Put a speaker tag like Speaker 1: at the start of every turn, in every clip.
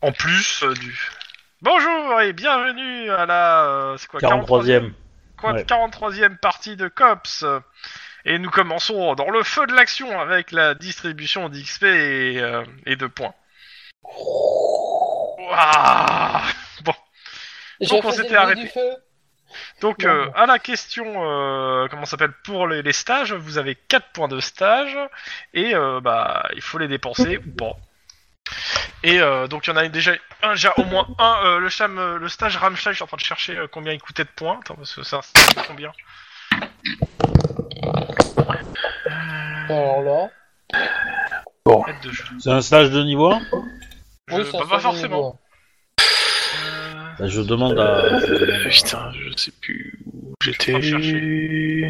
Speaker 1: En plus euh, du. Bonjour et bienvenue à la. euh, c'est quoi
Speaker 2: 43ème.
Speaker 1: quoi,
Speaker 2: ouais.
Speaker 1: 43e partie de COPS. Et nous commençons dans le feu de l'action avec la distribution d'XP et, euh, et de points. Ouah bon.
Speaker 3: Je
Speaker 1: Donc, on
Speaker 3: faisais
Speaker 1: s'était
Speaker 3: le bruit
Speaker 1: arrêté.
Speaker 3: du feu.
Speaker 1: Donc, euh, à la question, euh, comment ça s'appelle, pour les, les stages, vous avez 4 points de stage et euh, bah, il faut les dépenser ou pas. Et euh, donc, il y en a déjà, un, déjà au moins un. euh, le, cham, euh, le stage Ramstein, je suis en train de chercher euh, combien il coûtait de points. Attends, parce que ça, c'est combien
Speaker 3: Alors là.
Speaker 1: Tête de jeu.
Speaker 2: C'est un stage de niveau 1
Speaker 1: Je-
Speaker 3: oui,
Speaker 1: bah,
Speaker 3: ça
Speaker 1: pas
Speaker 3: fait
Speaker 1: forcément.
Speaker 3: niveau.
Speaker 1: Euh,
Speaker 2: Bah, Je demande à. je demande-
Speaker 4: Euh, Putain, je sais plus où j'étais.
Speaker 1: train de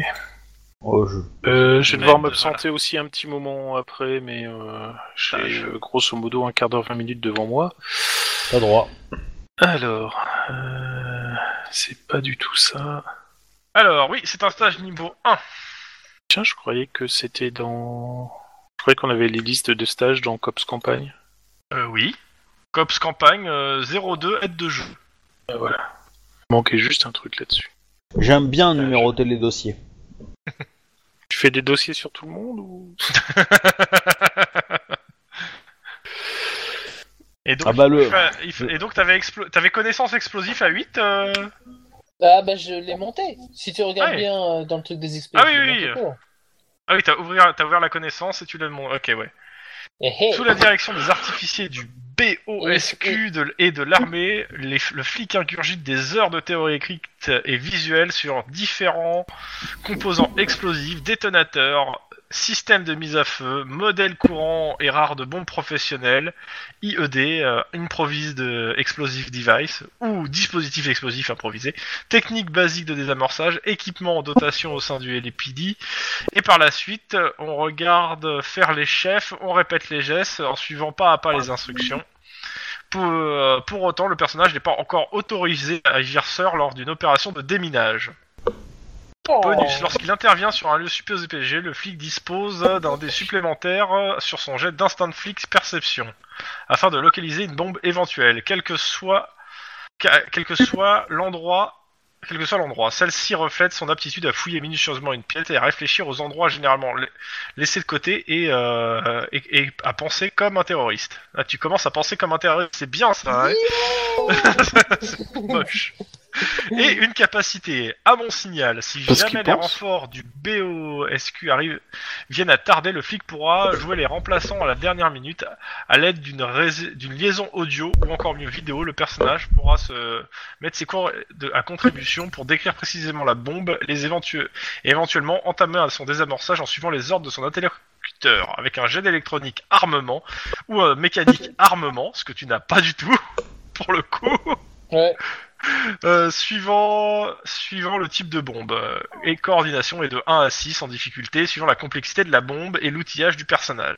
Speaker 2: Oh, je-
Speaker 4: Euh, je vais devoir
Speaker 1: Merde,
Speaker 4: m'absenter aussi un petit moment après, mais euh, j'ai
Speaker 1: Ah, je-
Speaker 4: euh, grosso modo un quart d'heure, 20 minutes devant moi.
Speaker 2: T'as droit.
Speaker 4: Alors, euh, c'est pas du tout ça.
Speaker 1: Alors, oui, c'est un stage niveau 1.
Speaker 4: Tiens, je croyais que c'était dans. Je croyais qu'on avait les listes de stages dans Cops Campagne.
Speaker 1: Euh, oui. Cops campagne euh, 02, aide de jeu.
Speaker 4: Ah, voilà. Il manquait juste un truc là-dessus.
Speaker 2: J'aime bien numéroter les dossiers.
Speaker 4: Tu fais des dossiers sur tout le monde ou
Speaker 1: Et donc,
Speaker 2: Ah bah, le-
Speaker 1: il fa- il fa- et donc t'avais, explo- t'avais connaissance explosif à 8 euh,
Speaker 3: Ah bah je l'ai monté. Si tu regardes
Speaker 1: Ouais.
Speaker 3: bien euh, dans le truc des experts.
Speaker 1: Ah oui, oui, oui. Ah oui, t'as ouvert, t'as ouvert la connaissance et tu l'as demandé. Ok, ouais.
Speaker 3: Eh,
Speaker 1: Sous la direction des artificiers du BOSQ de l- et de l'armée, les f- le flic ingurgite des heures de théorie écrite et visuelle sur différents composants explosifs, détonateurs, systèmes de mise à feu, modèles courants et rares de bombes professionnelles, IED, euh, Improvised euh, Explosive Device, ou dispositif explosif improvisé, technique basique de désamorçage, équipement en dotation au sein du LPD, et par la suite, on regarde faire les chefs, on répète les gestes en suivant pas à pas les instructions. Pour, euh, pour autant, le personnage n'est pas encore autorisé à agir seul lors d'une opération de déminage.
Speaker 3: Oh.
Speaker 1: Bonus, lorsqu'il intervient sur un lieu supposé PG, le flic dispose d'un dé supplémentaire euh, sur son jet d'instinct de flic perception, afin de localiser une bombe éventuelle, quel que soit, qu'a- quel que soit l'endroit. Quel que soit l'endroit, celle-ci reflète son aptitude à fouiller minutieusement une pièce et à réfléchir aux endroits généralement la- laissés de côté et, euh, et- et à penser comme un terroriste. Là, tu commences à penser comme un terroriste, c'est bien ça, hein moche. Et une capacité, à mon signal, si
Speaker 5: Parce
Speaker 1: jamais
Speaker 5: qu'il
Speaker 1: les
Speaker 5: pense.
Speaker 1: renforts du BOSQ arrivent, viennent à tarder, le flic pourra jouer les remplaçants à la dernière minute à l'aide d'une rais- d'une liaison audio ou encore mieux vidéo. Le personnage pourra se mettre ses cours de- à contribution pour décrire précisément la bombe, les éventu- et éventuellement entamer son désamorçage en suivant les ordres de son interlocuteur avec un jet d'électronique armement ou euh, mécanique armement, ce que tu n'as pas du tout pour le coup.
Speaker 3: Oh. Ouais.
Speaker 1: Euh, suivant, suivant le type de bombe. Euh, Et coordination est de 1 à 6 en difficulté, suivant la complexité de la bombe et l'outillage du personnage.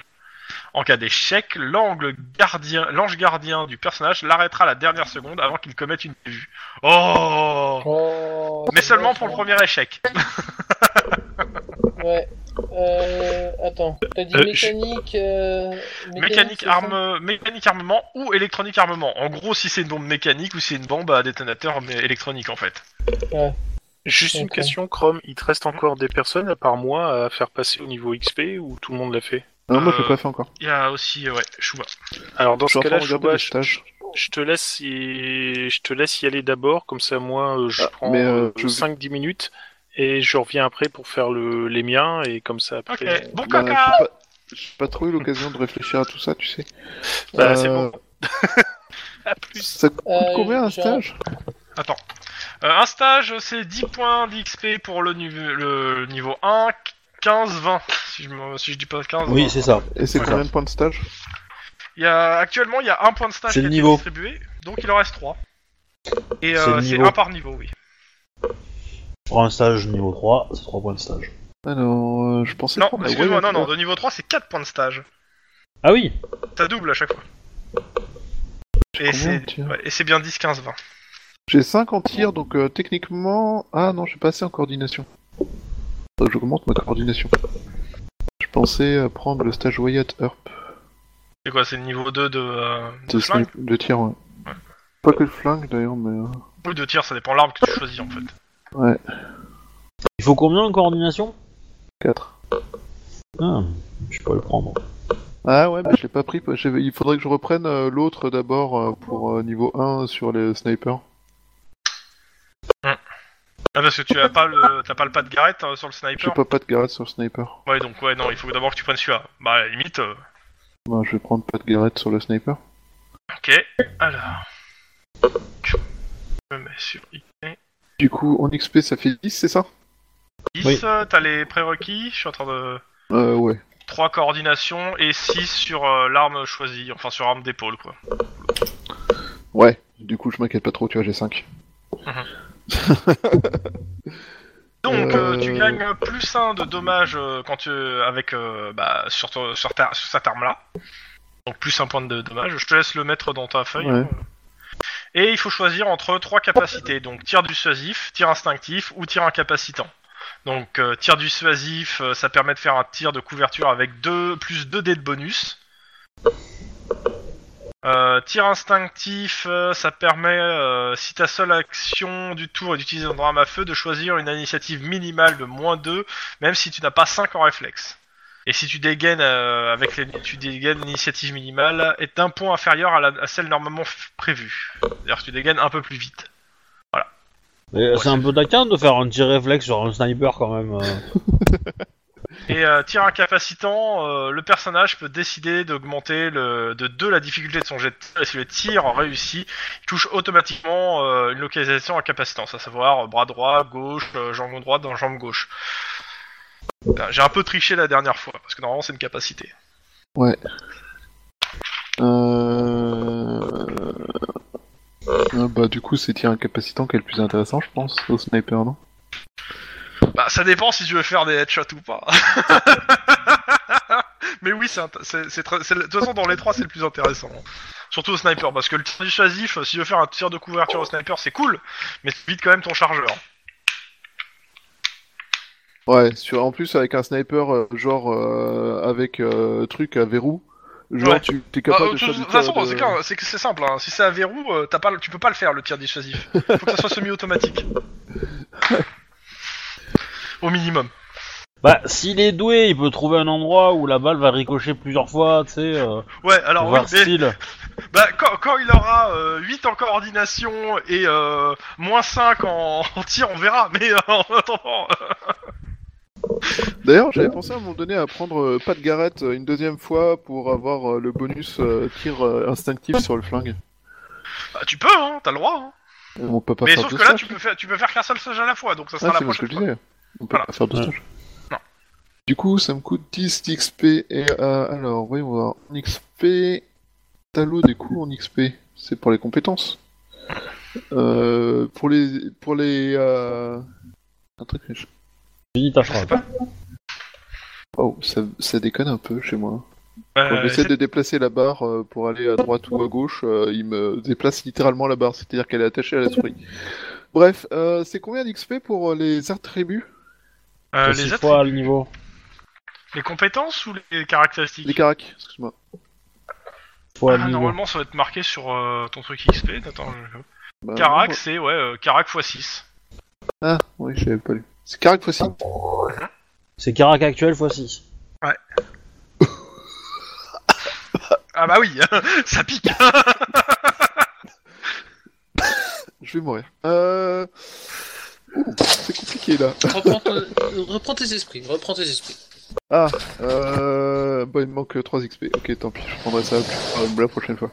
Speaker 1: En cas d'échec, l'angle gardien, l'ange gardien du personnage l'arrêtera à la dernière seconde avant qu'il commette une dévue. Oh
Speaker 3: Oh,
Speaker 1: Mais
Speaker 3: c'est
Speaker 1: seulement
Speaker 3: moche,
Speaker 1: pour le
Speaker 3: hein.
Speaker 1: premier échec.
Speaker 3: Ouais. Euh, attends. T'as dit
Speaker 4: Euh, je-
Speaker 3: mécanique, euh,
Speaker 1: Mécanique,
Speaker 3: c'est ça
Speaker 1: arme, mécanique armement ou électronique armement. En gros, si c'est une bombe mécanique ou si c'est une bombe à détonateur mais électronique en fait.
Speaker 4: Juste une
Speaker 3: Ok.
Speaker 4: question, Chrome. Il te reste encore des personnes à part moi à faire passer au niveau XP ou tout le monde l'a fait
Speaker 5: Non, moi je
Speaker 1: Euh,
Speaker 5: l'ai pas fait encore.
Speaker 1: Il y a aussi, euh, ouais, Chouba.
Speaker 4: Alors dans
Speaker 5: Je suis
Speaker 4: ce
Speaker 5: en train
Speaker 4: cas-là,
Speaker 5: de
Speaker 4: je,
Speaker 5: regarder les stages.
Speaker 4: je te laisse y... je te laisse y aller d'abord, comme ça moi euh, je
Speaker 5: Ah,
Speaker 4: prends
Speaker 5: mais, euh, je-
Speaker 4: 5-10 minutes et je reviens après pour faire le... les miens et comme ça
Speaker 1: Ok,
Speaker 4: après.
Speaker 1: bon
Speaker 5: Bah,
Speaker 1: caca
Speaker 5: j'ai pas- J'ai pas trop eu l'occasion de réfléchir à tout ça, tu sais.
Speaker 4: Bah, c'est
Speaker 5: Euh,
Speaker 4: bon. À plus.
Speaker 5: Ça coûte
Speaker 3: Euh,
Speaker 5: combien un
Speaker 3: j'ai un-
Speaker 5: stage
Speaker 1: Attends. Euh, un stage, c'est 10 points d'XP pour le, nu- le niveau 1, 15-20, si je, me- si je dis pas 15.
Speaker 2: Oui, c'est ça.
Speaker 5: Et c'est
Speaker 1: Voilà.
Speaker 5: combien de points de stage
Speaker 1: Il y a, actuellement, il y a un point de stage qui
Speaker 2: C'est
Speaker 1: a
Speaker 2: le
Speaker 1: été
Speaker 2: niveau.
Speaker 1: distribué, donc il en reste 3. Et
Speaker 2: C'est
Speaker 1: euh,
Speaker 2: le
Speaker 1: c'est
Speaker 2: niveau.
Speaker 1: un par niveau, oui.
Speaker 2: Pour un stage niveau 3, c'est 3 points de stage.
Speaker 5: Alors, euh, je pensais
Speaker 1: Non,
Speaker 5: prendre la
Speaker 1: excuse-moi,
Speaker 5: Wave
Speaker 1: non, non,
Speaker 5: Rider.
Speaker 1: de niveau 3, c'est 4 points de stage.
Speaker 2: Ah oui
Speaker 1: Ça double à chaque fois. Et
Speaker 5: combien
Speaker 1: c'est
Speaker 5: en tir
Speaker 1: ouais, et c'est bien 10, 15, 20.
Speaker 5: J'ai 5 en tir, donc euh, techniquement. Ah non, j'ai passé en coordination. Faudrait que J'augmente ma coordination. Je pensais euh, prendre le stage Wyatt Earp.
Speaker 1: C'est quoi, c'est le niveau 2 de, euh, de
Speaker 5: De,
Speaker 1: flingue
Speaker 5: snipe- de tir, ouais.
Speaker 1: Ouais.
Speaker 5: Pas que le flingue d'ailleurs, mais. euh,
Speaker 1: Ou de tir, ça dépend de l'arme que tu choisis en fait.
Speaker 5: Ouais,
Speaker 2: Il faut combien en coordination
Speaker 5: 4.
Speaker 2: Ah, je peux le prendre.
Speaker 5: Ah ouais, mais je l'ai pas pris. j'avais- Il faudrait que je reprenne euh, l'autre d'abord euh, pour euh, niveau 1 sur les snipers.
Speaker 1: Ah, parce que tu as pas le, t'as pas le pas de Garrett euh, sur le
Speaker 5: J'ai
Speaker 1: sniper
Speaker 5: pas pas de Garrett sur le sniper.
Speaker 1: Ouais, donc ouais, non, il faut d'abord que tu prennes celui-là. Bah, à la limite, euh,
Speaker 5: Bah, je vais prendre pas de Garrett sur le sniper.
Speaker 1: ok. Alors. Je me mets sur X.
Speaker 5: Du coup, en XP, ça fait 10, c'est ça
Speaker 2: Oui.
Speaker 1: euh, T'as les prérequis, je suis en train de.
Speaker 5: Euh, ouais.
Speaker 1: 3 coordinations et 6 sur euh, l'arme choisie, enfin sur arme d'épaule quoi.
Speaker 5: Ouais. Du coup, je m'inquiète pas trop, tu vois, j'ai 5.
Speaker 1: Donc euh, tu
Speaker 5: Euh.
Speaker 1: gagnes plus 1 de dommages euh, quand tu avec euh, bah, sur, ton- sur, ta- sur cette arme là. Donc plus 1 point de dommage. Je te laisse le mettre dans ta feuille.
Speaker 5: Ouais.
Speaker 1: hein. Et il faut choisir entre 3 capacités. Donc tir dissuasif, tir instinctif ou tir incapacitant. Donc euh, tir dissuasif, euh, ça permet de faire un tir de couverture avec 2 plus 2 dés de bonus. Euh, tir instinctif, euh, ça permet, euh, si ta seule action du tour est d'utiliser ton arme à feu, de choisir une initiative minimale de moins 2, même si tu n'as pas 5 en réflexe. Et si tu dégaines euh, avec les, tu dégaines l'initiative minimale est d'un point inférieur à, la- à celle normalement f- prévue. C'est-à-dire que tu dégaines un peu plus vite.
Speaker 2: Mais c'est un peu taquin de faire un tir réflexe sur un sniper quand même. euh.
Speaker 1: Et euh, tir incapacitant, euh, le personnage peut décider d'augmenter le- de 2 la difficulté de son jet de tir, et si le tir réussit, il touche automatiquement euh, une localisation incapacitante, à savoir euh, bras droit, gauche, euh, jambe droite, dans jambe gauche. Ben, J'ai un peu triché la dernière fois, parce que normalement c'est une capacité.
Speaker 5: Euh... Ah bah du coup c'est tir incapacitant qui est le plus intéressant je pense au sniper non
Speaker 1: Bah ça dépend si tu veux faire des headshots ou pas. Mais oui, c'est int- c'est- c'est très- c'est le- de toute façon dans les trois c'est le plus intéressant. Surtout au sniper, parce que le tir dissuasif, si tu veux faire un tir de couverture au sniper, c'est cool, mais tu vides quand même ton chargeur.
Speaker 5: Ouais sur en plus avec un sniper euh, genre euh, avec euh, truc à verrou genre
Speaker 1: Ouais.
Speaker 5: tu t'es
Speaker 1: Bah,
Speaker 5: capable
Speaker 1: euh,
Speaker 5: de
Speaker 1: de
Speaker 5: faire du
Speaker 1: toute
Speaker 5: tir
Speaker 1: façon,
Speaker 5: de-
Speaker 1: c'est clair, c'est que c'est simple. hein. Si c'est à verrou, euh, t'as pas, le- tu peux pas le faire le tir dissuasif. Faut que ça soit semi-automatique. Au minimum.
Speaker 2: Bah, s'il est doué, il peut trouver un endroit où la balle va ricocher plusieurs fois, tu sais. euh,
Speaker 1: Ouais, alors oui,
Speaker 2: voir
Speaker 1: mais
Speaker 2: style.
Speaker 1: bah, quand, quand il aura euh, 8 en coordination et euh, moins 5 en, en tir, on verra. Mais euh, en attendant. euh,
Speaker 5: D'ailleurs j'avais pensé à un moment donné à prendre euh, pas de Garrett euh, une deuxième fois pour avoir euh, le bonus euh, tir euh, instinctif sur le flingue.
Speaker 1: bah, tu peux, hein, t'as le droit. hein.
Speaker 5: Euh, On peut pas
Speaker 1: Mais
Speaker 5: faire
Speaker 1: sauf
Speaker 5: deux
Speaker 1: que là,
Speaker 5: stages.
Speaker 1: tu peux faire, tu peux faire qu'un seul stage à la fois, donc ça sera
Speaker 5: Ah
Speaker 1: la
Speaker 5: c'est ce que
Speaker 1: prochaine
Speaker 5: je
Speaker 1: fois.
Speaker 5: disais. On peut
Speaker 1: Voilà.
Speaker 5: pas faire deux
Speaker 2: Ouais.
Speaker 5: stages.
Speaker 1: Non.
Speaker 5: Du coup, ça me coûte 10 d'XP. Et euh, alors, voyons voir. En XP. Talot des coûts en XP. C'est pour les compétences. Euh, pour les. Pour les. euh, Un truc. que je-
Speaker 2: Finis ta
Speaker 1: Je sais
Speaker 2: phrase.
Speaker 1: pas.
Speaker 5: Oh, ça, ça déconne un peu chez moi.
Speaker 1: Euh,
Speaker 5: Quand j'essaie
Speaker 1: c'est-
Speaker 5: de déplacer la barre euh, pour aller à droite ou à gauche, euh, il me déplace littéralement la barre, c'est-à-dire qu'elle est attachée à la souris. Bref, euh, c'est combien d'XP pour euh, les attributs
Speaker 1: euh,
Speaker 2: C'est
Speaker 1: les,
Speaker 2: six
Speaker 1: autres,
Speaker 2: fois le niveau.
Speaker 1: les compétences ou les caractéristiques
Speaker 5: Les caracs, excuse-moi.
Speaker 2: Six fois
Speaker 1: Ah,
Speaker 2: le niveau.
Speaker 1: Normalement, ça va être marqué sur euh, ton truc XP. Attends, je-
Speaker 5: Bah,
Speaker 1: Carac, c'est ouais, euh, Carac x6.
Speaker 5: Ah, oui, je l'avais pas lu. C'est Carac Fossi.
Speaker 2: C'est Carac actuel fois 6.
Speaker 1: Ah bah oui, ça pique.
Speaker 5: Je vais mourir. Euh... Ouh, c'est compliqué là.
Speaker 3: Reprends, ton- euh, reprends tes esprits, reprends tes esprits.
Speaker 5: Ah, euh... Bon, il me manque 3 XP. Ok, tant pis, je prendrai ça plus- euh, la prochaine fois.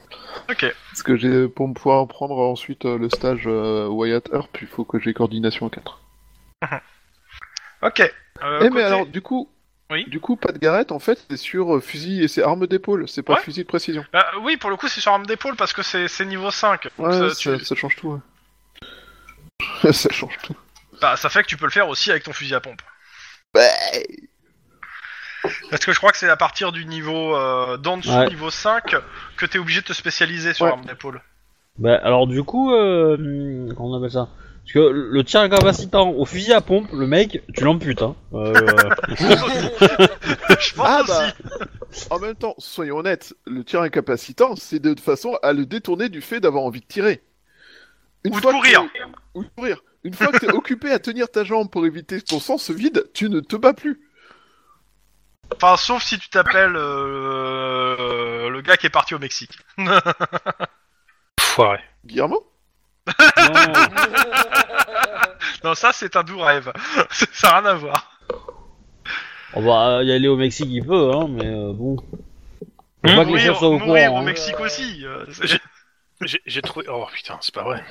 Speaker 1: ok.
Speaker 5: Parce que j'ai pour me pouvoir prendre ensuite euh, le stage euh, Wyatt Earp, il faut que j'ai coordination en 4.
Speaker 1: Ok. Euh,
Speaker 5: Eh mais
Speaker 1: côté-
Speaker 5: alors, du coup...
Speaker 1: Oui.
Speaker 5: Du coup, pas de garrette, en fait, c'est sur euh, fusil et c'est arme d'épaule, c'est pas
Speaker 1: Ouais.
Speaker 5: fusil de précision.
Speaker 1: Bah, oui, pour le coup, c'est sur arme d'épaule parce que c'est c'est niveau 5. Donc
Speaker 5: Ouais,
Speaker 1: ça,
Speaker 5: ça,
Speaker 1: tu-
Speaker 5: ça change tout. ouais. ça change tout.
Speaker 1: bah, ça fait que tu peux le faire aussi avec ton fusil à pompe.
Speaker 5: Bah,
Speaker 1: Parce que je crois que c'est à partir du niveau euh, d'en dessous,
Speaker 2: Ouais.
Speaker 1: niveau 5, que t'es obligé de te spécialiser sur
Speaker 5: Ouais.
Speaker 1: arme d'épaule.
Speaker 2: Bah, alors du coup, euh, hum, comment on appelle ça Parce que le tir incapacitant au fusil à pompe, le mec, tu l'amputes. Hein. Euh,
Speaker 1: Je pense
Speaker 5: Ah, bah.
Speaker 1: aussi.
Speaker 5: En même temps, soyons honnêtes, le tir incapacitant, c'est de toute façon à le détourner du fait d'avoir envie de tirer.
Speaker 1: Ou de
Speaker 5: que
Speaker 1: courir.
Speaker 5: t'es- Ou de courir. Une fois que t'es occupé à tenir ta jambe pour éviter ton sang se vide, tu ne te bats plus.
Speaker 1: Enfin, sauf si tu t'appelles euh, le gars qui est parti au Mexique.
Speaker 4: Foiré.
Speaker 5: Guillermo
Speaker 2: non.
Speaker 1: Non, ça c'est un doux rêve. ça n'a rien à voir.
Speaker 2: On va y aller au Mexique, il peut, hein, mais euh, bon. Faut
Speaker 4: Hmm,
Speaker 2: pas que les chefs
Speaker 1: Mourir,
Speaker 2: soient au
Speaker 1: mourir
Speaker 2: courant.
Speaker 1: au
Speaker 2: hein.
Speaker 1: Mexique aussi. euh, c'est-
Speaker 4: J'ai- J'ai j'ai trouvé. Oh putain, c'est pas vrai.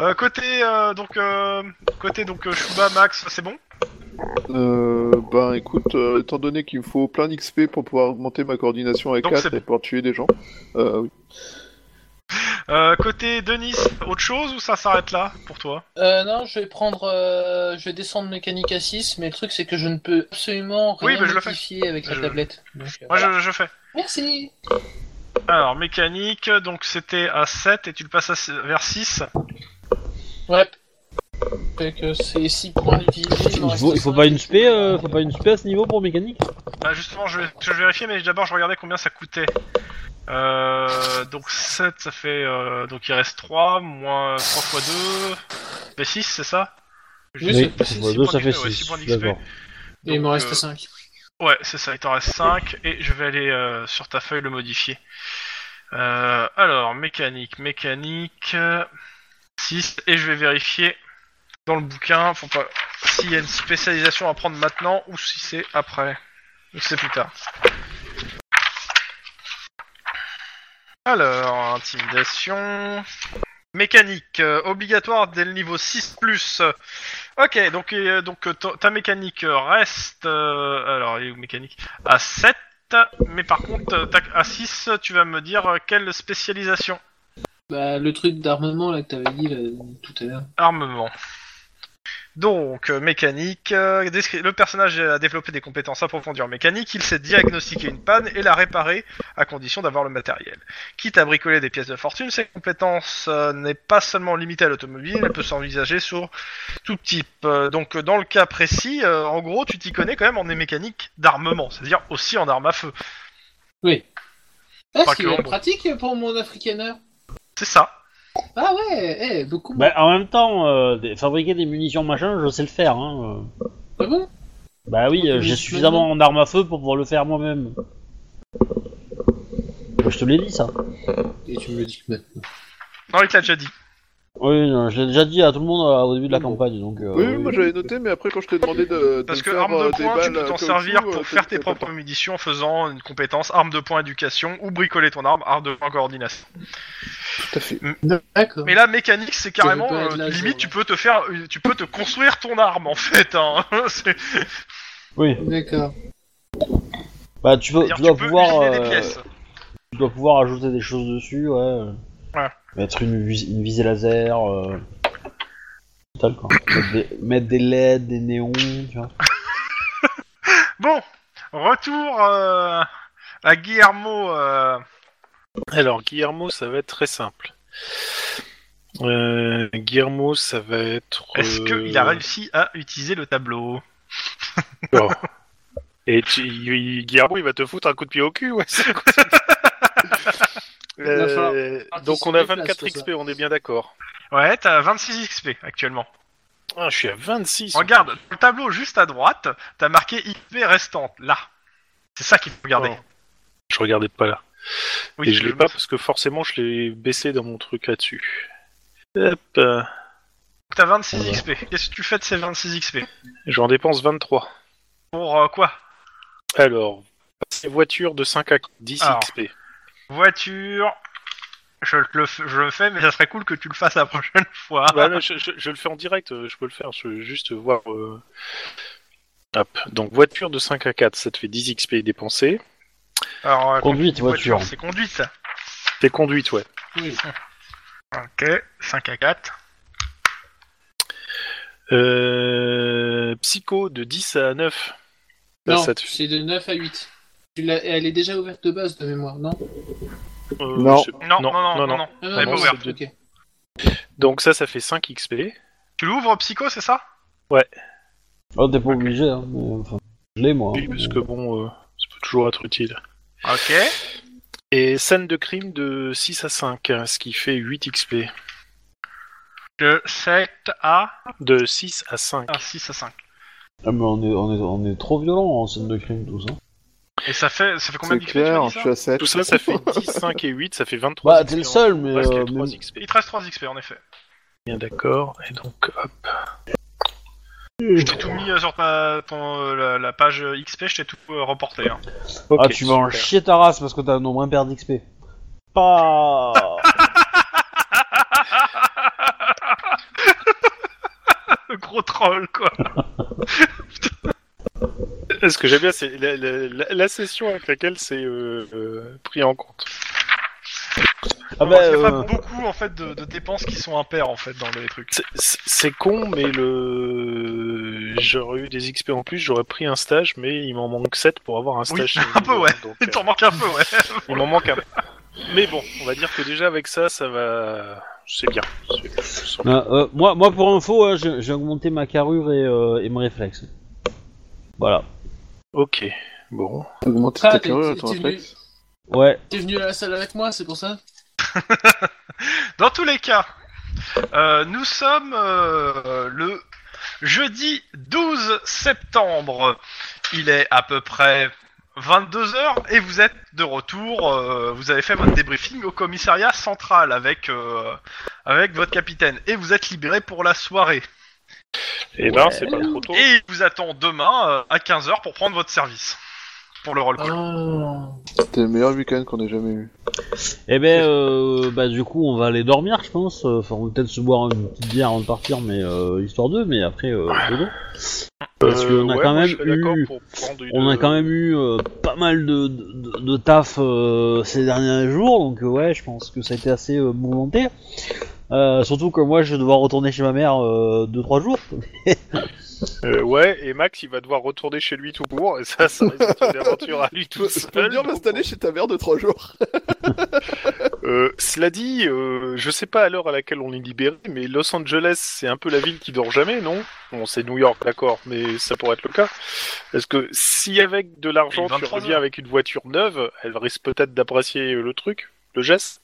Speaker 1: Euh, côté euh, donc euh, côté donc euh, Shuba Max, c'est bon.
Speaker 5: Euh, ben écoute, euh, étant donné qu'il me faut plein d'XP pour pouvoir augmenter ma coordination avec
Speaker 1: Donc
Speaker 5: 4
Speaker 1: c'est
Speaker 5: et pour tuer des gens, euh, oui.
Speaker 1: Euh, côté Denis, autre chose ou ça s'arrête là pour toi
Speaker 3: Euh, non, je vais prendre. euh, je vais descendre mécanique à 6, mais le truc c'est que je ne peux absolument
Speaker 1: Oui,
Speaker 3: rien
Speaker 1: bah, je le fais.
Speaker 3: modifier avec la
Speaker 1: Je-
Speaker 3: tablette. Donc, euh,
Speaker 1: Moi
Speaker 3: voilà.
Speaker 1: je, je fais.
Speaker 3: Merci
Speaker 1: Alors mécanique, donc c'était à 7 et tu le passes à s- vers 6.
Speaker 3: Ouais. Fait que c'est 6 points utilisés.
Speaker 2: Il faut, il faut pas une spé, euh, faut pas une spé à ce niveau pour mécanique
Speaker 1: Ah, justement, je vais, je vais vérifier, mais d'abord je regardais combien ça coûtait. Euh, donc 7, ça fait euh, donc il reste 3 moins 3 fois 2, ça fait 6, c'est ça
Speaker 3: Oui,
Speaker 1: Juste-
Speaker 2: parce que
Speaker 1: six-
Speaker 2: moi,
Speaker 1: six
Speaker 2: deux,
Speaker 1: points
Speaker 2: ça fait
Speaker 1: d'XP, ouais,
Speaker 2: 6.
Speaker 1: six points d'XP.
Speaker 2: D'accord.
Speaker 3: Et il me
Speaker 1: Donc,
Speaker 3: reste
Speaker 1: euh,
Speaker 3: 5.
Speaker 1: Ouais, c'est ça, il t'en reste 5, et je vais aller euh, sur ta feuille le modifier. Euh, alors, mécanique, mécanique, 6, et je vais vérifier dans le bouquin pour pas s'il y a une spécialisation à prendre maintenant ou si c'est après. Ou si c'est plus tard. Alors, intimidation. Mécanique, euh, obligatoire dès le niveau 6. Ok, donc, euh, donc euh, ta- ta mécanique euh, reste. euh, alors, elle est où, mécanique À 7, mais par contre, euh, tac, à 6, tu vas me dire euh, quelle spécialisation
Speaker 3: Bah, le truc d'armement là que t'avais dit là, tout à l'heure.
Speaker 1: Armement. Donc, euh, mécanique. euh, descri- le personnage a développé des compétences approfondies en mécanique. Il sait diagnostiquer une panne et la réparer à condition d'avoir le matériel. Quitte à bricoler des pièces de fortune, ses compétences euh, n'est pas seulement limitée à l'automobile, elle peut s'envisager sur tout type. Euh, donc, euh, dans le cas précis, euh, en gros, tu t'y connais quand même en des mécaniques d'armement, c'est-à-dire aussi en armes à feu.
Speaker 3: Ah,
Speaker 1: Pas
Speaker 3: c'est
Speaker 1: que Ambre.
Speaker 3: pratique pour mon africaneur.
Speaker 1: C'est ça.
Speaker 3: Ah ouais, eh, beaucoup.
Speaker 2: Bah, en même temps, euh, des- fabriquer des munitions machin, je sais le faire. Hein. euh.
Speaker 3: Ah bon
Speaker 2: Bah oui, euh,
Speaker 3: Oui,
Speaker 2: j'ai
Speaker 3: mais-
Speaker 2: suffisamment en armes à feu pour pouvoir le faire moi-même. Bah, je te l'ai dit ça.
Speaker 3: Et tu me le dis que maintenant.
Speaker 1: Non, il te l'a déjà dit.
Speaker 2: Oui, non, je l'ai déjà dit à tout le monde euh, au début de la
Speaker 3: Oui.
Speaker 2: campagne, donc. euh,
Speaker 5: oui, oui, moi j'avais noté, mais après quand je t'ai demandé de, de
Speaker 1: Parce que
Speaker 5: me faire,
Speaker 1: arme de
Speaker 5: euh, des
Speaker 1: poing, tu
Speaker 5: balles
Speaker 1: peux
Speaker 5: à
Speaker 1: t'en
Speaker 5: caoutchouc,
Speaker 1: servir
Speaker 5: euh,
Speaker 1: pour
Speaker 5: t'as
Speaker 1: faire
Speaker 5: dit
Speaker 1: tes
Speaker 5: que t'as pas-
Speaker 1: propres munitions en faisant une compétence arme de poing éducation ou bricoler ton arme arme de poing coordination.
Speaker 5: Tout à fait.
Speaker 3: D'accord.
Speaker 1: Mais là, mécanique, c'est carrément
Speaker 3: Ça veut pas être
Speaker 1: euh,
Speaker 3: là,
Speaker 1: limite,
Speaker 3: genre,
Speaker 1: tu peux te faire, une- tu peux te construire ton arme en fait. Hein. C'est-
Speaker 2: Oui.
Speaker 3: D'accord.
Speaker 2: Bah tu, peux,
Speaker 1: c'est-à-dire,
Speaker 2: tu dois
Speaker 1: peux
Speaker 2: pouvoir.
Speaker 1: usiner des
Speaker 2: euh,
Speaker 1: pièces.
Speaker 2: tu dois pouvoir ajouter des choses dessus, ouais. euh,
Speaker 1: Voilà.
Speaker 2: Mettre une, vis- une visée laser. euh, total, quoi. Mettre, des, mettre des LED, des néons, tu vois.
Speaker 1: Bon, retour euh, à Guillermo. euh,
Speaker 4: Alors, Guillermo, ça va être très simple. Euh, Guillermo, ça va être.
Speaker 1: Est-ce
Speaker 4: euh,
Speaker 1: qu'il a réussi à utiliser le tableau
Speaker 4: bon. Et tu- il- Guillermo, il va te foutre un coup de pied au cul, ouais. c'est quoi ça
Speaker 3: va falloir
Speaker 4: Euh, donc on a
Speaker 3: anticiper les
Speaker 4: 24
Speaker 3: places pour
Speaker 4: XP, on est bien d'accord.
Speaker 1: Ouais, t'as 26 XP actuellement.
Speaker 4: Ah, je suis à 26.
Speaker 1: Regarde, le tableau juste à droite, t'as marqué XP restante là. C'est ça qu'il faut regarder.
Speaker 2: Oh.
Speaker 4: Je regardais pas là.
Speaker 1: Oui,
Speaker 4: Et je l'ai
Speaker 1: me
Speaker 4: pas parce que forcément je l'ai baissé dans mon truc là-dessus. Hop, euh,
Speaker 1: Donc T'as 26
Speaker 2: Ouais.
Speaker 1: XP. Qu'est-ce que tu fais de ces 26 XP
Speaker 4: j'en dépense 23.
Speaker 1: Pour euh, quoi
Speaker 4: Alors, passer voiture de 5 à 10
Speaker 1: Alors.
Speaker 4: XP.
Speaker 1: Voiture. Je te le, f- je le fais, mais ça serait cool que tu le fasses la prochaine fois.
Speaker 4: Bah, là, je, je- je le fais en direct, euh, je peux le faire, je veux juste voir. euh. Hop, donc voiture de 5 à 4, ça te fait 10 XP dépensés.
Speaker 1: Alors, euh,
Speaker 2: Conduite, voiture.
Speaker 1: C'est conduite.
Speaker 4: T'es conduite, ouais.
Speaker 3: Oui.
Speaker 1: Ok, 5 à 4.
Speaker 4: Euh, psycho de 10 à 9. Là,
Speaker 3: Non,
Speaker 4: ça te fait-
Speaker 3: c'est de 9 à 8. Tu l'as- Elle est déjà ouverte de base de mémoire, non
Speaker 4: Euh,
Speaker 5: Non.
Speaker 4: je sais pas.
Speaker 1: Non, non, non, non, non.
Speaker 3: Euh,
Speaker 1: T'avais
Speaker 4: non,
Speaker 1: pas
Speaker 4: c'est
Speaker 1: ouvert.
Speaker 4: de-
Speaker 3: Ok.
Speaker 4: Donc ça, ça fait 5 XP.
Speaker 1: Tu l'ouvres, Psycho, c'est ça
Speaker 2: Oh, t'es pas obligé, hein. mais, enfin, je l'ai, moi.
Speaker 4: Oui, parce que bon, euh, ça peut toujours être utile.
Speaker 1: Ok.
Speaker 4: Et scène de crime de 6 à 5, hein, ce qui fait 8 XP.
Speaker 1: De 7 à...
Speaker 4: De 6 à 5.
Speaker 1: à 6 à 5.
Speaker 2: Ah, mais on est, on est, on est trop violent en scène de crime, hein. tout ça.
Speaker 1: Et ça fait, ça fait combien
Speaker 5: C'est
Speaker 1: d'XP, tu m'as
Speaker 5: clair,
Speaker 1: dit
Speaker 5: je
Speaker 1: ça
Speaker 5: suis à 7.
Speaker 4: Tout ça, ça fait 10, 5 et 8, ça fait 23
Speaker 2: Bah, t'es le seul, mais.
Speaker 4: Parce qu'il y
Speaker 2: euh,
Speaker 4: a 3
Speaker 2: mais-
Speaker 4: XP.
Speaker 1: Il te reste 3 XP, en effet.
Speaker 4: Bien d'accord. Et donc, hop.
Speaker 1: Je t'ai tout mis euh, sur ta, ton, euh, la, la page euh, XP, je t'ai tout euh, reporté. hein.
Speaker 2: ah, tu vas en chier ta race parce que t'as un nombre impair d'XP. Pas. Ah,
Speaker 1: Le gros troll, quoi.
Speaker 4: Ce que j'aime bien, c'est la, la- la- la session avec laquelle c'est euh, euh, pris en compte.
Speaker 2: Ah,
Speaker 1: Parce
Speaker 2: bah,
Speaker 1: qu'il y a
Speaker 2: euh,
Speaker 1: pas beaucoup, en fait, de, de dépenses qui sont impaires, en fait, dans les trucs.
Speaker 4: C'est- C'est c'est con, mais le j'aurais eu des XP en plus, j'aurais pris un stage, mais il m'en manque 7 pour avoir un
Speaker 1: Oui,
Speaker 4: stage.
Speaker 1: un peu, ouais.
Speaker 4: Donc,
Speaker 1: Il t'en manque un peu, ouais.
Speaker 4: euh, il m'en manque un peu. Mais bon, on va dire que déjà avec ça, ça va. C'est bien. C'est- c'est-
Speaker 2: euh, euh, moi, moi, pour info, hein, j'ai j'ai augmenté ma carrure et, euh, et mes réflexes. Voilà.
Speaker 4: Ok, bon.
Speaker 5: Augmenter
Speaker 3: Ah,
Speaker 5: ta
Speaker 3: t'es-
Speaker 5: carrure,
Speaker 3: t'es-
Speaker 5: ton
Speaker 3: t'es
Speaker 5: réflexe.
Speaker 2: Ouais.
Speaker 3: T'es venu à la salle avec moi, c'est pour ça
Speaker 1: Dans tous les cas, euh, nous sommes euh, le jeudi 12 septembre. Il est à peu près 22h et vous êtes de retour. euh, vous avez fait votre débriefing au commissariat central avec, euh, avec votre capitaine et vous êtes libéré pour la soirée.
Speaker 4: Et là, Eh ben, c'est pas trop tôt. Euh,
Speaker 1: Et il vous attend demain euh, à 15h pour prendre votre service. Pour le roll call.
Speaker 3: Oh.
Speaker 5: C'était le meilleur week-end qu'on ait jamais eu.
Speaker 2: Eh ben, euh, bah, du coup, on va aller dormir, je pense. Enfin, on va peut-être se boire une petite bière avant de partir, mais euh, histoire d'eux, mais après, euh, dodo. Parce
Speaker 4: Euh,
Speaker 2: qu'on a
Speaker 4: ouais,
Speaker 2: quand
Speaker 4: moi,
Speaker 2: même
Speaker 4: je serais d'accord
Speaker 2: eu.
Speaker 4: pour prendre une-
Speaker 2: On a quand même eu euh, pas mal de, de, de taf euh, ces derniers jours, donc euh, ouais, je pense que ça a été assez euh, mouvementé. Euh, surtout que moi, je vais devoir retourner chez ma mère 2-3 jours.
Speaker 4: Euh, ouais, et Max, il va devoir retourner chez lui tout court, et ça, ça risque d'être une aventure à lui tout seul. donc,
Speaker 5: chez ta mère de 3 jours.
Speaker 4: Euh, cela dit, euh, je sais pas à l'heure à laquelle on est libéré, mais Los Angeles, c'est un peu la ville qui dort jamais, non Bon, c'est New York, d'accord, mais ça pourrait être le cas. Parce que si avec de l'argent,
Speaker 1: Il est
Speaker 4: tu
Speaker 1: 23
Speaker 4: reviens
Speaker 1: heures.
Speaker 4: avec une voiture neuve, elle risque peut-être d'apprécier le truc, le geste.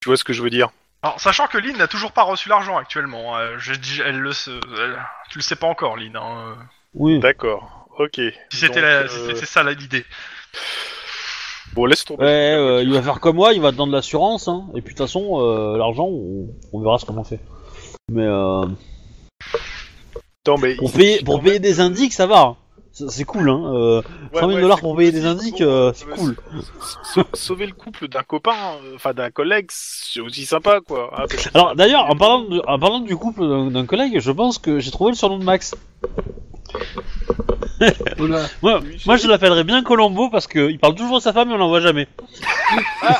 Speaker 4: Tu vois ce que je veux dire
Speaker 1: Alors, sachant que Lynn n'a toujours pas reçu l'argent actuellement. euh, je dis, elle le, se- elle- tu le sais pas encore, Lynn. hein, euh.
Speaker 2: Oui.
Speaker 4: D'accord, ok.
Speaker 1: Si c'était
Speaker 4: Donc,
Speaker 1: la-
Speaker 4: euh,
Speaker 1: si c'était- c'est ça la- l'idée.
Speaker 4: Bon, laisse tomber.
Speaker 2: Ouais, euh, il va faire comme moi, il va attendre l'assurance, hein. et puis de toute façon, euh, l'argent, on, on verra ce qu'on en fait. Mais euh,
Speaker 4: Attends, mais
Speaker 2: pour
Speaker 4: il-
Speaker 2: payer,
Speaker 4: quand
Speaker 2: pour
Speaker 4: même-
Speaker 2: payer des indices, ça va. C'est c'est cool, hein. euh,
Speaker 4: Ouais,
Speaker 2: 100 000
Speaker 4: ouais,
Speaker 2: dollars
Speaker 4: c'est
Speaker 2: pour
Speaker 4: cool,
Speaker 2: payer des
Speaker 4: c'est
Speaker 2: indices,
Speaker 4: bon,
Speaker 2: euh,
Speaker 4: euh,
Speaker 2: c'est cool.
Speaker 4: sau- Sauver le couple d'un copain, euh, enfin d'un collègue, c'est aussi sympa, quoi. Ah, parce que-
Speaker 2: Alors d'ailleurs, en parlant, de- en parlant du couple d'un- d'un collègue, je pense que j'ai trouvé le surnom de Max.
Speaker 3: Oula.
Speaker 2: Moi,
Speaker 4: Oui,
Speaker 2: moi je l'appellerais bien Colombo parce qu'il parle toujours de sa femme et on l'en voit jamais.
Speaker 5: Ah,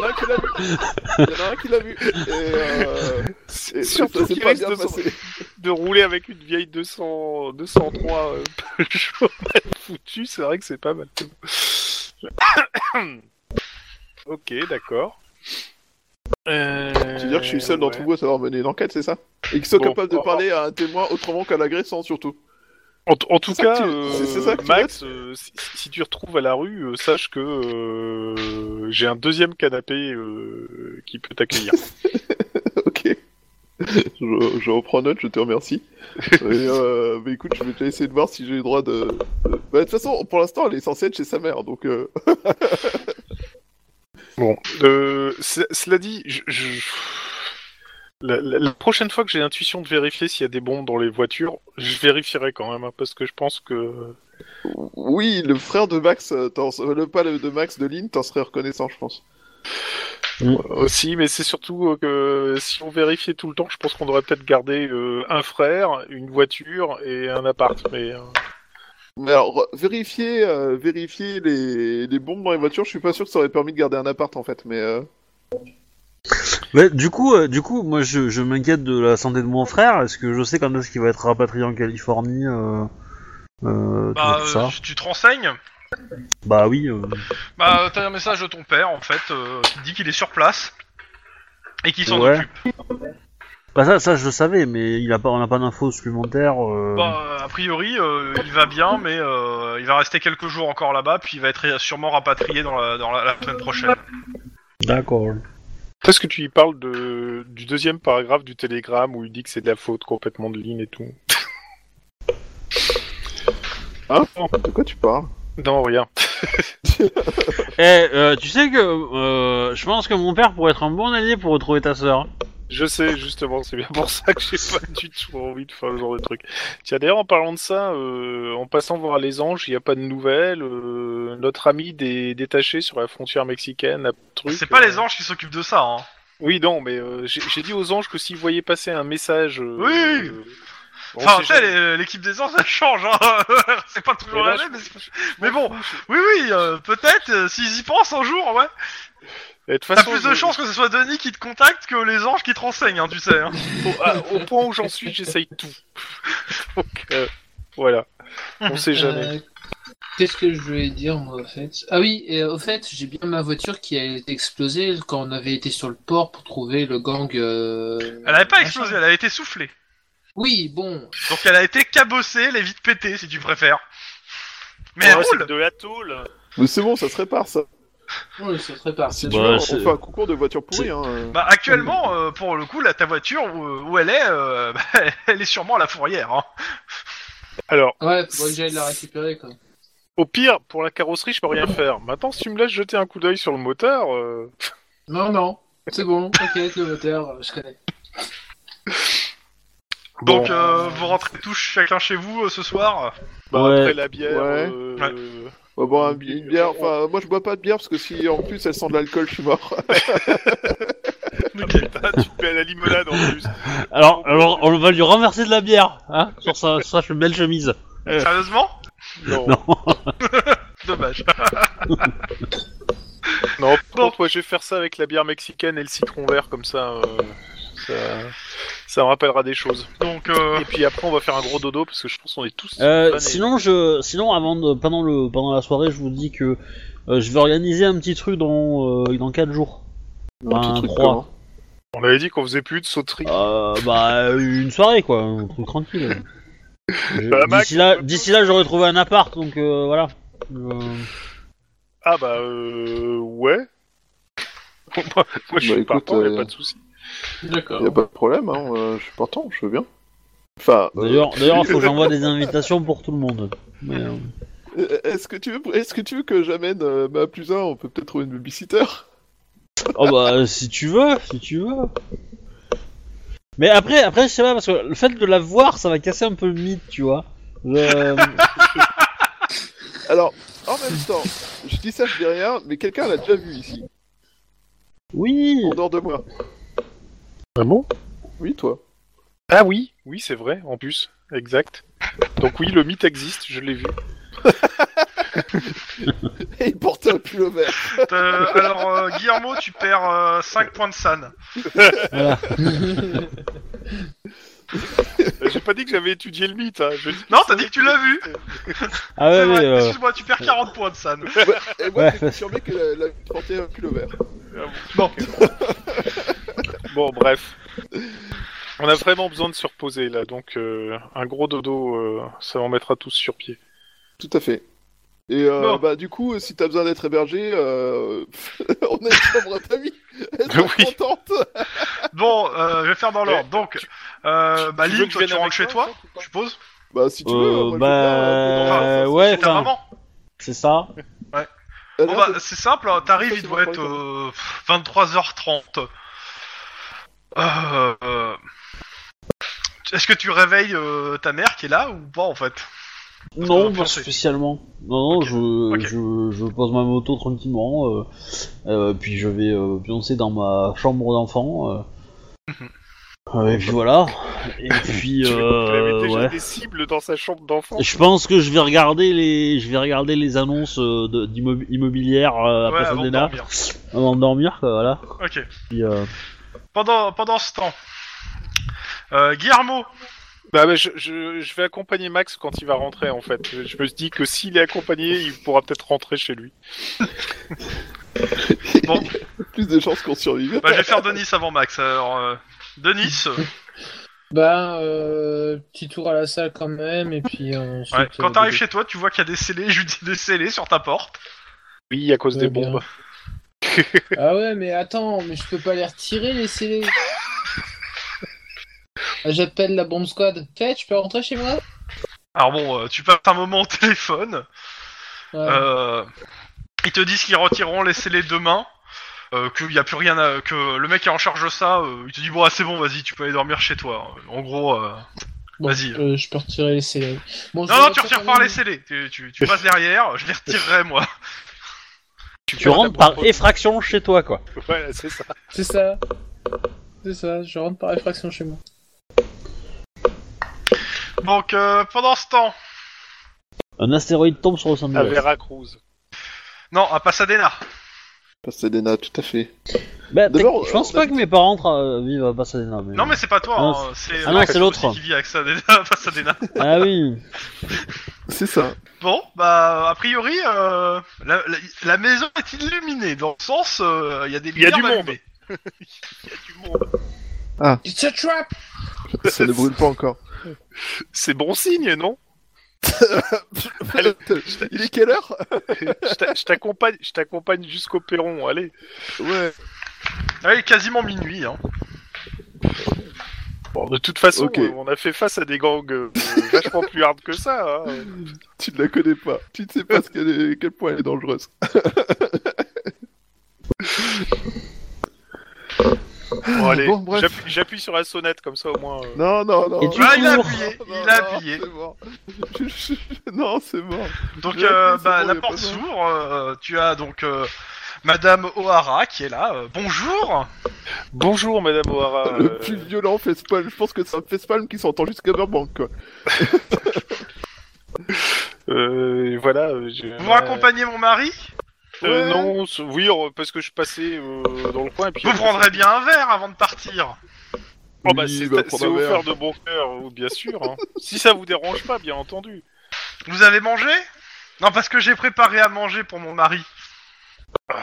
Speaker 5: non, c'est faux, il y en a un qui l'a vu. Il y en a un qui l'a vu. Et, euh, et
Speaker 4: Surtout
Speaker 5: ça s'est
Speaker 4: qu'il
Speaker 5: pas
Speaker 4: risque
Speaker 5: bien
Speaker 4: de s'en-
Speaker 5: passé.
Speaker 4: de rouler avec une vieille 200, 203 euh, Peugeot mal foutue, c'est vrai que c'est pas mal. ok, d'accord. Euh,
Speaker 5: Tu veux dire que je suis seul
Speaker 4: dans
Speaker 5: d'entre vous à savoir mener une enquête, c'est ça Et qu'ils soient
Speaker 4: Bon.
Speaker 5: capables de parler à un témoin autrement qu'à l'agressant, surtout.
Speaker 4: En, en tout
Speaker 5: C'est ça que
Speaker 4: cas,
Speaker 5: tu-
Speaker 4: euh,
Speaker 5: c'est- c'est ça que tu
Speaker 4: Max, euh, si, si tu retrouves à la rue, euh, sache que euh, j'ai un deuxième canapé euh, qui peut t'accueillir.
Speaker 5: Ok. Je, je reprends note, je te remercie. Et euh, bah écoute, je vais déjà essayer de voir si j'ai le droit de. de- Bah, de toute façon, pour l'instant, elle est censée être chez sa mère, donc. euh,
Speaker 4: Bon, euh, ce- cela dit, je, je- La, la- la prochaine fois que j'ai l'intuition de vérifier s'il y a des bombes dans les voitures, je vérifierai quand même, hein, parce que euh, je pense que...
Speaker 5: Oui, le frère de Max, euh, t'en- euh, le pas de Max de Lynn, t'en serais reconnaissant, je pense.
Speaker 4: Aussi, mais c'est surtout euh, que si on vérifiait tout le temps, je pense qu'on devrait peut-être garder euh, un frère, une voiture et un appart. Mais euh,
Speaker 5: Mais alors, re- vérifier, euh, vérifier les, les bombes dans les voitures, je suis pas sûr que ça aurait permis de garder un appart en fait, mais. euh,
Speaker 2: Mais du coup, euh, du coup, moi je, je m'inquiète de la santé de mon frère. Est-ce que je sais quand est-ce qu'il va être rapatrié en Californie euh, euh, tout-
Speaker 1: Bah,
Speaker 2: tout
Speaker 1: euh,
Speaker 2: ça
Speaker 1: tu- tu te renseignes
Speaker 2: Bah oui. euh,
Speaker 1: Bah, t'as un message de ton père, en fait, euh, qui dit qu'il est sur place et qu'il s'en
Speaker 2: Ouais.
Speaker 1: occupe.
Speaker 2: Bah ça, ça je le savais, mais il a pas, on n'a pas d'infos supplémentaires. euh,
Speaker 1: Bah, a priori, euh, il va bien, mais euh, il va rester quelques jours encore là-bas, puis il va être sûrement rapatrié dans la, dans la, la semaine prochaine.
Speaker 2: D'accord.
Speaker 4: Parce que tu y parles de... du deuxième paragraphe du télégramme où il dit que c'est de la faute complètement de ligne et tout.
Speaker 5: Hein De quoi tu parles
Speaker 4: Non, rien.
Speaker 2: Eh, euh, tu sais que euh, je pense que mon père pourrait être un bon allié pour retrouver ta sœur.
Speaker 4: Je sais, justement, c'est bien pour ça que j'ai pas du tout envie de faire le genre de truc. Tiens, d'ailleurs, en parlant de ça, euh, en passant voir les anges, il n'y a pas de nouvelles. euh, notre ami des détachés sur la frontière mexicaine, a truc.
Speaker 1: C'est pas
Speaker 4: euh,
Speaker 1: les anges qui s'occupent de ça, hein.
Speaker 4: Oui, non, mais euh, j'ai j'ai dit aux anges que s'ils voyaient passer un message. euh,
Speaker 1: Oui.
Speaker 4: euh, on
Speaker 1: Enfin,
Speaker 4: sait
Speaker 1: tu sais,
Speaker 4: jamais.
Speaker 1: les- l'équipe des anges, ça change, hein. C'est pas toujours
Speaker 4: Mais là,
Speaker 1: la même, mais,
Speaker 4: je-
Speaker 1: mais bon, oui, oui, euh, peut-être, euh, s'ils y pensent un jour, ouais.
Speaker 4: Et de toute
Speaker 1: T'as
Speaker 4: façon,
Speaker 1: plus de
Speaker 4: je-
Speaker 1: chances que ce soit Denis qui te contacte que les anges qui te renseignent, hein, tu sais. Hein.
Speaker 4: au, à- au point où j'en suis, j'essaye tout. Donc, euh, voilà. On sait jamais.
Speaker 3: Euh, Qu'est-ce que je voulais dire, moi, au fait Ah oui, et euh, au fait, j'ai bien ma voiture qui a été explosée quand on avait été sur le port pour trouver le gang. euh,
Speaker 1: Elle avait pas
Speaker 4: Ah,
Speaker 3: machin.
Speaker 1: explosé, elle a été soufflée.
Speaker 3: Oui, bon.
Speaker 1: Donc elle a été cabossée, les vitres pétées, si tu préfères. Mais elle
Speaker 4: Ah Ouais,
Speaker 1: roule
Speaker 4: c'est de la tôle.
Speaker 5: Mais c'est bon, ça se répare ça.
Speaker 3: Oui, ça se répare.
Speaker 5: Si
Speaker 3: c'est
Speaker 5: tu
Speaker 2: Bah,
Speaker 5: veux, on
Speaker 2: c'est-
Speaker 5: fait un concours de voitures pourries. Hein. euh.
Speaker 1: Bah, actuellement, euh, pour le coup, là, ta voiture, où, où elle est, euh, bah, elle est sûrement à la fourrière, hein.
Speaker 4: Alors,
Speaker 3: bon. Ouais, faudrait que j'aille la récupérer, quoi.
Speaker 4: au pire, pour la carrosserie, je peux rien faire. Maintenant, si tu me laisses jeter un coup d'œil sur le moteur, euh,
Speaker 3: Non, non, c'est bon, t'inquiète, le moteur, euh, je connais.
Speaker 1: Donc,
Speaker 4: Bon.
Speaker 1: euh, vous rentrez tous chacun chez vous euh, ce soir.
Speaker 4: bah,
Speaker 2: Ouais.
Speaker 4: après la bière,
Speaker 5: Ouais.
Speaker 4: euh,
Speaker 1: Ouais.
Speaker 4: euh,
Speaker 5: On va boire un bi- une bière. Enfin, moi je bois pas de bière parce que si en plus elle sent de l'alcool, je suis mort.
Speaker 4: putain, tu te mets à la limonade en plus.
Speaker 2: Alors, alors on va lui renverser de la bière, hein, sur sa, sur sa belle chemise.
Speaker 1: Euh. Sérieusement
Speaker 4: Non, non.
Speaker 2: Non.
Speaker 1: Dommage.
Speaker 4: par contre, ouais, je vais faire ça avec la bière mexicaine et le citron vert, comme ça, euh, ça, ça me rappellera des choses.
Speaker 1: Donc, euh,
Speaker 4: Et puis après, on va faire un gros dodo, parce que je pense qu'on est tous...
Speaker 2: Euh,
Speaker 4: fanés.
Speaker 2: sinon, je, sinon, avant de, pendant le, pendant la soirée, je vous dis que euh, je vais organiser un petit truc dans, euh, dans 4 jours.
Speaker 5: Un petit
Speaker 2: Ben,
Speaker 5: truc
Speaker 2: trois.
Speaker 5: commun.
Speaker 4: On avait dit qu'on faisait plus de sauterie.
Speaker 2: Euh, bah, une soirée quoi, un truc tranquille. Je-
Speaker 4: Bah, Mac,
Speaker 2: D'ici là, d'ici là, j'aurais trouvé un appart, donc euh, voilà. Euh,
Speaker 4: Ah bah euh, ouais. Moi, moi, je
Speaker 5: Bah,
Speaker 4: suis
Speaker 5: écoute,
Speaker 4: partant, y a
Speaker 5: euh,
Speaker 4: pas de souci.
Speaker 3: D'accord.
Speaker 5: Y a pas de problème, hein. euh, je suis partant, je veux bien. Enfin, euh,
Speaker 2: D'ailleurs, d'ailleurs, faut que j'envoie des invitations pour tout le monde. Mais, euh,
Speaker 5: euh, est-ce que tu veux, est-ce que tu veux que j'amène euh, ma plus un On peut peut-être trouver une babysitter.
Speaker 2: Oh bah si tu veux, si tu veux. Mais après, après je sais pas parce que le fait de la voir, ça va casser un peu le mythe, tu vois. Je- euh,
Speaker 5: Alors, en même temps, je dis ça, je dis rien, mais quelqu'un l'a déjà vu ici,
Speaker 2: Oui.
Speaker 5: en dehors de moi.
Speaker 4: Ah bon
Speaker 5: Oui, toi.
Speaker 4: Ah oui, oui c'est vrai, en plus, exact. Donc oui, le mythe existe, je l'ai vu.
Speaker 5: Et il portait un pull vert.
Speaker 1: Euh, alors, euh, Guillermo, tu perds 5 points de san.
Speaker 4: Euh, J'ai pas dit que j'avais étudié le mythe, hein. Je dis
Speaker 1: Non, t'as dit que tu l'as vu
Speaker 2: Ah
Speaker 1: C'est
Speaker 2: ouais,
Speaker 1: vrai,
Speaker 2: ouais, euh,
Speaker 1: excuse-moi, tu perds 40 points de san.
Speaker 5: Et moi,
Speaker 2: Ouais.
Speaker 5: j'ai confirmé que la, la portait un pull vert.
Speaker 4: Bon, bref. On a vraiment besoin de se reposer là, donc euh, un gros dodo, euh, ça en mettra tous sur pied.
Speaker 5: Tout à fait. Et euh,
Speaker 1: Bon.
Speaker 5: bah du coup, si t'as besoin d'être hébergé, euh, on a une chambre à ta vie. Elle
Speaker 4: Oui.
Speaker 5: sera contente.
Speaker 1: Bon, euh, je vais faire dans l'ordre. Donc, euh, bah,
Speaker 4: Eh, tu veux
Speaker 1: Lynn,
Speaker 4: que
Speaker 1: toi,
Speaker 4: je
Speaker 1: tu
Speaker 4: vienne
Speaker 1: rentres
Speaker 4: avec
Speaker 1: chez
Speaker 4: toi,
Speaker 1: toi, je suppose
Speaker 5: Bah si tu veux.
Speaker 2: Euh,
Speaker 5: moi, je veux
Speaker 2: bah,
Speaker 5: bien, euh,
Speaker 2: ouais,
Speaker 1: Chez ta
Speaker 2: enfin.
Speaker 1: maman
Speaker 2: c'est ça.
Speaker 5: Elle
Speaker 1: Bon,
Speaker 5: a
Speaker 1: bah,
Speaker 5: l'air
Speaker 1: c'est simple, hein, t'arrives,
Speaker 5: Ça,
Speaker 1: il
Speaker 5: c'est
Speaker 1: doit
Speaker 5: bon
Speaker 1: être
Speaker 5: pour
Speaker 1: euh, 23h30. Euh, euh, Est-ce que tu réveilles euh, ta mère qui est là ou pas, en fait
Speaker 2: Non,
Speaker 1: va
Speaker 2: pas
Speaker 1: penser.
Speaker 2: spécialement. Non, non,
Speaker 1: Ok,
Speaker 2: je,
Speaker 1: ok.
Speaker 2: je, je pose ma moto tranquillement, euh, euh, puis je vais euh, pioncer dans ma chambre d'enfant. euh. Euh, et puis voilà. Et puis,
Speaker 4: Tu avais
Speaker 2: euh,
Speaker 4: déjà
Speaker 2: ouais.
Speaker 4: des cibles dans sa chambre d'enfant
Speaker 2: Je pense que je vais regarder les, je vais regarder les annonces euh, de- d'immo- immobilières euh,
Speaker 1: Ouais,
Speaker 2: après
Speaker 1: avant de
Speaker 2: Sodena,
Speaker 1: dormir.
Speaker 2: avant de dormir, quoi, voilà.
Speaker 1: Ok.
Speaker 2: Puis, euh,
Speaker 1: Pendant, pendant ce temps, euh, Guillermo,
Speaker 4: Bah, bah, je, je, je vais accompagner Max quand il va rentrer en fait. Je, je me dis que s'il est accompagné, il pourra peut-être rentrer chez lui.
Speaker 1: Bon.
Speaker 5: Plus de chances qu'on survive.
Speaker 1: Bah, je vais faire Denis avant Max. Alors, euh, Denis, euh,
Speaker 3: Bah, euh, petit tour à la salle quand même, et puis ensuite,
Speaker 1: ouais,
Speaker 3: euh,
Speaker 1: quand t'arrives chez toi, tu vois qu'il y a des scellés, ju- des scellés sur ta porte.
Speaker 4: Oui, à cause des
Speaker 3: Ouais, bien.
Speaker 4: bombes.
Speaker 3: Ah ouais, mais attends, mais je peux pas les retirer, les scellés. Ah, J'appelle la bombe squad. Faites, je peux rentrer chez moi
Speaker 1: Alors bon, euh, tu passes un moment au téléphone.
Speaker 3: Ouais.
Speaker 1: euh, ils te disent qu'ils retireront les scellés demain. Euh, qu'il n'y a plus rien à... que le mec qui est en charge de ça, euh, il te dit bon ah, c'est bon vas-y tu peux aller dormir chez toi. En gros, euh,
Speaker 3: Bon,
Speaker 1: vas-y.
Speaker 3: euh, je peux retirer les scellés. Bon, je
Speaker 1: non non
Speaker 3: vais
Speaker 1: tu
Speaker 3: rentrer
Speaker 1: retires pas
Speaker 3: quand
Speaker 1: les
Speaker 3: même.
Speaker 1: scellés, tu, tu- tu passes derrière, je les retirerai moi.
Speaker 2: Tu rentres par effraction chez toi, quoi.
Speaker 4: Voilà, c'est ça.
Speaker 3: C'est ça. C'est ça, je rentre par effraction chez moi.
Speaker 1: Donc euh, pendant ce temps,
Speaker 2: Un astéroïde tombe sur Los
Speaker 4: À
Speaker 1: Ah,
Speaker 2: Angeles.
Speaker 4: Veracruz.
Speaker 1: non à Pasadena.
Speaker 5: Pasadena, tout à fait.
Speaker 2: Bah, t'es-
Speaker 5: D'abord,
Speaker 2: je pense
Speaker 5: on
Speaker 2: pas que mes parents tra- euh, vivent à Pasadena. Mais...
Speaker 1: Non mais c'est pas toi,
Speaker 2: Non,
Speaker 1: hein, c'est
Speaker 2: Ah non,
Speaker 1: Max
Speaker 2: c'est l'autre.
Speaker 1: aussi qui vit à Pasadena- à Pasadena.
Speaker 2: Ah oui.
Speaker 5: C'est ça.
Speaker 1: Bon, bah, a priori, euh, la, la- la maison est illuminée, dans le sens, euh, il y a des
Speaker 4: Il y a
Speaker 1: lumières
Speaker 4: du monde.
Speaker 1: allumées. Il y a du monde.
Speaker 3: It's a trap
Speaker 5: Ça ne brûle pas encore.
Speaker 4: C'est bon signe, non Allez,
Speaker 5: Il est quelle heure
Speaker 4: Je t'a- je t'accompagne, je t'accompagne jusqu'au perron. Allez.
Speaker 5: Ouais.
Speaker 1: Ouais, il est Ah quasiment minuit, hein.
Speaker 4: Bon, de toute façon,
Speaker 5: Ok.
Speaker 4: euh, on a fait face à des gangs euh, vachement plus hard que ça. hein.
Speaker 5: Tu ne la connais pas. Tu ne sais pas ce qu'elle est- quel point elle est dangereuse.
Speaker 4: Bon, allez,
Speaker 5: Bon, bref.
Speaker 4: j'appuie- j'appuie sur la sonnette comme ça au moins. euh,
Speaker 5: Non, non, non.
Speaker 2: Et tu
Speaker 1: Ah, il a
Speaker 2: cours.
Speaker 1: appuyé,
Speaker 5: Non,
Speaker 1: il a
Speaker 5: non,
Speaker 1: appuyé.
Speaker 5: c'est mort. Je- je- je- Non, c'est mort.
Speaker 1: Donc,
Speaker 5: Je l'ai
Speaker 1: euh,
Speaker 5: appuyé, c'est
Speaker 1: bah,
Speaker 5: bon,
Speaker 1: la
Speaker 5: y a pas
Speaker 1: porte
Speaker 5: besoin.
Speaker 1: s'ouvre, euh, tu as donc euh, Madame O'Hara qui est là. euh, bonjour
Speaker 4: Bonjour, Madame O'Hara.
Speaker 5: Le
Speaker 4: euh,
Speaker 5: plus violent facepalm. Je pense que c'est un facepalm qui s'entend jusqu'à Burbank, quoi.
Speaker 4: euh, voilà. euh, je-
Speaker 1: Vous
Speaker 4: euh,
Speaker 1: accompagnez mon mari
Speaker 4: euh,
Speaker 5: Ouais.
Speaker 4: Non, ce- oui, euh, parce que je passais euh, dans le coin et puis.
Speaker 1: Vous prendrez bien un verre avant de partir.
Speaker 4: Oh, bah,
Speaker 5: Oui,
Speaker 4: c'est
Speaker 5: il va
Speaker 4: c'est
Speaker 5: prendre un verre.
Speaker 4: offert de bon cœur, euh, bien sûr. hein. si ça vous dérange pas, bien entendu.
Speaker 1: Vous avez mangé Non, parce que j'ai préparé à manger pour mon mari.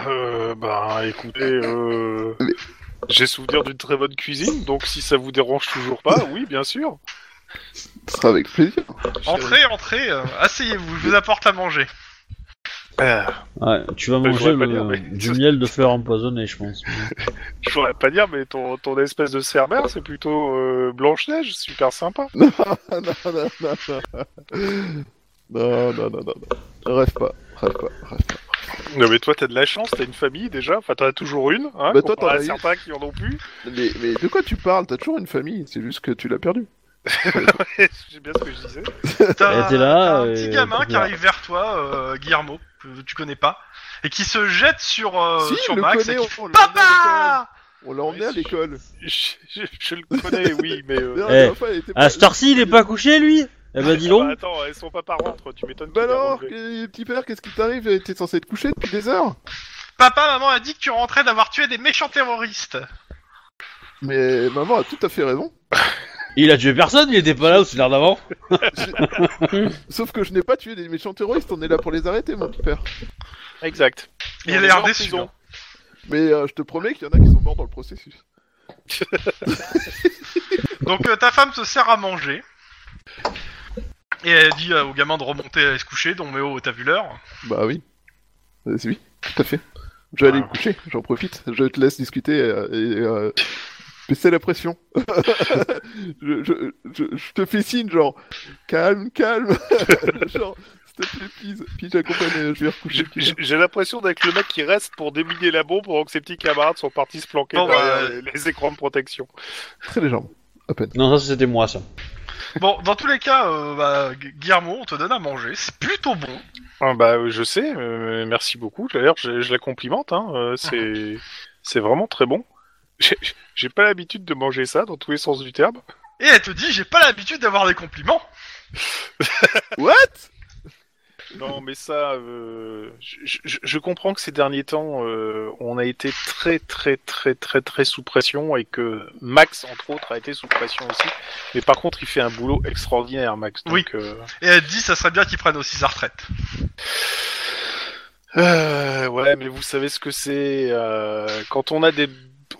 Speaker 4: Euh, bah, écoutez, euh, j'ai souvenir d'une très bonne cuisine, donc si ça vous dérange toujours pas, oui, bien sûr.
Speaker 5: Ce sera avec plaisir.
Speaker 1: Entrez, entrez, euh, asseyez-vous, je vous apporte à manger.
Speaker 4: Ah,
Speaker 2: Ouais, tu vas
Speaker 4: je
Speaker 2: manger
Speaker 4: voudrais pas
Speaker 2: le-
Speaker 4: dire, mais-
Speaker 2: du miel de fleurs empoisonnées, je pense.
Speaker 4: Je pourrais pas dire, mais ton, ton espèce de cerbère, c'est plutôt euh, Blanche-Neige, super sympa.
Speaker 5: Ah, non, non, non, non. Non, non, non, non, non. Rêve pas, rêve pas, rêve pas.
Speaker 4: Non, mais toi, t'as de la chance, t'as une famille déjà, enfin, t'en as toujours une, hein,
Speaker 5: Bah, toi,
Speaker 4: comparé
Speaker 5: t'en as
Speaker 4: à
Speaker 5: eu.
Speaker 4: certains qui en ont plus.
Speaker 5: Mais, mais de quoi tu parles T'as toujours une famille, c'est juste que tu l'as perdue.
Speaker 4: c'est bien ce que je disais.
Speaker 2: Elle
Speaker 1: T'as
Speaker 2: était là, Ah,
Speaker 1: t'as un
Speaker 2: et
Speaker 1: petit
Speaker 2: elle
Speaker 1: gamin
Speaker 2: était
Speaker 1: qui
Speaker 2: là.
Speaker 1: arrive vers toi, euh, Guillermo, que tu connais pas, et qui se jette sur, euh,
Speaker 5: si,
Speaker 1: sur
Speaker 5: je le
Speaker 1: Max.
Speaker 5: connais,
Speaker 1: et qui-
Speaker 4: Oh,
Speaker 5: on, on l'a emmené à l'école.
Speaker 1: Papa
Speaker 5: On l'a emmené à l'école.
Speaker 4: Je, je- je le connais, oui, mais. euh,
Speaker 5: Non,
Speaker 2: Eh.
Speaker 5: mais enfin, elle était
Speaker 2: Ah,
Speaker 5: pas-
Speaker 2: cette heure-ci, il est pas couché, lui Eh bah, dis
Speaker 4: ah bah,
Speaker 2: donc.
Speaker 4: attends, elles sont pas par rentre, tu m'étonnes.
Speaker 5: Bah
Speaker 4: qu'il ait
Speaker 5: alors,
Speaker 4: relevé.
Speaker 5: que- petit père, qu'est-ce qui t'arrive T'es censé te coucher depuis des heures
Speaker 1: Papa, maman a dit que tu rentrais d'avoir tué des méchants terroristes.
Speaker 5: Mais maman a tout à fait raison.
Speaker 2: Il a tué personne, il était pas là au l'air d'avant.
Speaker 5: Sauf que je n'ai pas tué des méchants terroristes, on est là pour les arrêter, mon petit père.
Speaker 4: Exact.
Speaker 1: Il
Speaker 4: On
Speaker 1: a
Speaker 4: est
Speaker 1: l'air
Speaker 4: en
Speaker 1: déçu.
Speaker 4: prison.
Speaker 1: hein.
Speaker 5: Mais euh, je te promets qu'il y en a qui sont morts dans le processus.
Speaker 1: Donc euh, ta femme se sert à manger. Et elle dit euh, au gamin de remonter à se coucher, donc mais oh, t'as vu l'heure
Speaker 5: Bah oui. Euh, c'est oui, tout à fait. Je vais aller me coucher, j'en profite. Je te laisse discuter euh, et euh, baisser la pression. je, je- je- je te fais signe, genre, calme, calme. genre, s'il te plaît, please. Puis j'accompagne, euh, je vais recoucher.
Speaker 4: J'ai- J'ai j'ai l'impression d'être le mec qui reste pour déminer la bombe pendant que ses petits camarades sont partis se planquer
Speaker 1: Bon,
Speaker 4: derrière
Speaker 1: bah,
Speaker 4: les, les écrans de protection.
Speaker 5: Très légèrement, à peine.
Speaker 2: Non, ça, c'était moi, ça.
Speaker 1: Bon, dans tous les cas, euh, bah, Gu- Guillermo, on te donne à manger, c'est plutôt bon.
Speaker 4: Ah, bah, euh, je sais, euh, merci beaucoup. D'ailleurs, je, je la complimente, hein, euh, c'est c'est vraiment très bon. J'ai- J'ai pas l'habitude de manger ça dans tous les sens du terme.
Speaker 1: Et elle te dit, j'ai pas l'habitude d'avoir des compliments.
Speaker 5: What
Speaker 4: Non, mais ça, euh, je, je- je comprends que ces derniers temps, euh, on a été très, très, très, très, très sous pression et que Max, entre autres, a été sous pression aussi. Mais par contre, il fait un boulot extraordinaire, Max. Donc,
Speaker 1: Oui.
Speaker 4: euh,
Speaker 1: Et elle dit, ça serait bien qu'il prenne aussi sa retraite.
Speaker 4: euh, ouais, mais vous savez ce que c'est. euh, quand on a des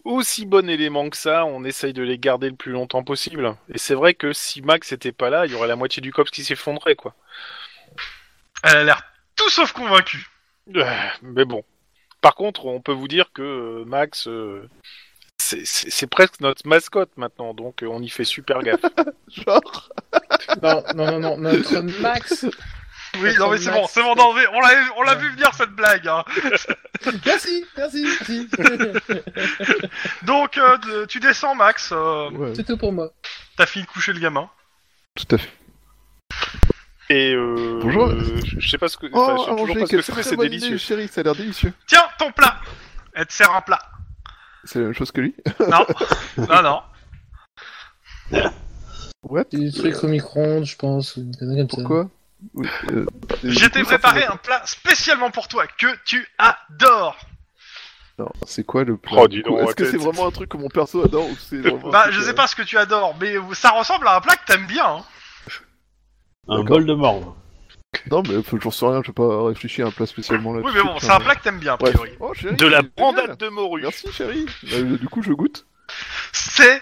Speaker 4: aussi bons éléments que ça, on essaye de les garder le plus longtemps possible. Et c'est vrai que si Max n'était pas là, il y aurait la moitié du COPS qui s'effondrait, quoi.
Speaker 1: Elle a l'air tout sauf convaincue.
Speaker 4: Euh, Mais bon. Par contre, on peut vous dire que euh, Max, euh, c'est- c'est c'est presque notre mascotte maintenant, donc euh, on y fait super gaffe.
Speaker 5: Genre,
Speaker 3: Non, non, non, non, notre Max.
Speaker 1: Oui, non, mais c'est bon,
Speaker 3: Max.
Speaker 1: c'est bon, non, mais on l'a, on l'a vu venir cette blague. hein.
Speaker 3: Merci, merci, merci.
Speaker 1: Donc, euh, de- tu descends, Max. euh,
Speaker 5: ouais,
Speaker 3: C'est tout pour moi.
Speaker 1: ta fille coucher le gamin.
Speaker 5: tout à fait.
Speaker 4: Et euh,
Speaker 5: Bonjour.
Speaker 4: euh, je je sais pas ce que,
Speaker 5: Oh,
Speaker 4: enfin, je sais
Speaker 5: à
Speaker 4: toujours pas
Speaker 5: manger,
Speaker 4: ce que
Speaker 5: quelle
Speaker 4: c'est, mais
Speaker 5: très
Speaker 4: c'est
Speaker 5: bonne idée,
Speaker 4: délicieux.
Speaker 5: chérie, ça a l'air délicieux.
Speaker 1: Tiens, ton plat. Elle te sert un plat.
Speaker 5: C'est la même chose que lui.
Speaker 1: Non, non, non.
Speaker 5: What
Speaker 3: C'est des trucs au micro-ondes, je pense, ou une connerie comme ça.
Speaker 5: Pourquoi Oui, euh, et
Speaker 1: Je
Speaker 5: du
Speaker 1: t'ai
Speaker 5: coup, ça
Speaker 1: préparé hein.
Speaker 5: ressemble
Speaker 1: un plat spécialement pour toi que tu adores.
Speaker 5: à- Non, c'est quoi le plat
Speaker 4: Oh, dis
Speaker 5: du coup
Speaker 4: donc,
Speaker 5: Est-ce que
Speaker 4: ouais,
Speaker 5: c'est
Speaker 4: t'es-
Speaker 5: vraiment un truc que mon perso adore ou c'est vraiment un
Speaker 1: Bah,
Speaker 5: truc,
Speaker 1: je sais
Speaker 5: euh,
Speaker 1: pas ce que tu adores, mais ça ressemble à un plat que t'aimes bien. hein.
Speaker 2: Un bol de morve.
Speaker 5: Non, mais faut que j'en sais rien, je vais pas réfléchir à un plat spécialement là.
Speaker 1: Oui, mais bon, c'est un plat que t'aimes bien, a priori.
Speaker 5: Oh, chérie,
Speaker 4: De la
Speaker 5: c'est génial.
Speaker 4: brandade de morue.
Speaker 5: Merci, chérie. Euh, du coup, je goûte.
Speaker 1: C'est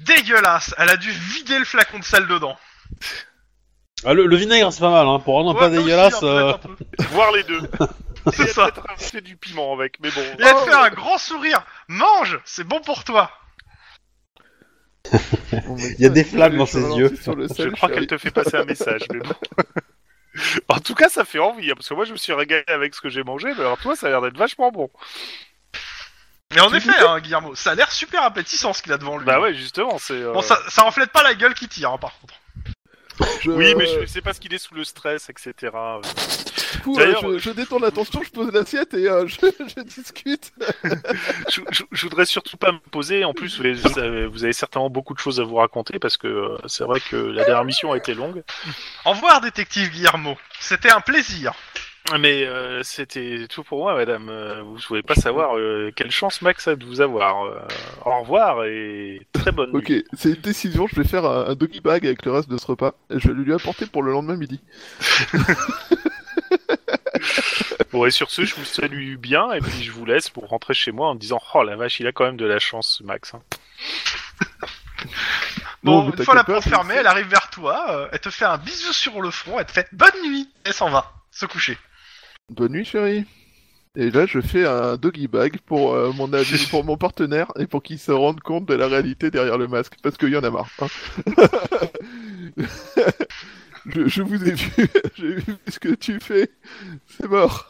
Speaker 1: dégueulasse. Elle a dû vider le flacon de sel dedans.
Speaker 2: Ah, le, le vinaigre, c'est pas mal, hein. Pour un
Speaker 1: Ouais,
Speaker 2: pas
Speaker 1: mais aussi,
Speaker 2: dégueulasse.
Speaker 1: un
Speaker 2: euh,
Speaker 1: peu, un peu.
Speaker 4: Voir les deux.
Speaker 1: C'est ça.
Speaker 4: C'est du piment avec, mais bon.
Speaker 1: Et elle te fait un grand sourire. Mange, c'est bon pour toi.
Speaker 5: Il
Speaker 2: y a des flammes dans ses yeux.
Speaker 4: Je crois qu'elle te fait passer un message, mais bon. En tout cas, ça fait envie, hein, parce que moi je me suis régalé avec ce que j'ai mangé, mais alors toi ça a l'air d'être vachement bon.
Speaker 1: Oh, Mais en effet, hein, Guillermo, ça a l'air super appétissant ce qu'il a devant lui.
Speaker 4: Bah ouais, justement, c'est. euh,
Speaker 1: Bon, ça, ça reflète pas la gueule qui tire, hein, par contre.
Speaker 4: Oui, mais
Speaker 1: Euh,
Speaker 4: je sais pas ce qu'il est sous le stress, etc. euh.
Speaker 5: Du coup,
Speaker 4: D'ailleurs-
Speaker 5: euh, je, je détourne l'attention, je pose l'assiette et euh, je, je discute.
Speaker 4: je, je- je voudrais surtout pas me poser. En plus, vous avez, vous avez- vous avez certainement beaucoup de choses à vous raconter parce que euh, c'est vrai que la dernière mission a été longue.
Speaker 1: Au revoir, détective Guillermo. C'était un plaisir.
Speaker 4: Mais euh, c'était tout pour moi, madame. Euh, Vous ne pouvez pas savoir euh, quelle chance Max a de vous avoir. Euh, au revoir et très bonne nuit.
Speaker 5: Ok, c'est une décision, je vais faire un, un doggy bag avec le reste de ce repas et je vais lui apporter pour le lendemain midi.
Speaker 4: Bon, et sur ce, je vous salue bien et puis je vous laisse pour rentrer chez moi en me disant Oh la vache, il a quand même de la chance, Max. hein.
Speaker 5: Non,
Speaker 1: Bon,
Speaker 5: mais
Speaker 1: une fois la
Speaker 5: t'inquiète
Speaker 1: porte
Speaker 5: pas, je-
Speaker 1: fermée, elle arrive vers toi, euh, elle te fait un bisou sur le front, elle te fait bonne nuit, elle s'en va, se coucher.
Speaker 5: Bonne nuit, chérie. Et là, je fais un doggy bag pour euh, mon ami, pour mon partenaire et pour qu'il se rende compte de la réalité derrière le masque, parce qu'il y en a marre. hein. je, je vous ai vu, j'ai vu ce que tu fais. C'est mort.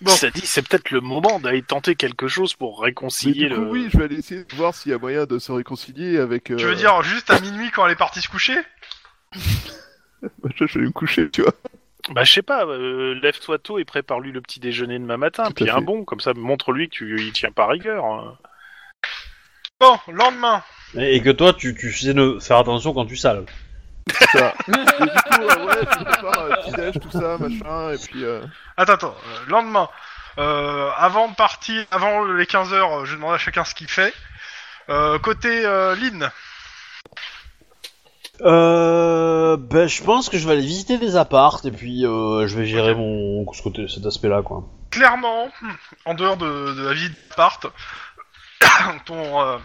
Speaker 1: Bon.
Speaker 4: Ça dit, c'est peut-être le moment d'aller tenter quelque chose pour
Speaker 5: Mais
Speaker 4: réconcilier
Speaker 5: du coup,
Speaker 4: le.
Speaker 5: oui, je vais aller essayer de voir s'il y a moyen de se réconcilier avec. euh,
Speaker 1: Tu veux dire juste à minuit quand elle est partie se coucher
Speaker 5: Je vais aller me coucher, tu vois.
Speaker 4: Bah, je sais pas, euh, lève-toi tôt et prépare-lui le petit déjeuner de ma matin,
Speaker 5: Tout à
Speaker 4: puis un
Speaker 5: fait.
Speaker 4: bon, comme ça, montre-lui que tu y tiens par rigueur. hein.
Speaker 1: Bon, lendemain.
Speaker 2: Et, et que toi, tu, tu sais ne faire attention quand tu sales.
Speaker 5: Ça. Et du coup, euh, ouais, je prépare euh, petit-déj, tout ça, machin, et puis. euh,
Speaker 1: Attends, attends, euh, lendemain. Euh, avant de partir, avant les 15h, je demande à chacun ce qu'il fait. Euh, côté euh, Lynn,
Speaker 2: Euh, ben, je pense que je vais aller visiter des appartes et puis euh, je vais gérer mon ce côté, cet aspect-là, quoi.
Speaker 1: clairement, hmm, en dehors de, de la vie d'appart, ton. euh,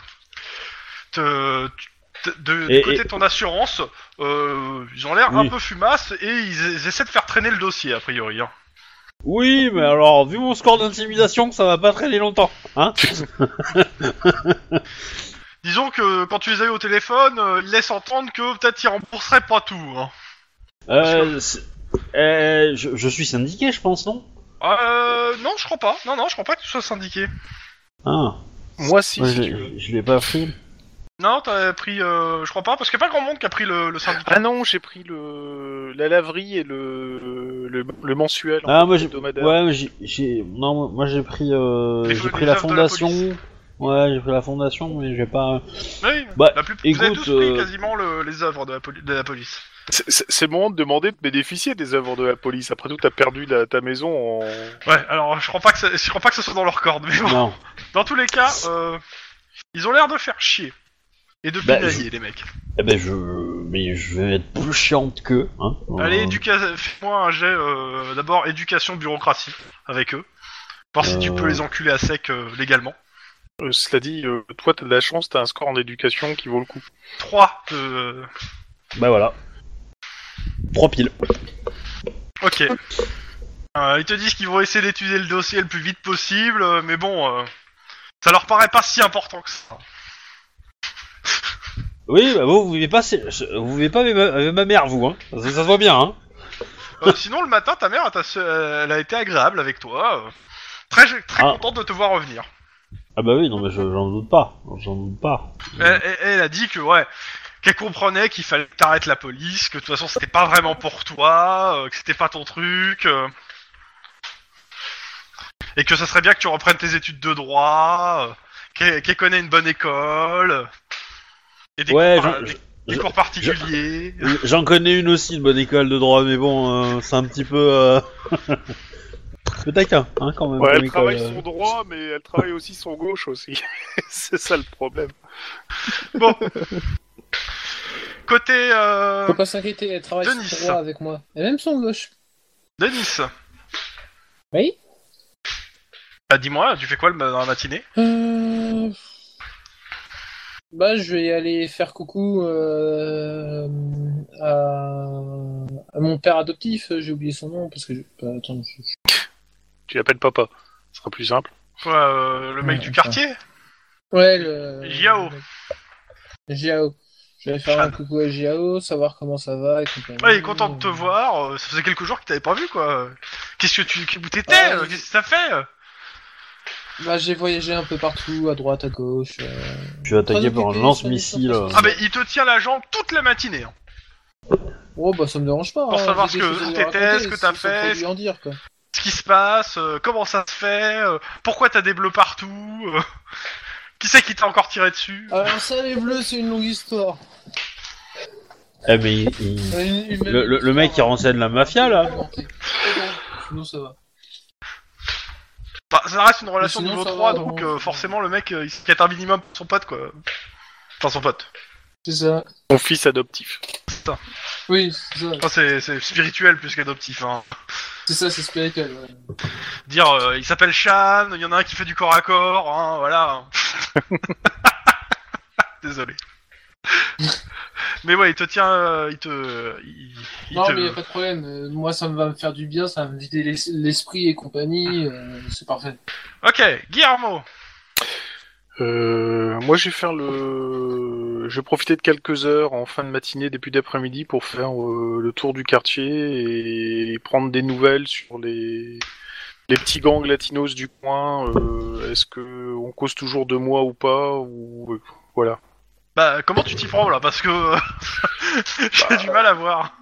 Speaker 1: te- te- de, du
Speaker 2: Et-
Speaker 1: côté
Speaker 2: et-
Speaker 1: de ton assurance, euh, ils ont l'air un
Speaker 2: Oui.
Speaker 1: peu fumasses et ils, ils essaient de faire traîner le dossier a priori. hein.
Speaker 2: Oui, mais alors, vu mon score d'intimidation, ça va pas traîner longtemps, hein
Speaker 1: Disons que quand tu les as eu au téléphone, euh, ils laissent entendre que peut-être ils rembourseraient pas tout. Hein.
Speaker 2: euh, c'est- euh, je, je suis syndiqué, je pense, non
Speaker 1: Euh, non, je crois pas. Non, non, je crois pas que tu sois syndiqué.
Speaker 2: Ah,
Speaker 4: Moi, si,
Speaker 2: moi,
Speaker 4: si
Speaker 2: je,
Speaker 4: tu veux.
Speaker 2: l'ai- je l'ai pas pris.
Speaker 1: Non, t'as pris. Euh, je crois pas, parce qu'il y a pas grand monde qui a pris le, le syndicat.
Speaker 4: Ah non, j'ai pris le la laverie et le le, le mensuel. en
Speaker 2: Ah, moi,
Speaker 4: fait,
Speaker 2: j'ai...
Speaker 4: hebdomadaire.
Speaker 2: Ouais, mais j'ai- j'ai... Non, moi j'ai pris, euh,
Speaker 1: Les
Speaker 2: j'ai
Speaker 1: feux-
Speaker 2: pris
Speaker 1: les
Speaker 2: la
Speaker 1: œuvres de la
Speaker 2: fondation, Ouais, j'ai pris la fondation, mais j'ai pas.
Speaker 1: Oui,
Speaker 2: Bah,
Speaker 1: la plus... vous avez
Speaker 2: écoute,
Speaker 1: tous pris
Speaker 2: euh,
Speaker 1: quasiment le- les œuvres de la, poli- de la police.
Speaker 4: C'est- C'est c'est le moment de demander de bénéficier des œuvres de la police. Après tout, t'as perdu la- ta maison en.
Speaker 1: Ouais, alors je crois pas que ça- je crois pas que ce soit dans leur corde, mais bon.
Speaker 2: Non.
Speaker 1: Dans tous les cas, euh, ils ont l'air de faire chier. Et de
Speaker 2: Bah,
Speaker 1: pinailler, les mecs.
Speaker 2: Eh ben je, mais je vais être plus chiante qu'eux. Hein.
Speaker 1: Allez,
Speaker 2: Euh,
Speaker 1: éduca- fais-moi un jet euh, d'abord éducation bureaucratie avec eux. Voir si tu
Speaker 2: Euh.
Speaker 1: peux les enculer à sec euh, légalement.
Speaker 4: Euh, cela dit, euh, toi, t'as de la chance, t'as un score en éducation qui vaut le coup.
Speaker 1: 3 de...
Speaker 2: Bah voilà. Trois piles.
Speaker 1: Ok. Euh, ils te disent qu'ils vont essayer d'étudier le dossier le plus vite possible, euh, mais bon, euh, ça leur paraît pas si important que ça.
Speaker 2: Oui, bah vous, vous vivez pas, c'est- vous vivez pas avec ma, avec ma mère, vous, hein. Ça, ça se voit bien, hein.
Speaker 1: Euh, sinon, le matin, ta mère, elle t'a- euh, elle a été agréable avec toi. euh, très très
Speaker 2: Ah.
Speaker 1: contente de te voir revenir.
Speaker 2: Ah bah oui, non mais je- j'en doute pas, j'en doute pas.
Speaker 1: Euh, Elle, elle- elle a dit que, ouais, qu'elle comprenait qu'il fallait que t'arrêtes la police, que de toute façon, c'était pas vraiment pour toi, euh, que c'était pas ton truc. euh, et que ça serait bien que tu reprennes tes études de droit, euh, qu'elle qu'elle connaît une bonne école. euh, Et des
Speaker 2: Ouais,
Speaker 1: cours par-
Speaker 2: j'en-
Speaker 1: des-
Speaker 2: je-
Speaker 1: des cours particuliers.
Speaker 2: J'en connais une aussi, une bonne école de droit, mais bon, euh, c'est un petit peu... Euh... peu taquin, hein, quand même.
Speaker 4: Ouais,
Speaker 2: comme
Speaker 4: elle travaille
Speaker 2: école, euh.
Speaker 4: son droit, mais elle travaille aussi son gauche aussi. c'est ça le problème.
Speaker 1: Bon. Côté euh,
Speaker 3: Faut pas s'inquiéter, elle travaille
Speaker 1: Denis.
Speaker 3: sur droit avec moi. Et même son gauche.
Speaker 1: Denis.
Speaker 3: Oui
Speaker 1: Bah, dis-moi, tu fais quoi le- dans la matinée
Speaker 3: Euh, Bah, je vais aller faire coucou euh, à... à mon père adoptif. J'ai oublié son nom parce que. je- bah, attends, je- je-
Speaker 4: Tu l'appelles papa. Ce sera plus simple.
Speaker 1: Quoi, euh, le mec
Speaker 3: Ouais,
Speaker 1: du quartier
Speaker 3: Ouais, le.
Speaker 1: Jiao.
Speaker 3: Jiao. Je vais faire
Speaker 1: Fan.
Speaker 3: un coucou à Jiao, savoir comment ça va et compagnie.
Speaker 1: Ouais, il est content
Speaker 3: Mmh.
Speaker 1: de te voir. euh, Ça faisait quelques jours que t'avais pas vu, quoi. Qu'est-ce que tu... Où t'étais
Speaker 3: Ouais,
Speaker 1: euh,
Speaker 3: je-
Speaker 1: Qu'est-ce que ça fait euh
Speaker 3: Bah, j'ai voyagé un peu partout, à droite, à gauche. euh.
Speaker 2: Je suis attaqué par un lance-missile. euh.
Speaker 1: Ah, mais il te tient la jambe toute la matinée. hein.
Speaker 3: Oh, bah, ça me dérange pas.
Speaker 1: Pour
Speaker 3: hein,
Speaker 1: savoir
Speaker 3: j'ai
Speaker 1: ce
Speaker 3: des
Speaker 1: que-
Speaker 3: choses à
Speaker 1: où
Speaker 3: lui
Speaker 1: t'étais,
Speaker 3: raconter,
Speaker 1: ce que
Speaker 3: si-
Speaker 1: t'as
Speaker 3: si
Speaker 1: fait,
Speaker 3: faut
Speaker 1: ce-
Speaker 3: lui en dire, quoi.
Speaker 1: Ce qui se passe, euh, comment ça se fait, euh, pourquoi t'as des bleus partout, euh, qui c'est qui t'a encore tiré dessus
Speaker 3: Alors, ça, les bleus, c'est une longue histoire.
Speaker 2: Eh, mais il- il-
Speaker 3: Une- une-
Speaker 2: Le, le- le mec qui renseigne la mafia, là
Speaker 3: Sinon, ça va.
Speaker 1: Bah, ça reste une relation
Speaker 3: Sinon,
Speaker 1: niveau
Speaker 3: ça
Speaker 1: 3,
Speaker 3: va,
Speaker 1: donc
Speaker 3: on-
Speaker 1: euh, forcément le mec euh, il s'inquiète un minimum pour son pote quoi. Enfin son pote.
Speaker 3: C'est ça.
Speaker 4: Son fils adoptif.
Speaker 3: Oui, c'est ça.
Speaker 1: Enfin, c'est, c'est spirituel plus qu'adoptif. Hein.
Speaker 3: C'est ça, c'est spirituel. ouais.
Speaker 1: Dire euh, il s'appelle Shan, il y en a un qui fait du corps à corps, hein, voilà. Désolé. mais ouais, il te tient, euh, il te, il, il
Speaker 3: Non,
Speaker 1: te-
Speaker 3: mais y a pas de problème. Euh, Moi, ça va me faire du bien, ça va me vider l'es- l'esprit et compagnie. euh, c'est parfait.
Speaker 1: Ok, Guillermo.
Speaker 4: Euh, moi, je vais faire le. Je vais profiter de quelques heures en fin de matinée, début d'après-midi, pour faire euh, le tour du quartier et prendre des nouvelles sur les, les petits gangs latinos du coin. Euh, Est-ce que on cause toujours de moi ou pas ou... Voilà.
Speaker 1: Bah comment tu t'y prends là Parce que euh, j'ai du mal à voir.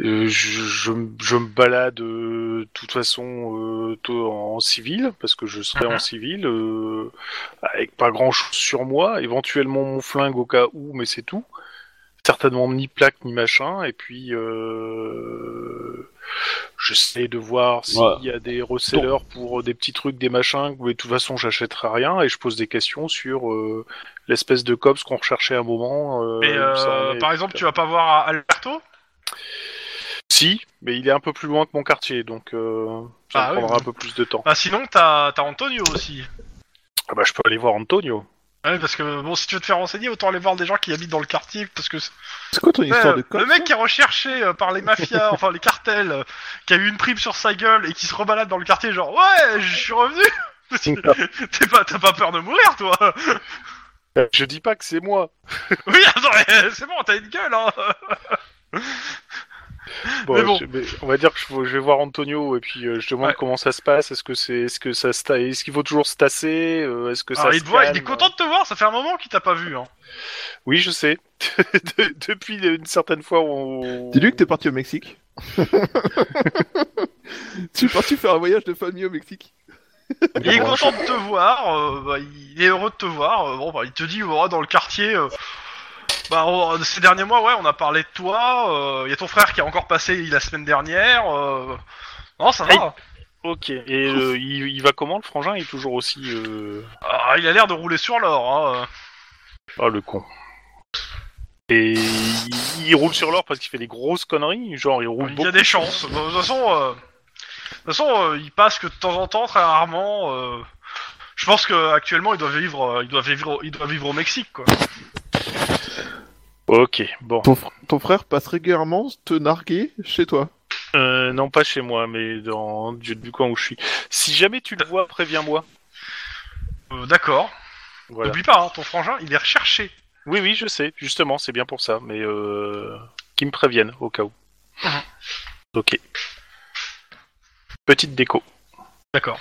Speaker 4: Euh, je, je, me- je me balade euh, de toute façon euh, tôt en civil, parce que je serai en civil, euh, avec pas grand-chose sur moi, éventuellement mon flingue au cas où, mais c'est tout. Certainement ni plaque ni machin, et puis euh, j'essaie de voir s'il
Speaker 2: Ouais.
Speaker 4: y a des resellers pour euh, des petits trucs, des machins, mais de toute façon j'achèterai rien, et je pose des questions sur euh, l'espèce de cops qu'on recherchait à un moment. euh,
Speaker 1: Et
Speaker 4: où ça
Speaker 1: euh,
Speaker 4: en est,
Speaker 1: par
Speaker 4: etc.
Speaker 1: exemple, tu vas pas voir euh, Alberto
Speaker 4: Si, mais il est un peu plus loin que mon quartier, donc euh, ça
Speaker 1: Ah
Speaker 4: me
Speaker 1: oui.
Speaker 4: prendra un peu plus de temps.
Speaker 1: Bah sinon t'as, t'as Antonio aussi.
Speaker 4: Ah bah je peux aller voir Antonio.
Speaker 1: Ouais, parce que bon, si tu veux te faire renseigner, autant aller voir des gens qui habitent dans le quartier, parce que c'est-
Speaker 5: C'est quoi ton histoire
Speaker 1: Euh,
Speaker 5: de cops
Speaker 1: le mec qui est recherché euh, par les mafias, enfin les cartels, euh, qui a eu une prime sur sa gueule et qui se rebalade dans le quartier, genre ouais, je suis revenu. T'es pas, t'as pas peur de mourir, toi
Speaker 4: Je dis pas que c'est moi.
Speaker 1: Oui, attends, mais c'est bon, t'as une gueule, hein
Speaker 4: Bon,
Speaker 1: Mais bon.
Speaker 4: je- mais on va dire que je, vais- je vais voir Antonio et puis euh, je demande
Speaker 1: Ouais.
Speaker 4: comment ça se passe. Est-ce que c'est, est-ce que ça se, ta- est-ce qu'il faut toujours se tasser Euh, Est-ce que ça
Speaker 1: Alors, Ah, il,
Speaker 4: se
Speaker 1: te voit, il est
Speaker 4: calme euh.
Speaker 1: content de te voir, ça fait un moment qu'il t'a pas vu. Hein.
Speaker 4: Oui, je sais. De- depuis une certaine fois, on.
Speaker 5: Dis-lui que t'es parti au Mexique. tu es parti faire un voyage de famille au Mexique.
Speaker 1: Il est content de te voir, euh, bah, il est heureux de te voir. euh, bon, bah, il te dit, oh, dans le quartier, euh, bah, oh, ces derniers mois, ouais, on a parlé de toi. euh, Il y a ton frère qui est encore passé la semaine dernière. euh, Non, ça va.
Speaker 4: Ok. Et euh, il, il va comment le frangin Il est toujours aussi. euh,
Speaker 1: Ah, il a l'air de rouler sur l'or. Hein.
Speaker 4: Ah, le con. Et il, il roule sur l'or parce qu'il fait des grosses conneries. Genre, il roule
Speaker 1: Il y
Speaker 4: beaucoup.
Speaker 1: a des chances. De toute façon, euh, de toute façon euh, il passe que de temps en temps, très rarement. euh, Je pense qu'actuellement, il doit vivre, euh, il doit vivre, il doit vivre au Mexique, quoi.
Speaker 4: Ok, bon.
Speaker 5: Ton, fr- ton frère passe régulièrement te narguer chez toi.
Speaker 4: Euh, non, pas chez moi, mais dans du, du coin où je suis. Si jamais tu le vois, préviens-moi.
Speaker 1: Euh, D'accord.
Speaker 4: Voilà.
Speaker 1: N'oublie pas, hein, ton frangin, il est recherché.
Speaker 4: Oui, oui, je sais. Justement, c'est bien pour ça. Mais euh, qu'ils me préviennent au cas où. Ah. ok. Petite déco.
Speaker 1: D'accord.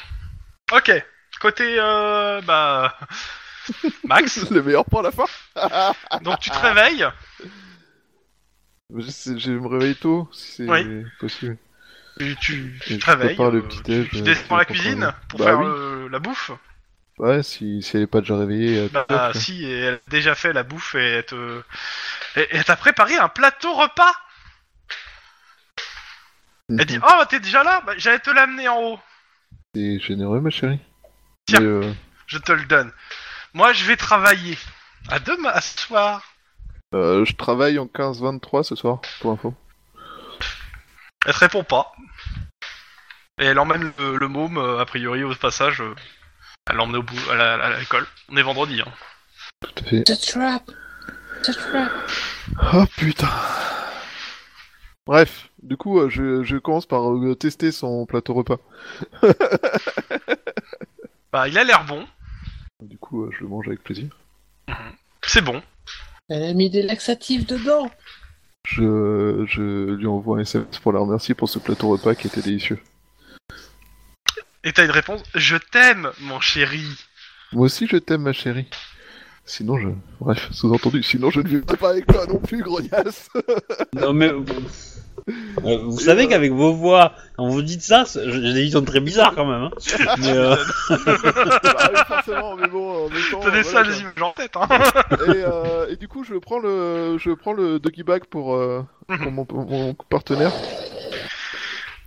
Speaker 1: Ok. Côté, euh, bah, Max.
Speaker 5: Le meilleur pour la fin.
Speaker 1: Donc tu te réveilles.
Speaker 5: Je, sais- je vais me réveiller tôt, si c'est
Speaker 1: Oui.
Speaker 5: possible.
Speaker 1: Tu, tu, tu
Speaker 5: Et
Speaker 1: te
Speaker 5: je
Speaker 1: réveilles.
Speaker 5: prépare le
Speaker 1: euh,
Speaker 5: petit
Speaker 1: tu-
Speaker 5: déj,
Speaker 1: tu
Speaker 5: euh,
Speaker 1: descends à la
Speaker 5: pour
Speaker 1: cuisine
Speaker 5: prendre-
Speaker 1: pour
Speaker 5: Bah
Speaker 1: faire
Speaker 5: oui.
Speaker 1: euh, la bouffe.
Speaker 5: Ouais, si, si elle est pas déjà réveillée. euh, tout à
Speaker 1: Bah
Speaker 5: fait.
Speaker 1: si, et elle a déjà fait la bouffe et elle te... et- et elle t'a préparé un plateau repas. Elle
Speaker 5: Mhm.
Speaker 1: dit, oh, t'es déjà là bah, J'allais te l'amener en haut.
Speaker 5: C'est généreux, ma chérie.
Speaker 1: Tiens.
Speaker 5: Mais, euh,
Speaker 1: Je te le donne. Moi, je vais travailler. À demain, à ce soir.
Speaker 5: euh, je travaille en 15-23 ce soir, pour info.
Speaker 1: Elle te répond pas. Et elle emmène le, le môme, euh, a priori, au passage. euh, Elle l'emmène au bout, à la- à l'école. On est vendredi. Hein.
Speaker 5: Tout à fait.
Speaker 3: The trap The trap
Speaker 5: Oh putain. Bref, du coup, euh, je, je commence par euh, tester son plateau repas.
Speaker 1: Bah, il a l'air bon.
Speaker 5: Du coup, euh, je le mange avec plaisir.
Speaker 1: C'est bon.
Speaker 3: Elle a mis des laxatifs dedans
Speaker 5: Je, je lui envoie un SMS pour la remercier pour ce plateau repas qui était délicieux.
Speaker 1: Et t'as une réponse. Je t'aime, mon chéri.
Speaker 5: Moi aussi, je t'aime, ma chérie. Sinon, je. Bref, sous-entendu, sinon je ne vivrai pas avec toi non plus, grognasse.
Speaker 2: Non mais euh, euh, vous savez qu'avec vos voix, quand vous dites ça, c'est- j'ai des visions très bizarres quand même. hein. Mais, euh,
Speaker 5: bah, oui, forcément, mais bon, en même temps.
Speaker 1: T'as des
Speaker 5: Oh, voilà,
Speaker 1: sales
Speaker 5: quoi.
Speaker 1: images en tête, hein.
Speaker 5: et, euh, et du coup, je prends le, je prends le doggy bag pour, euh, pour mon, mon partenaire,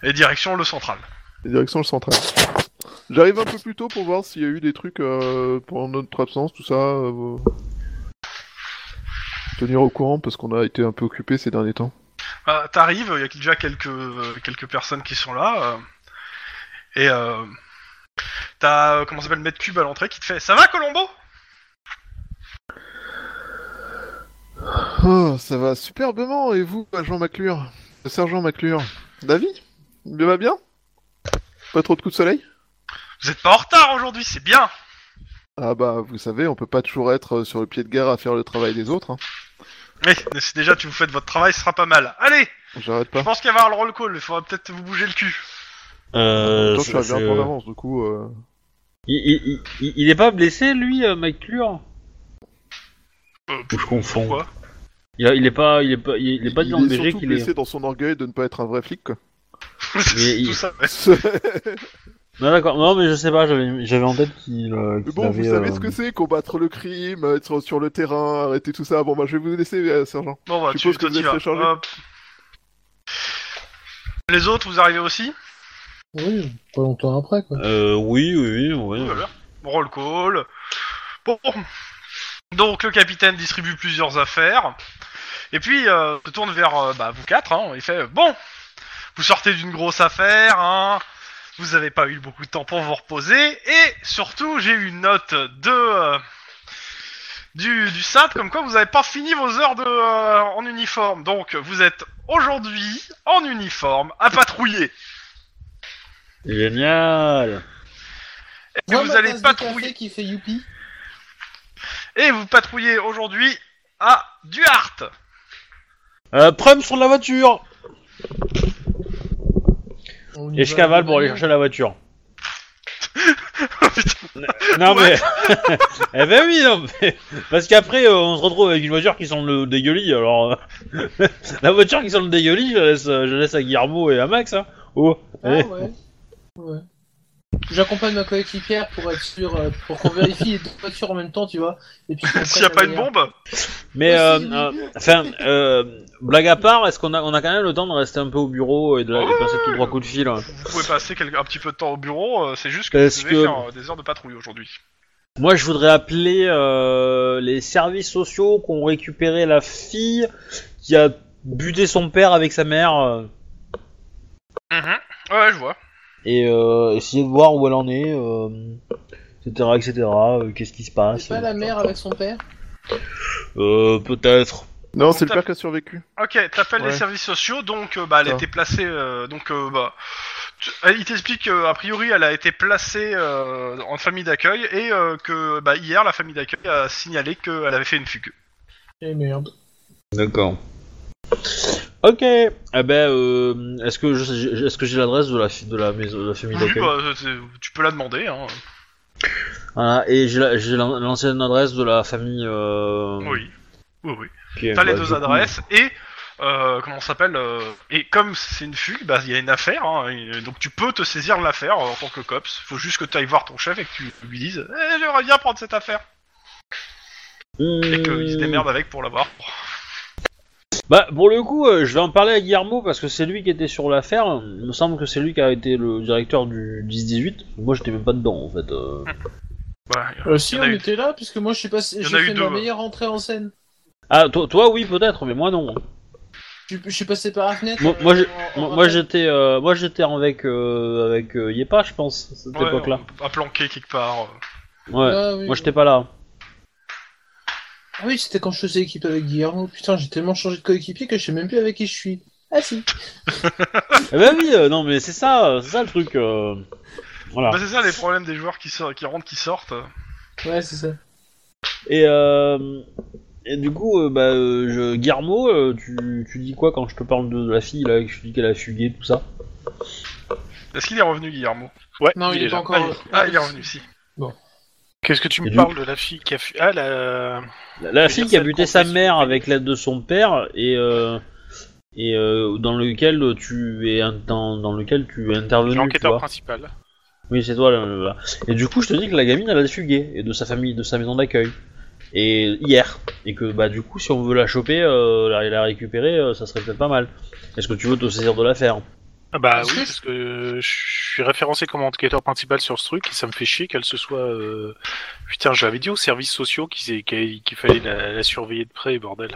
Speaker 1: Et direction le central.
Speaker 5: et direction le central. J'arrive un peu plus tôt pour voir s'il y a eu des trucs euh, pendant notre absence, tout ça. euh, Tenir au courant parce qu'on a été un peu occupé ces derniers temps.
Speaker 1: Euh, T'arrives, il y a déjà quelques, euh, quelques personnes qui sont là. euh, et euh, t'as, euh, comment ça s'appelle, Maître Cube à l'entrée qui te fait Ça va, Colombo
Speaker 5: Oh, ça va superbement, et vous, agent Maclure Sergent Maclure David Il va bien Pas trop de coups de soleil
Speaker 1: Vous êtes pas en retard aujourd'hui, c'est bien
Speaker 5: Ah bah, vous savez, on peut pas toujours être euh, sur le pied de guerre à faire le travail des autres, hein.
Speaker 1: Oui, mais si déjà tu vous faites votre travail, ce sera pas mal. Allez
Speaker 5: J'arrête pas.
Speaker 1: Je pense qu'il va y avoir le roll call, il faudra peut-être vous bouger le cul.
Speaker 2: euh,
Speaker 5: Toi, je suis
Speaker 2: je-
Speaker 5: à 20 points
Speaker 2: je-
Speaker 5: d'avance, du coup. euh,
Speaker 2: il, il- il- il est pas blessé lui, euh, McClure
Speaker 1: Euh,
Speaker 2: Je confonds.
Speaker 1: pourquoi
Speaker 2: il, a- il est pas, il est pas, il est pas
Speaker 5: il
Speaker 2: dans le
Speaker 5: est
Speaker 2: BG
Speaker 5: surtout
Speaker 2: qu'il est.
Speaker 5: blessé dans son orgueil de ne pas être un vrai flic, quoi.
Speaker 1: C'est
Speaker 2: il-
Speaker 1: tout ça, ouais.
Speaker 2: Non d'accord, non mais je sais pas, j'avais j'avais en tête qu'il. euh,
Speaker 5: Mais
Speaker 2: qu'il
Speaker 5: bon, vous
Speaker 2: avait,
Speaker 5: savez
Speaker 2: euh,
Speaker 5: ce que c'est, combattre le crime, être sur- sur le terrain, arrêter tout ça. Bon, bah, je vais vous laisser, euh, sergent.
Speaker 1: Bon, bah, tu,
Speaker 5: Je suppose que
Speaker 1: toi,
Speaker 5: vous
Speaker 1: t'y
Speaker 5: êtes
Speaker 1: vas.
Speaker 5: chargé.
Speaker 1: Hop. Les autres, vous arrivez aussi
Speaker 3: Oui, pas longtemps après, quoi.
Speaker 2: euh, oui, oui, oui.
Speaker 1: Voilà. Roll call. Bon. Donc le capitaine distribue plusieurs affaires. Et puis euh, se tourne vers euh, bah, vous quatre. Hein, il fait bon. Vous sortez d'une grosse affaire. Hein, vous avez pas eu beaucoup de temps pour vous reposer. Et surtout j'ai eu une note de euh, du, du SAT comme quoi vous avez pas fini vos heures de euh, en uniforme. Donc vous êtes aujourd'hui en uniforme à patrouiller.
Speaker 2: Génial.
Speaker 1: Et
Speaker 3: Vois
Speaker 1: vous
Speaker 3: ma
Speaker 1: allez
Speaker 3: tasse de
Speaker 1: patrouiller.
Speaker 3: café qui fait youpi
Speaker 1: Et vous patrouillez aujourd'hui à Duarte.
Speaker 2: Euh, Prem sur la voiture
Speaker 3: On y
Speaker 2: et je
Speaker 3: va
Speaker 2: cavale pour aller
Speaker 3: maintenant.
Speaker 2: chercher la voiture.
Speaker 1: Putain.
Speaker 2: Non
Speaker 1: Ouais.
Speaker 2: mais. eh ben oui, non mais. Parce qu'après, euh, on se retrouve avec une voiture qui sent le dégueulis, alors. euh, la voiture qui sent le dégueulis, je laisse, euh, je laisse à Guillermo et à Max, hein. Oh,
Speaker 3: Ah ouais. Ouais. J'accompagne ma coéquipière pour être sûr, euh, pour qu'on vérifie les deux voitures en même temps, tu vois. Et puis qu'on
Speaker 1: S'il n'y a pas
Speaker 3: prenne la
Speaker 1: une
Speaker 3: meilleure.
Speaker 1: bombe,
Speaker 2: Mais,
Speaker 3: Ouais,
Speaker 2: euh,
Speaker 3: si, oui.
Speaker 2: euh, enfin, euh, blague à part, est-ce qu'on a, on a quand même le temps de rester un peu au bureau et de, la- de passer tous trois coups de fil hein
Speaker 1: vous pouvez passer quel- un petit peu de temps au bureau, euh, c'est juste que
Speaker 2: Parce
Speaker 1: vous devez
Speaker 2: que-
Speaker 1: faire euh, des heures de patrouille aujourd'hui.
Speaker 2: Moi, je voudrais appeler euh, les services sociaux qui ont récupéré la fille qui a buté son père avec sa mère euh,
Speaker 1: Ouais, je vois.
Speaker 2: et euh, essayer de voir où elle en est, euh, etc., etc. euh, Qu'est-ce qui se passe
Speaker 3: C'est pas la mère avec son père
Speaker 2: Euh, peut-être.
Speaker 5: Non, c'est le père qui a survécu.
Speaker 1: Ok, t'appelles les
Speaker 5: Ouais.
Speaker 1: services sociaux, donc euh, bah, elle a
Speaker 5: Ça.
Speaker 1: été placée. euh, donc euh, bah, tu- euh, il t'explique que, a priori elle a été placée euh, en famille d'accueil et euh, que bah, hier la famille d'accueil a signalé qu'elle avait fait une fugue.
Speaker 3: Eh merde.
Speaker 2: D'accord. Ok. Eh ben, euh, est-ce que je- est-ce que j'ai l'adresse de la fi- de la maison de la famille
Speaker 1: Oui,
Speaker 2: d'accueil
Speaker 1: bah, c'est- tu peux la demander. Hein.
Speaker 2: Voilà, et j'ai la- j'ai l'an- l'ancienne adresse de la famille. Euh...
Speaker 1: Oui, oui, oui.
Speaker 2: qui est-
Speaker 1: T'as les
Speaker 2: bah,
Speaker 1: deux
Speaker 2: du coup,
Speaker 1: adresses et euh, comment ça s'appelle euh, Et comme c'est une fugue, bah, il y a une affaire, hein, et donc tu peux te saisir de l'affaire euh, en tant que cops. Faut juste que tu ailles voir ton chef et que tu lui dises Eh, j'aimerais bien prendre cette affaire et qu'il se
Speaker 4: Euh.
Speaker 2: hmm,
Speaker 1: démerde avec pour l'avoir.
Speaker 2: Bah, pour le coup, euh, je vais en parler à Guillermo parce que c'est lui qui était sur l'affaire. Il me semble que c'est lui qui a été le directeur du 10-18. Moi, j'étais même pas dedans en fait. euh.
Speaker 1: Ouais,
Speaker 3: Euh, si
Speaker 1: Il y
Speaker 3: on
Speaker 1: en a eu-
Speaker 3: était là, puisque moi je suis passé,
Speaker 1: Il y
Speaker 3: j'ai
Speaker 1: en a eu
Speaker 3: fait
Speaker 1: deux, hein.
Speaker 3: ma
Speaker 1: ouais.
Speaker 3: meilleure entrée en scène.
Speaker 2: Ah, toi, toi, oui, peut-être, mais moi non.
Speaker 3: Je, suis- je suis passé par la fenêtre.
Speaker 2: Moi-
Speaker 3: euh,
Speaker 2: moi, j'ai-
Speaker 3: en- en
Speaker 2: Moi, moi,
Speaker 3: rappel.
Speaker 2: j'étais, euh, moi, j'étais avec euh, avec euh, Yepa, je pense, à cette
Speaker 1: Ouais,
Speaker 2: époque-là.
Speaker 1: on- à planquer quelque part. euh.
Speaker 2: Ouais.
Speaker 3: Ah, oui,
Speaker 2: Moi, j'étais pas là.
Speaker 3: Ah oui, c'était quand je faisais équipe avec Guillermo. Putain, j'ai tellement changé de coéquipier que je sais même plus avec qui je suis. Ah si.
Speaker 2: eh ben oui, euh, non, mais c'est ça, euh, c'est ça le truc. euh. Voilà.
Speaker 4: Ah.
Speaker 1: Bah, c'est ça les problèmes des joueurs qui, sor- qui rentrent, qui sortent.
Speaker 3: Ouais, c'est ça.
Speaker 2: Et, euh, et du coup, euh, bah, euh, je, Guillermo, euh, tu, tu dis quoi quand je te parle de, de la fille là, que je te dis qu'elle a fugué, tout ça
Speaker 1: Est-ce qu'il est revenu, Guillermo
Speaker 4: Ouais,
Speaker 3: Non, il,
Speaker 4: il
Speaker 3: est,
Speaker 4: est
Speaker 3: pas
Speaker 4: là.
Speaker 3: encore.
Speaker 1: ah, il- ah, il est revenu, si.
Speaker 4: Qu'est-ce que tu
Speaker 2: Et
Speaker 4: me
Speaker 2: du-
Speaker 4: parles de la fille qui a fait... Ah,
Speaker 2: La,
Speaker 4: la...
Speaker 2: la
Speaker 4: Je veux
Speaker 2: fille
Speaker 4: dire,
Speaker 2: qui a
Speaker 4: celle
Speaker 2: buté
Speaker 4: qu'on
Speaker 2: sa
Speaker 4: fait
Speaker 2: mère avec l'aide de son père et euh, et euh, dans lequel tu es in- dans, dans lequel tu es intervenu, tu
Speaker 4: L'enquêteur
Speaker 2: vois.
Speaker 4: principal.
Speaker 2: Oui, c'est toi. Là, là, là. Et du coup, je te dis que la gamine elle a fugué et de sa famille, de sa maison d'accueil. Et hier, et que bah du coup, si on veut la choper, euh, la, la récupérer, euh, ça serait peut-être pas mal. Est-ce que tu veux te saisir de l'affaire
Speaker 4: Ah bah
Speaker 3: Est-ce
Speaker 4: oui,
Speaker 3: que-
Speaker 4: parce que euh, je suis référencé comme enquêteur principal sur ce truc et ça me fait chier qu'elle se soit... euh, Putain, j'avais dit aux services sociaux qu'ils- qu'il qu'il fallait la, la surveiller de près, bordel.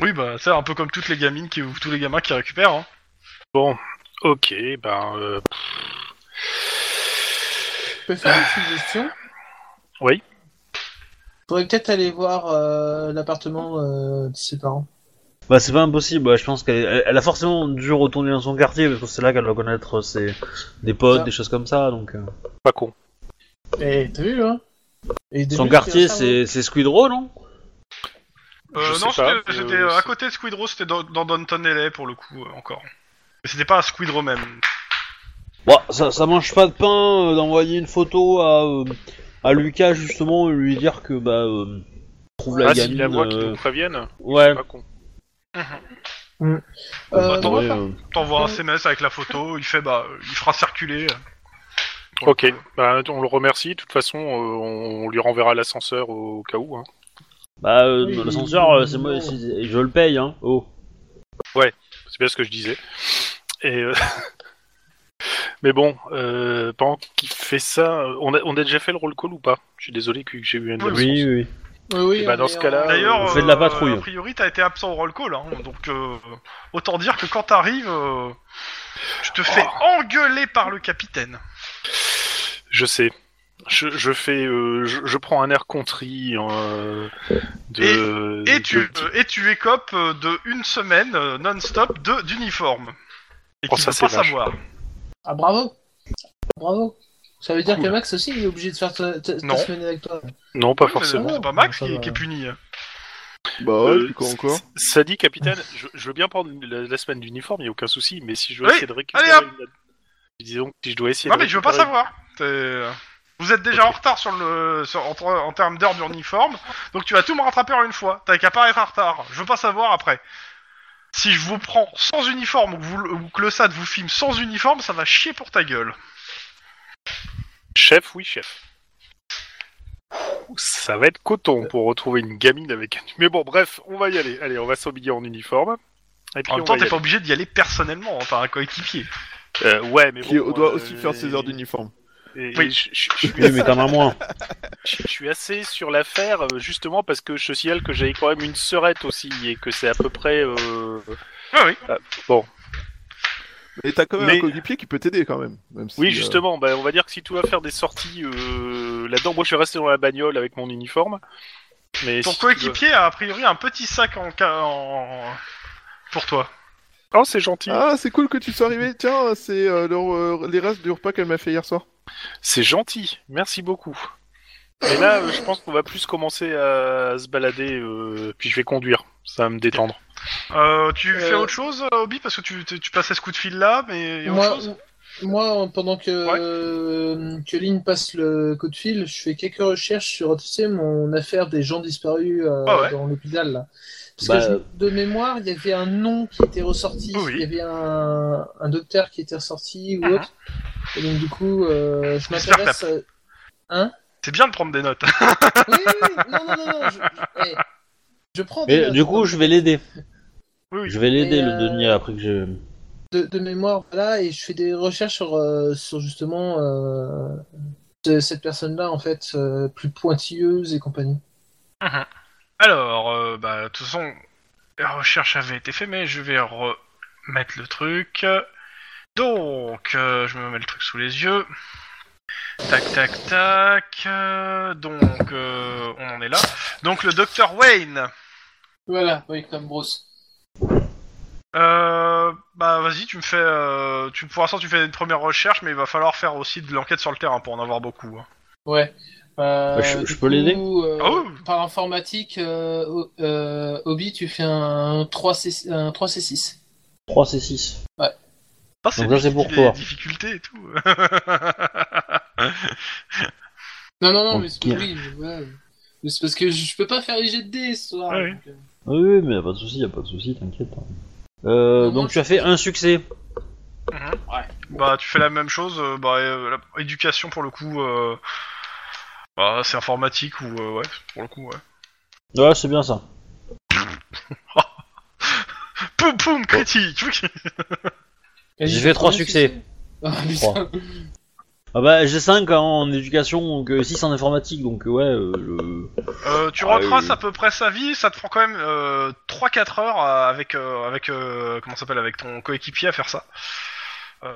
Speaker 1: Oui, bah, c'est un peu comme toutes les gamines qui, ou tous les gamins qui récupèrent. Hein.
Speaker 4: Bon, ok, ben... euh, pff.
Speaker 3: Je peux faire une suggestion
Speaker 4: Oui.
Speaker 3: Faudrait peut-être aller voir euh, l'appartement euh, de ses parents.
Speaker 2: Bah c'est pas impossible, ouais, je pense qu'elle elle- elle a forcément dû retourner dans son quartier parce que c'est là qu'elle doit connaître euh, ses des potes,
Speaker 3: Ça.
Speaker 2: des choses comme ça. Donc euh.
Speaker 4: Pas con.
Speaker 3: Eh, t'as vu, hein Et des
Speaker 2: son
Speaker 3: mecs qui
Speaker 2: quartier
Speaker 3: restent à moi.
Speaker 2: c'est c'est Squid Row, non
Speaker 1: Euh,
Speaker 4: Je sais
Speaker 1: non,
Speaker 4: pas,
Speaker 1: c'était
Speaker 4: euh,
Speaker 1: c'était, euh, à
Speaker 4: c'est-
Speaker 1: côté de Squid Row, c'était dans, dans Downton LA pour le coup, euh, encore. Mais c'était pas à Squid Row même.
Speaker 2: Bon, Bah, ça ça mange pas de pain euh, d'envoyer une photo à euh, à Lucas justement et lui dire que bah euh, trouve la
Speaker 4: Ah,
Speaker 2: gamine.
Speaker 4: s'il la voit qui
Speaker 2: euh,
Speaker 4: nous préviennent,
Speaker 2: ouais.
Speaker 4: pas con.
Speaker 3: Euh,
Speaker 1: Attends,
Speaker 3: moi,
Speaker 2: ouais,
Speaker 3: par-
Speaker 2: euh,
Speaker 1: T'envoies un SMS avec la photo, il fait bah, il fera circuler. euh,
Speaker 4: Ok, bah, on le remercie. De toute façon, euh, on on lui renverra l'ascenseur au cas où. Hein.
Speaker 2: Bah euh,
Speaker 3: Oui,
Speaker 2: l'ascenseur, euh, c'est moi,
Speaker 3: non.
Speaker 2: c'est- je le paye, hein. Oh.
Speaker 4: C'est bien ce que je disais. Et euh, Mais bon, euh, pendant qu'il fait ça, on a, on a déjà fait le roll call ou pas Je suis désolé que que j'ai eu un absence.
Speaker 2: oui.
Speaker 3: Oui, oui,
Speaker 4: Eh ben,
Speaker 3: on
Speaker 4: dans
Speaker 3: est
Speaker 4: ce
Speaker 3: en-
Speaker 4: cas-là,
Speaker 1: D'ailleurs, euh,
Speaker 2: on fait de la patrouille.
Speaker 1: A priori, t'as été absent au roll call, hein, donc euh, autant dire que quand t'arrives, euh, je te fais
Speaker 4: Oh.
Speaker 1: engueuler par le capitaine.
Speaker 4: Je sais. Je, je fais, euh, je, je prends un air contrit euh, de.
Speaker 1: Et tu,
Speaker 4: de-
Speaker 1: euh, et tu écopes euh, de une semaine euh, non-stop de- d'uniforme. Et
Speaker 4: Oh,
Speaker 1: qu'il
Speaker 4: ça,
Speaker 1: veut pas
Speaker 4: c'est vache.
Speaker 1: savoir.
Speaker 3: Ah, bravo Bravo Ça veut dire
Speaker 4: Cool.
Speaker 3: que Max aussi, il est obligé de faire ta, ta- ta
Speaker 1: Non.
Speaker 3: semaine avec toi.
Speaker 4: Non, pas
Speaker 1: Oui, mais
Speaker 4: forcément.
Speaker 1: C'est pas Max
Speaker 3: Ça
Speaker 1: qui,
Speaker 3: va.
Speaker 1: qui est puni.
Speaker 5: Bah ouais,
Speaker 4: Euh,
Speaker 5: puis quoi
Speaker 4: c-
Speaker 5: encore
Speaker 4: c- Ça dit, capitaine, je, je veux bien prendre la, la semaine d'uniforme, il n'y a aucun souci, mais si je dois
Speaker 1: Oui,
Speaker 4: essayer de récupérer.
Speaker 1: allez,
Speaker 4: une- Dis donc, si je dois essayer
Speaker 1: Non,
Speaker 4: de
Speaker 1: mais je veux pas
Speaker 4: récupérer-
Speaker 1: savoir. T'es- Vous êtes déjà en retard sur le, sur- en, tra- en termes d'heure d'uniforme, donc tu vas tout me rattraper en une fois. T'as qu'à pas être en retard. Je veux pas savoir après. Si je vous prends sans uniforme ou que, vous- ou que le SAD vous filme sans uniforme, ça va chier pour ta gueule.
Speaker 4: Chef, oui, chef. Ouh, Ça va être coton pour retrouver une gamine avec. un- Mais bon, bref, on va y aller. Allez, on va s'habiller en uniforme. Et puis
Speaker 1: En
Speaker 4: on
Speaker 1: même temps,
Speaker 4: va y
Speaker 1: t'es pas obligé d'y aller personnellement, hein, t'as un coéquipier.
Speaker 4: aller. Euh, ouais, mais
Speaker 5: Qui
Speaker 4: bon,
Speaker 5: doit
Speaker 4: euh,
Speaker 5: aussi faire ses heures d'uniforme.
Speaker 4: et- et
Speaker 1: Oui.
Speaker 4: je- je- je suis
Speaker 2: Oui, mais t'en as moins.
Speaker 4: Je suis assez sur l'affaire, euh, justement parce que je signale que j'avais quand même une sœurette aussi et que c'est à peu près. euh,
Speaker 1: Ah oui.
Speaker 5: Et t'as quand même
Speaker 4: Mais-
Speaker 5: un coéquipier qui peut t'aider quand même. même si,
Speaker 4: Oui,
Speaker 5: euh,
Speaker 4: justement, bah, on va dire que si tu vas faire des sorties euh, là-dedans, moi je suis resté dans la bagnole avec mon uniforme. Mais
Speaker 1: Ton
Speaker 4: si tu
Speaker 1: coéquipier a a priori un petit sac en... ca- en... pour toi.
Speaker 4: dois- Oh, c'est gentil.
Speaker 5: Ah, c'est cool que tu sois arrivé. Tiens, c'est euh, le- euh, les restes du repas qu'elle m'a fait hier soir.
Speaker 4: C'est gentil, merci beaucoup. Et là, euh, je pense qu'on va plus commencer à se balader, euh, puis je vais conduire, ça va me détendre.
Speaker 1: Euh, tu
Speaker 3: Euh,
Speaker 1: fais autre chose, euh, Obi Parce que tu, tu, tu passais ce coup de fil là, mais. y a autre
Speaker 3: Moi,
Speaker 1: chose
Speaker 3: moi, pendant que, euh, que Lynn passe le coup de fil, je fais quelques recherches sur, tu sais, mon affaire des gens disparus euh,
Speaker 1: Ah ouais.
Speaker 3: dans l'hôpital. là. Parce
Speaker 2: Bah,
Speaker 3: que
Speaker 2: euh,
Speaker 3: je- de mémoire, il y avait un nom qui était ressorti.
Speaker 1: Oui.
Speaker 3: Il y avait un, un docteur qui était ressorti ou
Speaker 1: Mhm.
Speaker 3: autre. Et donc, du coup, euh, je
Speaker 1: J'espère que
Speaker 3: m'intéresse. euh, Hein
Speaker 1: C'est bien de prendre des notes.
Speaker 3: Oui, oui, oui, non, non, non, non. Je, je- eh, je prends. des
Speaker 2: Mais
Speaker 3: notes.
Speaker 2: du coup, je vais l'aider.
Speaker 1: Oui, oui.
Speaker 2: Je vais l'aider,
Speaker 3: Et,
Speaker 2: le
Speaker 3: euh,
Speaker 2: Denis, après que j'ai.
Speaker 3: de, de mémoire, voilà, et je fais des recherches sur, euh, sur justement euh, ce- cette personne-là, en fait, euh, plus pointilleuse et compagnie.
Speaker 1: Alors, euh, bah, de toute façon, la recherche avait été faite, mais je vais remettre le truc. Donc, euh, je me mets le truc sous les yeux. Tac, tac, tac. Euh, donc, euh, on en est là. Donc, le docteur Wayne.
Speaker 3: Voilà, oui, comme Bruce.
Speaker 1: Euh, bah, vas-y, tu me fais. euh, tu, pour l'instant, tu fais une première recherche, mais il va falloir faire aussi de l'enquête sur le terrain pour en avoir beaucoup. hein.
Speaker 3: Ouais. Euh,
Speaker 2: Bah, je-
Speaker 3: du
Speaker 2: je peux l'aider
Speaker 3: coup, euh,
Speaker 1: Ah oui.
Speaker 3: Par informatique, euh, o- euh, Obi, tu fais un 3C, un 3C6.
Speaker 2: 3 C6.
Speaker 1: Ah, c'est
Speaker 2: Donc là,
Speaker 1: lui
Speaker 2: c'est
Speaker 1: qui
Speaker 2: pour
Speaker 1: dit
Speaker 2: toi.
Speaker 1: les difficultés et tout.
Speaker 3: Non, non, non,
Speaker 2: Ok.
Speaker 3: mais c'est oui, ouais. Mais c'est parce que je je peux pas faire les jets de dés ce soir.
Speaker 1: Ouais.
Speaker 3: donc, euh,
Speaker 2: Oui, oui, mais y a pas de souci, y a pas de souci, t'inquiète. hein. Euh,
Speaker 3: Non, moi,
Speaker 2: donc tu as fait un succès.
Speaker 1: Bah, tu fais la même chose. euh, bah, euh, la- éducation pour le coup. euh, bah, c'est informatique ou euh, ouais, pour le coup, ouais.
Speaker 2: Ouais, c'est bien ça.
Speaker 1: Poum poum, critique.
Speaker 2: J'ai fait trois succès.
Speaker 3: Ah, putain.
Speaker 2: Ah bah j'ai 5 en éducation, donc 6 en informatique, donc ouais, euh, le-
Speaker 1: Euh, tu
Speaker 2: Ah,
Speaker 1: retraces
Speaker 2: oui.
Speaker 1: à peu près sa vie. Ça te prend quand même euh, 3-4 heures à- avec euh, avec euh, comment ça s'appelle avec ton coéquipier à faire ça.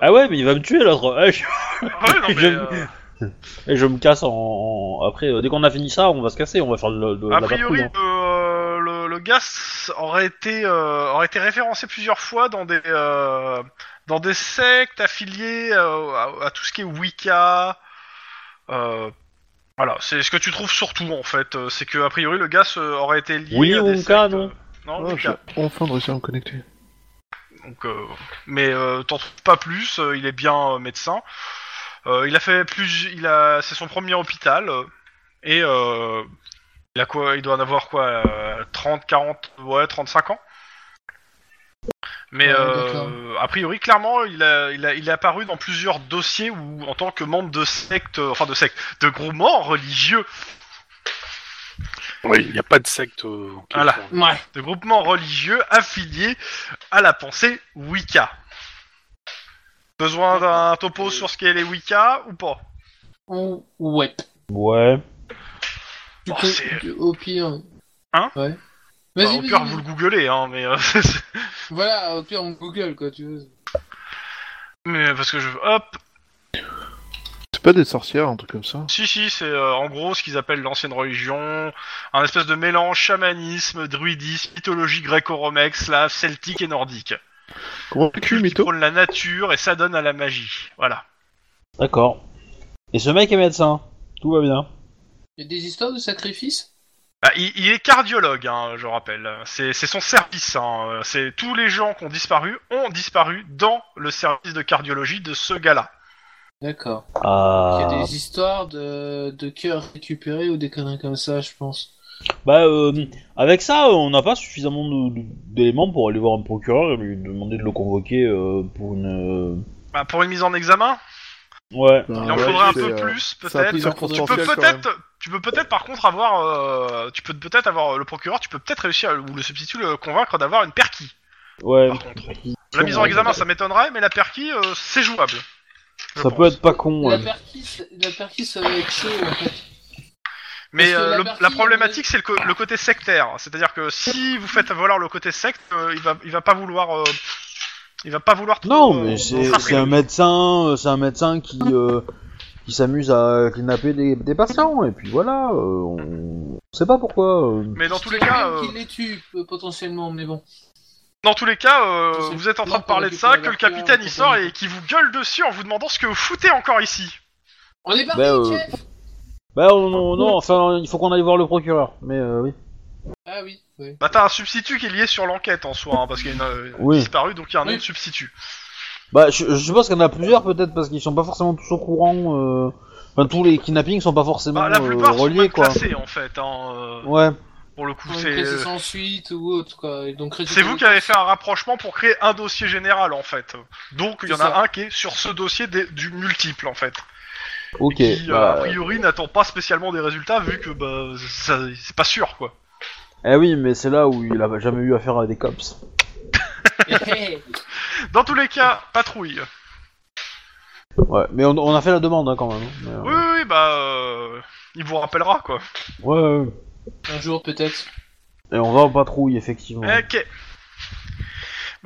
Speaker 2: Ah ouais, mais il va me tuer l'autre. Eh, je...
Speaker 1: Ah ouais, non, mais,
Speaker 2: J'aime-
Speaker 1: euh,
Speaker 2: eh, je me casse en... en- Après, euh, dès qu'on a fini ça, on va se casser, on va faire de, de- de
Speaker 1: A
Speaker 2: la patrouille.
Speaker 1: priori,
Speaker 2: hein.
Speaker 1: euh, le, le gars s- aurait été, euh, aurait été référencé plusieurs fois dans des, euh, dans des sectes affiliées euh, à, à tout ce qui est Wicca. Euh, voilà, c'est ce que tu trouves surtout en fait. euh, C'est que, a priori, le gars se- aurait été lié
Speaker 2: Willy
Speaker 1: à des
Speaker 2: Wonka,
Speaker 1: sectes,
Speaker 2: non
Speaker 1: euh, Non,
Speaker 5: Ah, j'ai
Speaker 1: Wicca.
Speaker 5: enfin de réussir à me connecter.
Speaker 1: Donc, euh, mais euh, t'en trouves pas plus. euh, il est bien euh, médecin. Euh, il a fait plus. Il a. C'est son premier hôpital. euh, et euh, il a quoi Il doit en avoir quoi euh, 30, 40, ouais, 35 ans. Mais
Speaker 3: Ouais,
Speaker 1: euh,
Speaker 3: d'accord.
Speaker 1: a priori, clairement, il a, il a, il est apparu dans plusieurs dossiers où, en tant que membre de secte, euh, enfin de secte, de groupement religieux,
Speaker 4: Oui, il n'y a pas de secte. euh, en
Speaker 1: Voilà.
Speaker 4: Californie.
Speaker 3: Ouais.
Speaker 1: de groupement religieux affilié à la pensée Wicca. Besoin d'un topo sur ce qu'est les Wicca ou pas
Speaker 3: Ou- Oh, Ouais.
Speaker 2: Ouais.
Speaker 3: Tu
Speaker 1: Oh,
Speaker 3: peux-
Speaker 1: c'est-
Speaker 3: tu- au pire.
Speaker 1: Hein
Speaker 3: Ouais.
Speaker 1: Enfin,
Speaker 3: Vas-y,
Speaker 1: Au
Speaker 3: vas-y,
Speaker 1: pire,
Speaker 3: vas-y.
Speaker 1: vous le googlez, hein, mais. euh,
Speaker 3: Voilà, au pire, on Google, quoi, tu veux.
Speaker 1: mais parce que je. Hop
Speaker 5: C'est pas des sorcières, un truc comme ça.
Speaker 1: Si, si, c'est euh, en gros ce qu'ils appellent l'ancienne religion. Un espèce de mélange chamanisme, druidisme, mythologie gréco-romex, slave, celtique et nordique.
Speaker 5: Comment
Speaker 1: Culte
Speaker 5: tu
Speaker 1: qui
Speaker 5: mytho
Speaker 1: prône la nature et ça donne à la magie. Voilà.
Speaker 2: D'accord. Et ce mec est médecin. Tout va bien.
Speaker 3: Il y a des histoires de sacrifices
Speaker 1: Bah, il, il est cardiologue, hein, je rappelle. C'est c'est son service. Hein. C'est tous les gens qui ont disparu ont disparu dans le service de cardiologie de ce gars-là.
Speaker 3: D'accord. Il y
Speaker 2: Ah.
Speaker 3: a des histoires de, de cœur récupéré ou des conneries comme ça, je pense.
Speaker 2: Bah, euh, avec ça, on n'a pas suffisamment de- de- d'éléments pour aller voir un procureur et lui demander de le convoquer euh, pour une. euh,
Speaker 1: Bah, pour une mise en examen
Speaker 2: Ouais.
Speaker 5: Ben,
Speaker 1: Il en
Speaker 5: ouais,
Speaker 1: faudrait un
Speaker 5: c'est,
Speaker 1: peu
Speaker 5: euh,
Speaker 1: plus,
Speaker 5: c'est
Speaker 1: peut-être. Tu
Speaker 5: un peu
Speaker 1: peux
Speaker 5: circonstanciel, quand
Speaker 1: peut-être, tu peux peut-être par contre avoir, euh, tu peux peut-être avoir le procureur, tu peux peut-être réussir à- ou le substitut le convaincre d'avoir une perquis.
Speaker 2: Ouais.
Speaker 1: Par contre, Ah, la mise en examen, ça m'étonnerait, mais la perquis, euh, c'est jouable. Je
Speaker 2: Ça
Speaker 1: pense.
Speaker 2: peut être pas con. hein.
Speaker 3: La
Speaker 2: ouais.
Speaker 3: perquis, la perquis, ça va être chaud en fait.
Speaker 1: Mais
Speaker 3: Parce que
Speaker 1: euh,
Speaker 3: la
Speaker 1: le- la,
Speaker 3: partie,
Speaker 1: problématique, c'est le, co- le côté sectaire. C'est-à-dire que si vous faites valoir le côté secte, euh, il va, il va pas vouloir, euh, il va pas vouloir. trop,
Speaker 2: Non,
Speaker 1: euh,
Speaker 2: mais c'est
Speaker 1: s'imprégner.
Speaker 2: c'est un médecin, euh, c'est un médecin qui euh, qui s'amuse à kidnapper des, des patients et puis voilà, euh, on, on sait pas pourquoi. euh.
Speaker 1: Mais dans tous les
Speaker 3: Je dirais
Speaker 1: cas,
Speaker 3: même
Speaker 1: euh,
Speaker 3: qu'il les tue euh, potentiellement, mais bon.
Speaker 1: dans tous les cas, euh,
Speaker 3: Je sais
Speaker 1: vous êtes en
Speaker 3: pas
Speaker 1: train de
Speaker 3: pour
Speaker 1: parler de
Speaker 3: récupérer
Speaker 1: ça, que
Speaker 3: la
Speaker 1: le
Speaker 3: pierre,
Speaker 1: capitaine
Speaker 3: on
Speaker 1: il sort
Speaker 3: comprend.
Speaker 1: et qui vous gueule dessus en vous demandant ce que vous foutez encore ici.
Speaker 3: On est parti,
Speaker 2: Bah, euh,
Speaker 3: chef
Speaker 2: Bah non, non, non, enfin il faut qu'on aille voir le procureur. Mais euh, oui.
Speaker 3: Ah oui, oui.
Speaker 1: Bah t'as un substitut qui est lié sur l'enquête en soi, hein, parce qu'il y a une euh,
Speaker 2: Oui.
Speaker 1: disparue, donc il y a un
Speaker 3: Oui.
Speaker 1: autre substitut.
Speaker 2: Bah je, je pense qu'il y en a plusieurs peut-être parce qu'ils sont pas forcément tous au courant. euh, Enfin tous les kidnappings sont pas forcément
Speaker 1: Bah, la
Speaker 2: euh,
Speaker 1: plupart sont
Speaker 2: reliés
Speaker 1: même
Speaker 2: quoi.
Speaker 1: classés en fait. hein, euh,
Speaker 2: Ouais.
Speaker 1: Pour le coup,
Speaker 3: Pour une
Speaker 1: c'est euh,
Speaker 3: classe sans suite ou autre, quoi. Et donc,
Speaker 1: c'est vous qui avez fait un rapprochement pour créer un dossier général en fait. Donc il y en
Speaker 3: C'est
Speaker 1: a
Speaker 3: ça.
Speaker 1: un qui est sur ce dossier des- du multiple en fait,
Speaker 2: Ok.
Speaker 1: qui euh, a
Speaker 2: bah,
Speaker 1: priori n'attend pas spécialement des résultats vu que bah ça- c'est pas sûr quoi.
Speaker 2: eh oui, mais c'est là où il a jamais eu affaire à des cops.
Speaker 3: Eh,
Speaker 1: Dans tous les cas, patrouille.
Speaker 2: Ouais. Mais on, on a fait la demande hein, quand même. hein. Mais, euh,
Speaker 1: Oui, oui, oui, bah euh, il vous rappellera quoi.
Speaker 2: ouais, ouais.
Speaker 3: eh, Un jour, peut-être.
Speaker 2: Et on va en patrouille, effectivement.
Speaker 1: Ok. Eh,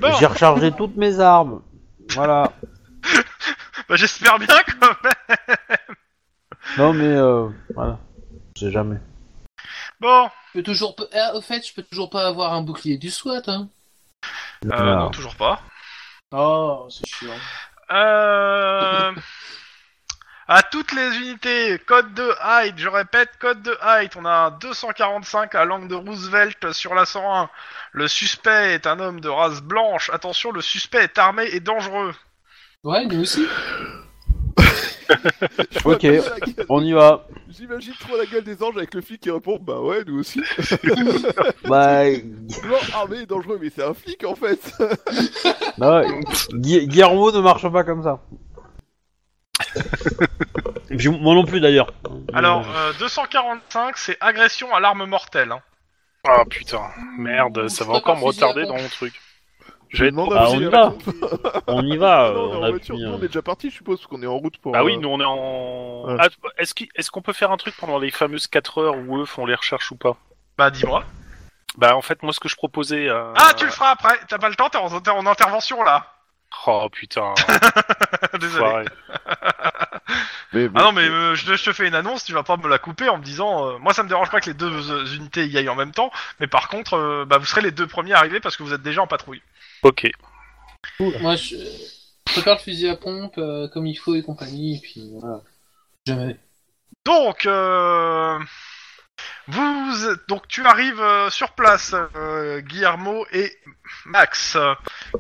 Speaker 1: Bon,
Speaker 2: J'ai rechargé toutes mes armes. Voilà.
Speaker 1: bah, j'espère bien quand même.
Speaker 2: Non, mais euh, voilà. Je sais jamais.
Speaker 1: Bon,
Speaker 3: Je peux toujours... pe- Ah, au fait, je peux toujours pas avoir un bouclier du SWAT, hein.
Speaker 1: euh,
Speaker 2: Voilà.
Speaker 1: non, toujours pas.
Speaker 3: Oh, c'est chiant.
Speaker 1: Euh... à toutes les unités, code de height, je répète, code de height, on a un 245 à l'angle de Roosevelt sur la 101. Le suspect est un homme de race blanche. Attention, le suspect est armé et dangereux.
Speaker 3: Ouais, nous aussi.
Speaker 5: Je vois
Speaker 2: Ok.
Speaker 5: pas ça, Ken.
Speaker 2: On y va.
Speaker 5: J'imagine trop la gueule des anges avec le flic qui répond Bah ouais, nous aussi.
Speaker 2: Bah,
Speaker 5: Blanc armé et dangereux, ah, mais c'est un flic en fait.
Speaker 2: non, Gui- Guillermo ne marche pas comme ça. Et puis, moi non plus d'ailleurs.
Speaker 1: Alors, euh, 245, c'est agression à l'arme mortelle. hein.
Speaker 4: Ah putain, merde, ça
Speaker 3: Je
Speaker 4: va encore
Speaker 3: préfère
Speaker 4: me
Speaker 3: fusil à
Speaker 4: retarder
Speaker 3: pompe.
Speaker 4: dans mon truc. Je vais être
Speaker 5: Demande
Speaker 4: trop-
Speaker 5: à
Speaker 2: Bah,
Speaker 5: Lucie,
Speaker 2: on y
Speaker 5: elle
Speaker 2: va.
Speaker 5: répond.
Speaker 2: on y va.
Speaker 5: Ah non, on
Speaker 2: euh,
Speaker 5: est en
Speaker 2: on a
Speaker 5: voiture.
Speaker 2: pu,
Speaker 5: Nous, on
Speaker 2: euh,
Speaker 5: est déjà parti, je suppose, qu'on est en route pour.
Speaker 4: Ah oui,
Speaker 5: euh,
Speaker 4: nous on est en.
Speaker 5: Ouais.
Speaker 4: Ah, est-ce qu'il- est-ce qu'on peut faire un truc pendant les fameuses 4 heures où eux font les recherches ou pas
Speaker 1: Bah, dis-moi.
Speaker 4: Bah en fait, moi ce que je proposais. euh,
Speaker 1: Ah, tu le feras après. T'as pas le temps, t'es en, t'es en intervention là.
Speaker 4: Oh putain,
Speaker 1: Désolé.
Speaker 4: foiré.
Speaker 5: Mais
Speaker 1: Ah non, mais euh, je, je te fais une annonce, tu vas pas me la couper en me disant. euh, moi, ça me dérange pas que les deux euh, unités y aillent en même temps, mais par contre, euh, bah, vous serez les deux premiers arrivés parce que vous êtes déjà en patrouille.
Speaker 4: Ok.
Speaker 3: Moi, je... je prépare le fusil à pompe euh, comme il faut et compagnie, et puis voilà. Jamais.
Speaker 1: Donc, euh, vous, donc tu arrives euh, sur place, euh, Guillermo et Max. Euh,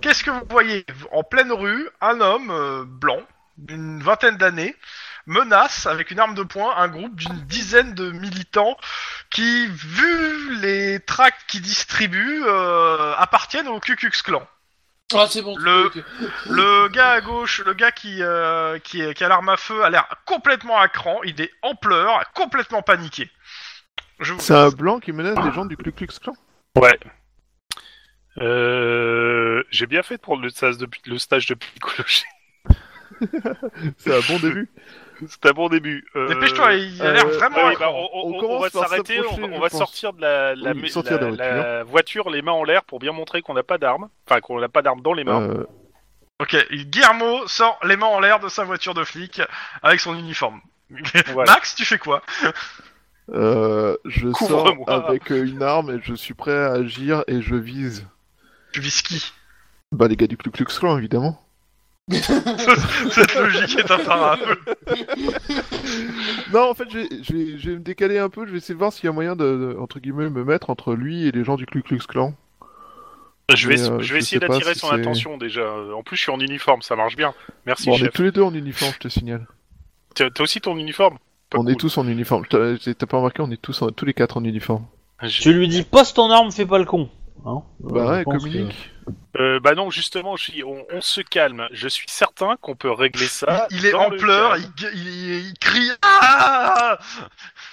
Speaker 1: Qu'est-ce que vous voyez En pleine rue, un homme euh, blanc d'une vingtaine d'années menace avec une arme de poing un groupe d'une dizaine de militants qui, vu les tracts qu'ils distribuent, euh, appartiennent au Ku Klux Klan.
Speaker 3: Ah, c'est bon. tu
Speaker 1: Le-
Speaker 3: peux-
Speaker 1: Le gars à gauche, le gars qui, euh, qui, est- qui a l'arme à feu, a l'air complètement à cran, il est en pleurs, complètement paniqué. Je vous
Speaker 5: C'est un blanc qui menace les gens du Ku Klux Klan.
Speaker 4: Euh, J'ai bien fait pour le stage de, le stage de psychologie.
Speaker 5: C'est un bon début.
Speaker 4: C'est un bon début. Euh,
Speaker 1: Dépêche-toi, il a l'air
Speaker 5: euh,
Speaker 1: vraiment
Speaker 4: ouais,
Speaker 1: à
Speaker 4: bah,
Speaker 1: cran.
Speaker 4: on, on-
Speaker 5: On
Speaker 4: on
Speaker 5: commence
Speaker 4: va
Speaker 5: par
Speaker 4: s'arrêter, on,
Speaker 5: s'approcher,
Speaker 4: on
Speaker 5: je
Speaker 4: va
Speaker 5: pense.
Speaker 4: sortir de la, la,
Speaker 5: Oui,
Speaker 4: mais-
Speaker 5: sortir
Speaker 4: la-
Speaker 5: de la
Speaker 4: la voiture les mains en l'air pour bien montrer qu'on n'a pas d'armes. Enfin, qu'on n'a pas d'armes dans les mains.
Speaker 5: Euh,
Speaker 1: Ok, Guillermo sort les mains en l'air de sa voiture de flic avec son uniforme.
Speaker 4: Voilà.
Speaker 1: Max, tu fais quoi
Speaker 5: euh, je sors
Speaker 4: Couvre-moi.
Speaker 5: avec euh, une arme et je suis prêt à agir et je vise.
Speaker 1: Tu vis qui
Speaker 5: Bah, les gars du Ku Klux Klan, évidemment.
Speaker 1: Cette logique est imparable.
Speaker 5: Non, en fait, je vais- je vais je vais me décaler un peu. Je vais essayer de voir s'il y a moyen de, de, entre guillemets, me mettre entre lui et les gens du Ku Klux Klan.
Speaker 4: je vais,
Speaker 5: mais, euh,
Speaker 4: je vais
Speaker 5: je
Speaker 4: essayer
Speaker 5: sais pas
Speaker 4: d'attirer
Speaker 5: si
Speaker 4: son
Speaker 5: c'est-
Speaker 4: attention déjà. En plus, je suis en uniforme, ça marche bien. Merci,
Speaker 5: Bon, on est
Speaker 4: chef.
Speaker 5: tous les deux en uniforme, je te signale.
Speaker 4: T'as t'as aussi ton uniforme Pas
Speaker 5: on est
Speaker 4: cool.
Speaker 5: tous en uniforme. Je t'ai- T'as pas remarqué, on est tous, en- tous les quatre en uniforme.
Speaker 4: J'ai-
Speaker 2: Tu lui dis, poste ton arme, fais pas le con. Hein
Speaker 5: Bah
Speaker 2: Euh,
Speaker 5: ouais,
Speaker 2: je pense
Speaker 5: communique.
Speaker 4: Euh, bah non, justement, je suis- on, on se calme. Je suis certain qu'on peut régler ça.
Speaker 1: il est
Speaker 4: Bah, dans
Speaker 1: en
Speaker 4: le
Speaker 1: pleurs,
Speaker 4: calme.
Speaker 1: il, gue- il, il- il crie Ah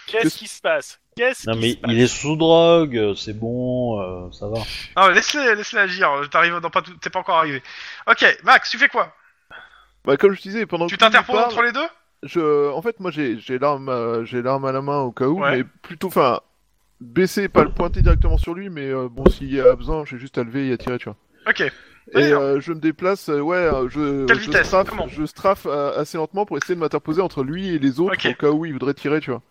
Speaker 4: Qu'est-ce qui se passe Qu'est-ce
Speaker 2: que- Non
Speaker 4: qui
Speaker 2: mais
Speaker 4: se passe
Speaker 2: il est sous drogue, euh, c'est bon, euh, ça va.
Speaker 1: Non, mais laisse-le laisse agir, euh, t'arrives dans pas tout- t'es pas encore arrivé. Ok, Max, tu fais quoi
Speaker 5: Bah comme je disais, pendant
Speaker 1: Tu
Speaker 5: que lui
Speaker 1: t'interposes
Speaker 5: parle,
Speaker 1: entre les deux
Speaker 5: je... En fait, moi j'ai j'ai l'arme à... j'ai l'arme à la main au cas où,
Speaker 1: Ouais.
Speaker 5: mais plutôt, enfin, baisser, pas le pointer directement sur lui, mais euh, bon, s'il y a besoin, j'ai juste à lever et à tirer, tu vois.
Speaker 1: Ok.
Speaker 5: Et
Speaker 1: D'ailleurs.
Speaker 5: euh, je me déplace, euh, ouais, euh, je,
Speaker 1: Quelle
Speaker 5: je
Speaker 1: vitesse
Speaker 5: straffe,
Speaker 1: Comment
Speaker 5: je straffe euh, assez lentement pour essayer de m'interposer entre lui et les autres
Speaker 1: Ok.
Speaker 5: au cas où il voudrait tirer, tu vois.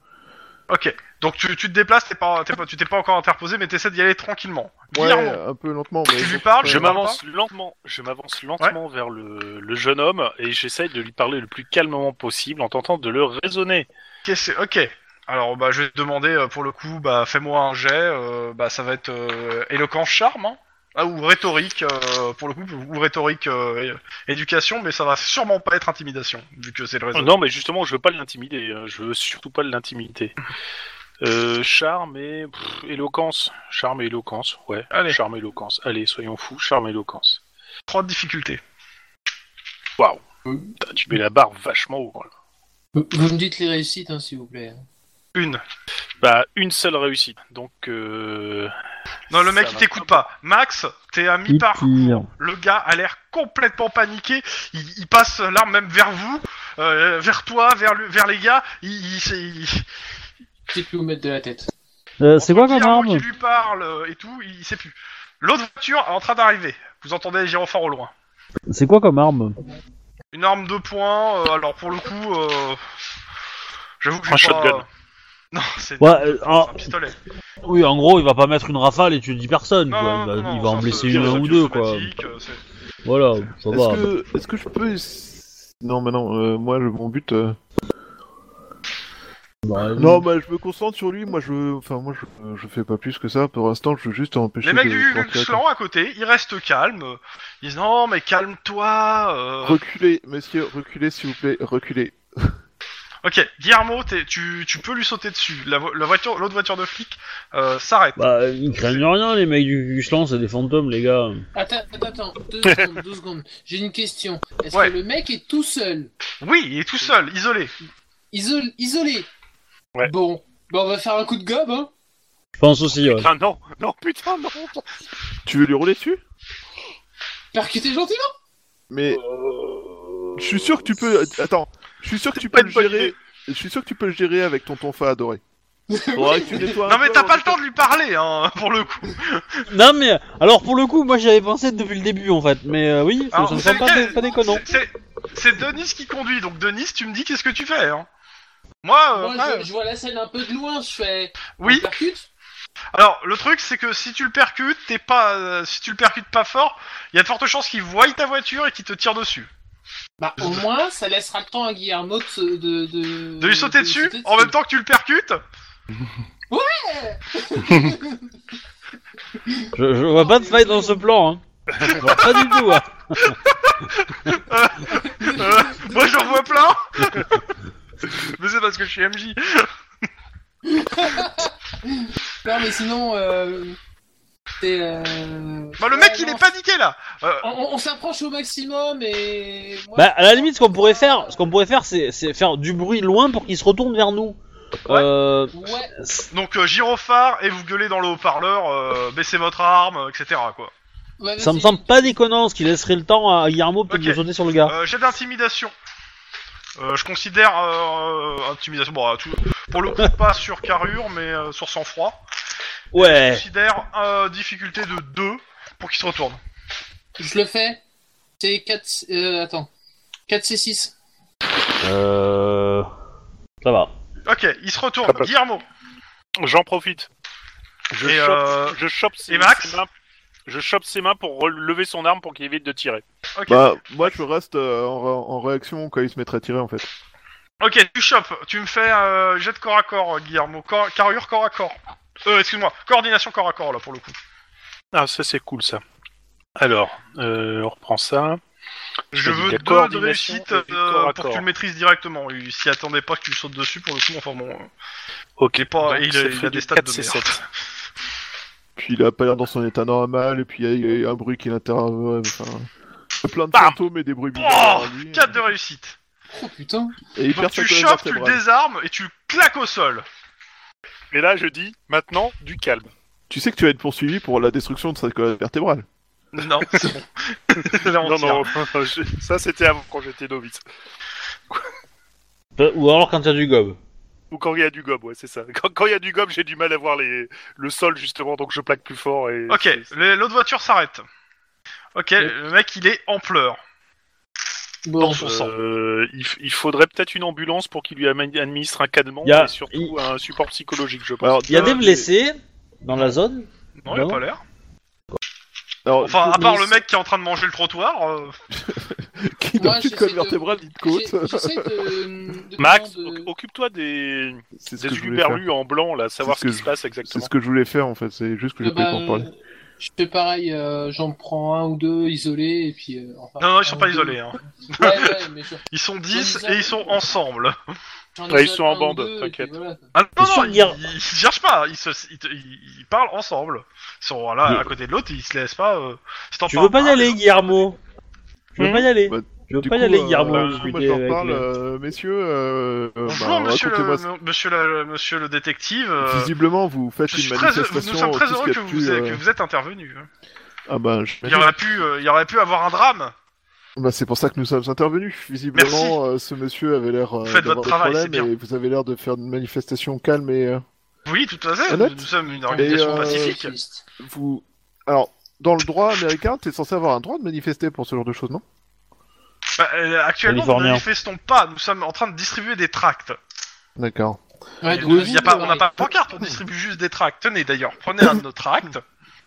Speaker 1: Ok, donc tu, tu te déplaces, t'es pas, t'es pas- tu t'es pas encore interposé, mais t'essaies d'y aller tranquillement.
Speaker 5: Ouais,
Speaker 1: Guillermo,
Speaker 5: un peu lentement, mais
Speaker 1: tu lui
Speaker 5: bon,
Speaker 1: parles,
Speaker 4: Je
Speaker 1: tu lui parles
Speaker 4: m'avance lentement, je m'avance lentement vers le, le jeune homme et j'essaye de lui parler le plus calmement possible en tentant de le raisonner.
Speaker 1: Qu'est-ce- Ok. Alors, bah, je vais te demander, euh, pour le coup, bah, fais-moi un jet. euh, bah, ça va être euh, éloquence charme, hein Ah, ou rhétorique, euh, pour le coup, ou rhétorique euh, é- éducation, mais ça va sûrement pas être intimidation, vu que c'est le réseau.
Speaker 4: Oh, Non, mais justement, je veux pas l'intimider. hein. Je veux surtout pas l'intimider. Euh, charme et pff, éloquence. Charme et éloquence, ouais.
Speaker 1: Allez.
Speaker 4: Charme et éloquence. Allez, soyons fous, charme et éloquence.
Speaker 1: Trois difficultés.
Speaker 4: Putain, tu mets la barre vachement haut. hein, quoi.
Speaker 3: Vous vous me dites les réussites, hein, s'il vous plaît.
Speaker 1: Une.
Speaker 4: Bah, une seule réussite. Donc, euh,
Speaker 1: Non, le mec,
Speaker 4: Ça
Speaker 1: il
Speaker 4: va.
Speaker 1: t'écoute pas. Max, t'es à
Speaker 2: Il
Speaker 1: mi-parcours.
Speaker 2: tire.
Speaker 1: Le gars a l'air complètement paniqué. Il, il passe l'arme même vers vous, euh, vers toi, vers, le- vers les gars. Il, il, s'est- il-
Speaker 3: Dites lui où mettre de la tête.
Speaker 2: Euh, c'est quoi comme
Speaker 1: Guillermo
Speaker 2: arme
Speaker 1: qui lui parle euh, et tout, il sait plus. L'autre voiture est en train d'arriver. Vous entendez les gyrophares au loin.
Speaker 2: C'est quoi comme arme
Speaker 1: Une arme de poing, euh, alors pour le coup, euh, j'avoue que j'ai
Speaker 4: Un
Speaker 1: pas...
Speaker 4: shotgun.
Speaker 1: Non, c'est
Speaker 2: Ouais, euh,
Speaker 1: c'est
Speaker 2: en-
Speaker 1: un pistolet.
Speaker 2: Oui, en gros, il va pas mettre une rafale et tuer 10 personnes,
Speaker 1: Non,
Speaker 2: quoi.
Speaker 1: non,
Speaker 2: il va,
Speaker 1: non,
Speaker 2: il
Speaker 1: non,
Speaker 2: va en
Speaker 1: ça,
Speaker 2: blesser
Speaker 1: c'est-
Speaker 2: une
Speaker 1: c'est
Speaker 2: un ou deux, quoi.
Speaker 1: automatique, euh, c'est-
Speaker 2: Voilà, ça
Speaker 5: Est-ce
Speaker 2: va.
Speaker 5: que, est-ce que je peux... ess- Non, mais non, euh, moi, le- mon but... euh,
Speaker 2: Bah,
Speaker 5: Non, bah, je me concentre sur lui, moi, je... Enfin, moi, je, euh, je fais pas plus que ça, pour l'instant, je veux juste empêcher
Speaker 1: Les mecs
Speaker 5: de-
Speaker 1: du
Speaker 5: de tirer, quoi.
Speaker 1: clan à côté, ils restent calmes. Ils disent non mais calme-toi. euh.
Speaker 5: Reculez, messieurs, reculez, s'il vous plaît, reculez.
Speaker 1: Ok, Guillermo, t'es- tu, tu peux lui sauter dessus. La, vo- la voiture, l'autre voiture de flic euh, s'arrête.
Speaker 2: Bah, ils craignent rien, les mecs du Guslan, c'est des fantômes, les gars.
Speaker 3: Attends, attends, attends, deux secondes, deux secondes. J'ai une question. Est-ce
Speaker 1: Ouais.
Speaker 3: que le mec est tout seul
Speaker 1: Oui, il est tout seul, isolé.
Speaker 3: Isol- Isolé
Speaker 4: Ouais.
Speaker 3: Bon. Bon, on va faire un coup de gobe, hein
Speaker 2: Je pense aussi, ouais.
Speaker 1: Ah,
Speaker 4: putain, non, non, putain, non.
Speaker 5: Tu veux lui rouler dessus
Speaker 3: Percuter gentiment
Speaker 5: Mais... Je suis sûr que tu peux... Attends, je suis sûr que tu
Speaker 4: pas
Speaker 5: peux le
Speaker 4: une bonne idée.
Speaker 5: gérer... Je suis sûr que tu peux le gérer avec ton tonfa adoré. Faudra que tu nettoies un
Speaker 1: Non mais
Speaker 5: peu
Speaker 1: t'as
Speaker 5: avant
Speaker 1: pas
Speaker 5: de-
Speaker 1: le temps de lui parler, hein, pour le coup.
Speaker 2: Non, mais alors pour le coup, moi j'y avais pensé depuis le début en fait, mais euh, oui, ça,
Speaker 1: Alors,
Speaker 2: ça me
Speaker 1: c'est
Speaker 2: semble pas,
Speaker 1: lequel
Speaker 2: dé- pas déconnant.
Speaker 1: C'est c'est Denis qui conduit, donc Denis, tu me dis qu'est-ce que tu fais, hein Moi, euh,
Speaker 3: Moi,
Speaker 1: ouais.
Speaker 3: je, je vois la scène un peu de loin, je fais...
Speaker 1: oui.
Speaker 3: On percute
Speaker 1: Alors le truc, c'est que si tu le percutes, t'es pas, euh, si tu le percutes pas fort, il y a de fortes chances qu'il voie ta voiture et qu'il te tire dessus.
Speaker 3: Bah, au moins, ça laissera le temps à Guillermo de... se- De, Euh, de,
Speaker 1: De lui sauter dessus, en même temps que tu le percutes.
Speaker 2: Je, je vois pas de faille dans ce plan, hein. Je vois pas du tout, hein.
Speaker 1: Euh, moi j'en vois plein. mais c'est parce que je suis MJ.
Speaker 3: Non, mais sinon... Euh... c'est, euh,
Speaker 1: Bah, le mec,
Speaker 3: ouais,
Speaker 1: il
Speaker 3: non,
Speaker 1: est paniqué là. Euh,
Speaker 3: On, on- on s'approche au maximum et... moi,
Speaker 2: Bah, à la
Speaker 3: je-
Speaker 2: limite, ce qu'on pourrait faire, ce qu'on pourrait faire, c'est c'est faire du bruit loin pour qu'il se retourne vers nous.
Speaker 1: Ouais.
Speaker 2: Euh,
Speaker 3: Ouais,
Speaker 1: Donc euh, gyrophare et vous gueulez dans le haut-parleur, euh, baissez votre arme, euh, etc. Quoi.
Speaker 3: ouais,
Speaker 2: ça me
Speaker 3: vas-y.
Speaker 2: semble pas déconnant, ce qui laisserait le temps à Guillermo peut-être
Speaker 1: Ok.
Speaker 2: de sauter sur le gars.
Speaker 1: Euh, jet d'intimidation. Euh, je considère euh, intimidation, bon, euh, tout- pour le coup pas sur carrure mais euh, sur sang-froid. Je
Speaker 4: Eh.
Speaker 2: ouais.
Speaker 1: considère euh, difficulté de 2 pour qu'il se retourne.
Speaker 3: Je le fais. C'est 4... Euh, attends. 4C6.
Speaker 2: Euh... Ça va.
Speaker 1: Ok, il se retourne.
Speaker 4: Ah bah.
Speaker 1: Guillermo.
Speaker 4: J'en profite. Je,
Speaker 1: Et,
Speaker 4: chope,
Speaker 1: euh,
Speaker 4: je chope ses,
Speaker 1: et Max
Speaker 4: ses mains. Je chope ses mains pour relever son arme pour qu'il évite de tirer.
Speaker 1: Ok.
Speaker 5: Bah, moi, je reste euh, en, en réaction quand il se mettrait à tirer, en fait.
Speaker 1: Ok, tu chopes. Tu me fais euh, jet de corps à corps, euh, Guillermo. Cor- carrure corps à corps. Euh, excuse-moi, coordination corps à corps là pour le coup.
Speaker 4: Ah, ça c'est cool ça. Alors, euh, on reprend ça.
Speaker 1: Je
Speaker 4: T'as dit
Speaker 1: veux
Speaker 4: la
Speaker 1: deux de
Speaker 4: coordination
Speaker 1: réussite
Speaker 4: et du
Speaker 1: euh,
Speaker 4: corps à
Speaker 1: pour
Speaker 4: corps.
Speaker 1: que tu le maîtrises directement. Il s'y attendait pas que tu sautes dessus pour le coup. Enfin bon, euh,
Speaker 4: Ok,
Speaker 1: pas-
Speaker 4: donc
Speaker 1: il,
Speaker 4: c'est
Speaker 1: a- il
Speaker 4: fait
Speaker 1: a
Speaker 4: du
Speaker 1: des stats de
Speaker 4: 4C7.
Speaker 1: merde.
Speaker 5: Puis il a pas l'air dans son état normal, et puis il y a- il y a un bruit qui l'intervient. Enfin, il y a plein de
Speaker 1: Bam
Speaker 5: fantômes et des bruits bizarres.
Speaker 1: Oh
Speaker 5: en lui.
Speaker 1: 4 de réussite
Speaker 3: Oh putain.
Speaker 5: Et il
Speaker 1: Donc
Speaker 5: perd
Speaker 1: tu
Speaker 5: sa
Speaker 1: chopes, tu le
Speaker 5: vertébrale.
Speaker 1: désarmes et tu le claques au sol.
Speaker 4: Mais là, je dis, maintenant, du calme.
Speaker 5: Tu sais que tu vas être poursuivi pour la destruction de sa colonne vertébrale.
Speaker 1: Non, c'est bon. Là, on
Speaker 4: non,
Speaker 1: tire.
Speaker 4: non, je- ça c'était avant quand j'étais novice.
Speaker 2: Ou alors quand il y a du gobe.
Speaker 4: Ou quand il y a du gob, ouais, c'est ça. Quand quand il y a du gob, j'ai du mal à voir les... le sol, justement, donc je plaque plus fort. Et...
Speaker 1: Ok,
Speaker 4: c'est-
Speaker 1: le- l'autre voiture s'arrête. Ok, le mec il est en pleurs.
Speaker 3: Bon,
Speaker 1: Dans son sang.
Speaker 4: Euh, il, f- il faudrait peut-être une ambulance pour qu'il lui amène- administre un calmant
Speaker 2: Y a-
Speaker 4: et surtout
Speaker 2: il-
Speaker 4: un support psychologique, je pense.
Speaker 5: Alors,
Speaker 2: Il y a
Speaker 3: Ah,
Speaker 5: euh,
Speaker 2: des blessés dans la zone
Speaker 1: Non, il a
Speaker 2: Non.
Speaker 1: pas l'air.
Speaker 4: Oh,
Speaker 5: alors,
Speaker 1: Enfin, à
Speaker 5: Columbus,
Speaker 1: part le mec qui est en train de manger le trottoir. euh,
Speaker 5: qui n'a
Speaker 3: Moi,
Speaker 5: plus de
Speaker 3: j'essaie
Speaker 5: colonne
Speaker 3: de-
Speaker 5: vertébrale ni de côte.
Speaker 3: J'ai- J'essaie de. de-
Speaker 4: Max,
Speaker 3: de-
Speaker 4: oc- occupe-toi des,
Speaker 5: C'est ce
Speaker 4: des
Speaker 5: que je voulais faire.
Speaker 4: uberlus en blanc, là, savoir ce,
Speaker 5: C'est ce que
Speaker 4: qui
Speaker 5: je-
Speaker 4: se passe
Speaker 5: C'est
Speaker 4: exactement.
Speaker 5: ce que je voulais faire en fait. C'est juste que j'ai
Speaker 3: Ah
Speaker 5: pas eu
Speaker 3: bah,
Speaker 5: le temps de parler.
Speaker 3: Je fais pareil, euh, j'en prends un ou deux isolés et puis. euh, enfin,
Speaker 1: Non, non, ils sont
Speaker 3: un
Speaker 1: pas
Speaker 3: ou deux.
Speaker 1: isolés. hein.
Speaker 3: Ouais, ouais, mais je-
Speaker 1: Ah, Ils sont 10
Speaker 3: Ils ont-
Speaker 1: et ils sont ensemble.
Speaker 3: j'en
Speaker 4: Ouais, ils
Speaker 3: isole
Speaker 4: sont en
Speaker 3: un ou
Speaker 4: bande,
Speaker 3: deux, et puis
Speaker 4: t'inquiète.
Speaker 3: voilà.
Speaker 1: Ah non,
Speaker 2: Ils sont
Speaker 1: non, ils,
Speaker 2: bien.
Speaker 1: ils cherchent pas. hein. Ils, se, ils, te- ils- ils parlent ensemble. Ils sont là
Speaker 2: Mais-
Speaker 1: à côté de l'autre, ils se laissent pas. euh, si t'en
Speaker 2: Tu
Speaker 1: parles
Speaker 2: veux pas y
Speaker 1: un,
Speaker 2: aller, Guillermo Tu veux
Speaker 4: Hmm
Speaker 2: pas y aller
Speaker 5: Bah,
Speaker 2: Tu veux
Speaker 5: Du
Speaker 2: pas y
Speaker 5: coup,
Speaker 2: aller,
Speaker 5: euh,
Speaker 2: Guillermo
Speaker 5: du coup, moi, je leur parle, euh, messieurs. euh, euh,
Speaker 1: Bonjour,
Speaker 5: bah,
Speaker 1: monsieur,
Speaker 5: racontez-moi
Speaker 1: le, monsieur, le, monsieur le détective. euh,
Speaker 5: Visiblement, vous faites
Speaker 1: je suis
Speaker 5: une
Speaker 1: très- nous
Speaker 5: manifestation.
Speaker 1: sommes très
Speaker 5: tout ce
Speaker 1: heureux
Speaker 5: qu'il y
Speaker 1: que
Speaker 5: a de
Speaker 1: vous,
Speaker 5: plus,
Speaker 1: que
Speaker 5: euh,
Speaker 1: vous êtes intervenu.
Speaker 5: Ah bah, je-
Speaker 1: Il y aurait pu, euh, il y aurait pu avoir un drame.
Speaker 5: bah, c'est pour ça que nous sommes intervenus. Visiblement, euh, ce monsieur avait l'air euh,
Speaker 1: Faites
Speaker 5: d'avoir
Speaker 1: votre
Speaker 5: des
Speaker 1: travail, c'est
Speaker 5: problèmes et vous avez l'air de faire une manifestation calme et euh,
Speaker 1: Oui, tout à fait. Nous,
Speaker 5: Honnête.
Speaker 1: nous sommes une organisation
Speaker 5: euh,
Speaker 1: pacifique.
Speaker 3: Triste.
Speaker 5: vous. Alors, dans le droit américain, t'es censé avoir un droit de manifester pour ce genre de choses, non
Speaker 1: Bah, euh, actuellement, nous ne
Speaker 2: Californien.
Speaker 1: manifestons pas. Nous sommes en train de distribuer des tracts.
Speaker 5: D'accord.
Speaker 3: Ouais,
Speaker 1: Et
Speaker 3: donc,
Speaker 1: nous,
Speaker 3: vas-y,
Speaker 1: y a pas, on n'a
Speaker 3: Marie.
Speaker 1: pas de pancarte, on distribue juste des tracts. Tenez d'ailleurs, prenez un de nos tracts.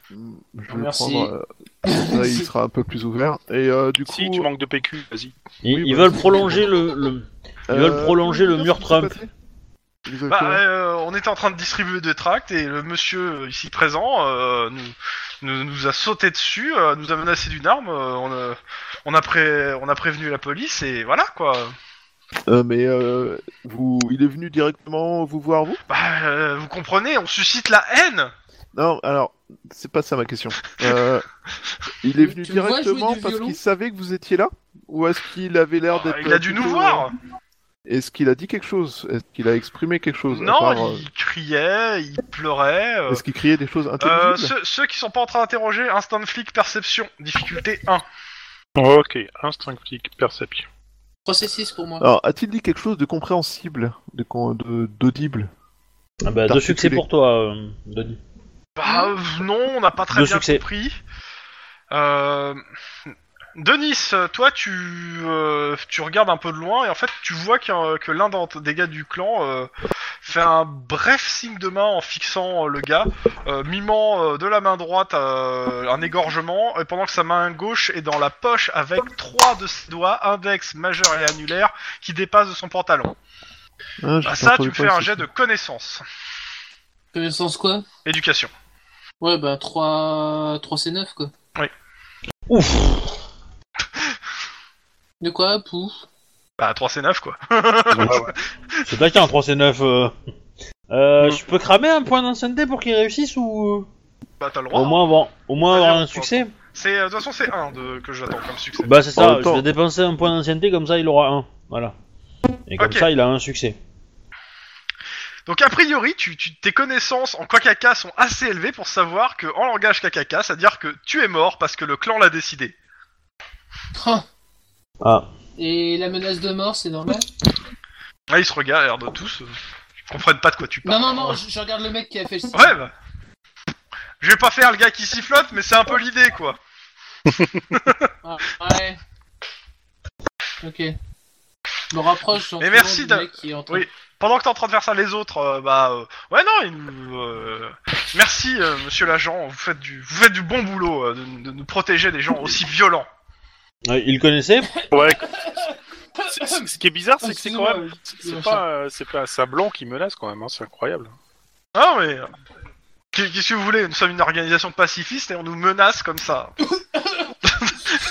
Speaker 5: Mm, Je vais
Speaker 3: Merci.
Speaker 5: prendre. euh, comme ça, il sera un peu plus ouvert. Et euh, du coup.
Speaker 4: Si tu manques de PQ, vas-y.
Speaker 2: Ils,
Speaker 5: oui,
Speaker 2: ils
Speaker 5: bah,
Speaker 2: veulent prolonger le, le- Ils
Speaker 5: euh,
Speaker 2: veulent prolonger le
Speaker 5: qu'est-ce
Speaker 2: mur
Speaker 5: qui s'est
Speaker 2: Trump.
Speaker 5: passé
Speaker 1: Bah,
Speaker 5: Exactement.
Speaker 1: euh, on était en train de distribuer des tracts et le monsieur euh, ici présent euh, nous, nous, nous a sauté dessus, euh, nous a menacé d'une arme. euh, on, a, on, a pré- on a prévenu la police et voilà quoi.
Speaker 5: Euh, mais euh, vous, il est venu directement vous voir, vous
Speaker 1: Bah, euh, vous comprenez, on suscite la haine.
Speaker 5: Non, alors, c'est pas ça ma question. Euh, il est venu
Speaker 3: Tu le vois jouer du
Speaker 5: directement parce
Speaker 3: violon
Speaker 5: qu'il savait que vous étiez là Ou est-ce qu'il avait l'air d'être.
Speaker 1: Oh, Il a dû nous
Speaker 5: plutôt-
Speaker 1: voir.
Speaker 5: Est-ce qu'il a dit quelque chose Est-ce qu'il a exprimé quelque chose à
Speaker 1: Non,
Speaker 5: part,
Speaker 1: il criait, il pleurait.
Speaker 5: euh,
Speaker 1: euh.
Speaker 5: Est-ce qu'il criait des choses
Speaker 1: Euh,
Speaker 5: intelligibles
Speaker 1: ceux, ceux qui sont pas en train d'interroger, instant flic perception, difficulté 1.
Speaker 4: Ok, instinct flic, perception.
Speaker 3: 3C6 pour moi.
Speaker 5: Alors, a-t-il dit quelque chose de compréhensible de con- de- D'audible
Speaker 2: Ah bah, deux
Speaker 5: d'articuler.
Speaker 2: succès pour toi, euh, Denis.
Speaker 1: Bah euh, non, on n'a pas très
Speaker 2: Deux
Speaker 1: bien
Speaker 2: succès.
Speaker 1: compris. Euh... Denis, toi tu euh, tu regardes un peu de loin et en fait tu vois qu'il y a, euh, que l'un d'entre- des gars du clan euh, fait un bref signe de main en fixant euh, le gars, euh, mimant euh, de la main droite euh, un égorgement et pendant que sa main gauche est dans la poche avec trois de ses doigts, index, majeur et annulaire, qui dépassent de son pantalon.
Speaker 5: Hein, j'ai
Speaker 1: Bah,
Speaker 5: pas
Speaker 1: ça, tu
Speaker 5: entendu
Speaker 1: me fais
Speaker 5: parler,
Speaker 1: un
Speaker 5: c'est-
Speaker 1: jet de connaissance,
Speaker 3: Connaissance quoi
Speaker 1: éducation.
Speaker 3: Ouais, bah 3... 3C9 quoi.
Speaker 2: Ouf
Speaker 3: De quoi, Pou
Speaker 1: Bah 3 c'est 9 quoi.
Speaker 2: C'est taquin, 3C9. Euh... Euh, Je peux cramer un point d'ancienneté pour qu'il réussisse ou.
Speaker 1: Bah t'as le
Speaker 2: euh,
Speaker 1: droit.
Speaker 2: Au moins avoir, au moins
Speaker 1: Vas-y,
Speaker 2: avoir
Speaker 1: on
Speaker 2: un
Speaker 1: prend.
Speaker 2: succès
Speaker 1: C'est euh, de toute façon c'est un de que j'attends comme succès.
Speaker 2: Bah, c'est
Speaker 5: En
Speaker 2: ça,
Speaker 5: même temps-
Speaker 2: je vais dépenser un point d'ancienneté, comme ça il aura un. Voilà. Et comme
Speaker 1: Ok.
Speaker 2: ça, il a un succès.
Speaker 1: Donc a priori, tu, tu- tes connaissances en quoi caca sont assez élevées pour savoir que en langage kakaka, c'est-à-dire que tu es mort parce que le clan l'a décidé.
Speaker 3: Ah.
Speaker 2: Ah.
Speaker 3: Et la menace de mort, c'est normal
Speaker 1: Là, Ah, ils se regardent tous, euh, ils comprennent pas de quoi tu
Speaker 3: Non,
Speaker 1: parles.
Speaker 3: non, non, je, je regarde le mec qui a fait le
Speaker 1: Ouais, bah. Je vais pas faire le gars qui sifflote, mais c'est un peu l'idée quoi.
Speaker 3: Ah, ouais. Ok. Je me rapproche gentiment
Speaker 1: merci
Speaker 3: du
Speaker 1: d'a-
Speaker 3: mec qui est en train-
Speaker 1: Oui. Pendant que t'es en train de faire ça, les autres, euh, bah euh, ouais non, ils nous, euh, merci euh, Monsieur l'agent, vous faites du vous faites du bon boulot euh, de- de nous protéger des gens aussi violents.
Speaker 2: Euh, il le connaissait
Speaker 4: Ouais. C'est- c'est- ce qui est bizarre, c'est que c'est
Speaker 3: Excusez-moi,
Speaker 4: quand même.
Speaker 3: je-
Speaker 4: c'est-
Speaker 3: je-
Speaker 4: C'est pas, euh, c'est pas un blanc qui menace quand même, hein, c'est incroyable.
Speaker 1: Ah mais euh, qu'est- qu'est-ce que vous voulez Nous sommes une organisation pacifiste et on nous menace comme ça.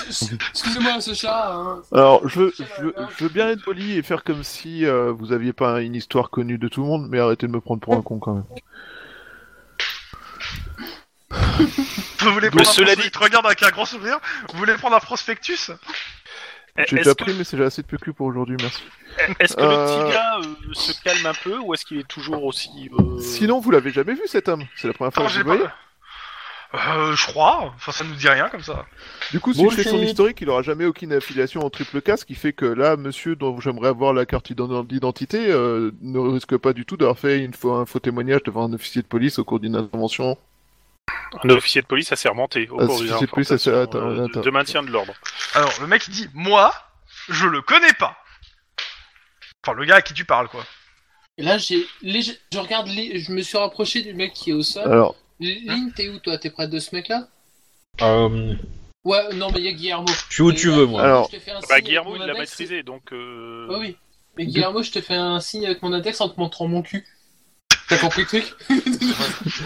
Speaker 3: Excusez-moi, ce chat. hein.
Speaker 5: Alors, je, je, je veux bien être poli et faire comme si euh, vous aviez pas une
Speaker 1: Mm.
Speaker 5: histoire connue de tout le monde, mais arrêtez de me prendre pour un con quand même.
Speaker 1: Vous voulez
Speaker 4: Mais
Speaker 1: prendre un
Speaker 4: cela
Speaker 1: prospectus
Speaker 4: dit-
Speaker 1: Il te regarde avec un grand sourire. Vous voulez prendre un prospectus Eh,
Speaker 4: Est-ce
Speaker 5: J'ai déjà
Speaker 4: que,
Speaker 5: pris, mais c'est assez de PQ pour aujourd'hui, merci.
Speaker 4: est-ce que le
Speaker 5: Euh.
Speaker 4: petit gars euh, se calme un peu ou est-ce qu'il est toujours aussi. euh,
Speaker 5: Sinon, vous l'avez jamais vu cet homme C'est la première fois
Speaker 1: Attends,
Speaker 5: que vous
Speaker 1: j'ai
Speaker 5: le
Speaker 1: pas.
Speaker 5: voyez
Speaker 1: Euh, je crois. Enfin, ça nous dit rien comme ça.
Speaker 5: Du coup, si
Speaker 2: Bullshit.
Speaker 5: je fais son historique, il aura jamais aucune affiliation en triple K, ce qui fait que là, monsieur dont j'aimerais avoir la carte ident- d'identité euh, ne risque pas du tout d'avoir fait une fois un faux témoignage devant un officier de police au cours d'une intervention.
Speaker 4: Un officier de police assermenté au
Speaker 5: Un
Speaker 4: cours d'une
Speaker 5: officier de police
Speaker 4: information,
Speaker 5: asser- attends,
Speaker 4: euh, de-
Speaker 5: attends.
Speaker 4: de maintien de l'ordre.
Speaker 1: Alors, le mec il dit Moi, je le connais pas. Enfin, le gars à qui tu parles, quoi.
Speaker 3: Et là, j'ai léger- je regarde, les- je me suis rapproché du mec qui est au sol.
Speaker 5: Alors,
Speaker 3: Lynn, t'es où toi T'es près de ce mec-là
Speaker 2: Euh,
Speaker 3: Ouais, non, mais il y a Guillermo.
Speaker 2: je suis où tu
Speaker 3: Et là,
Speaker 2: veux, moi.
Speaker 5: Alors-
Speaker 3: je te fais un signe
Speaker 4: Bah,
Speaker 3: avec
Speaker 4: Guillermo,
Speaker 3: mon
Speaker 4: il l'a
Speaker 3: index.
Speaker 4: maîtrisé, donc. euh,
Speaker 3: Ouais, oui. Mais Guillermo, je te fais un signe avec mon index en te montrant mon cul. T'as compris le truc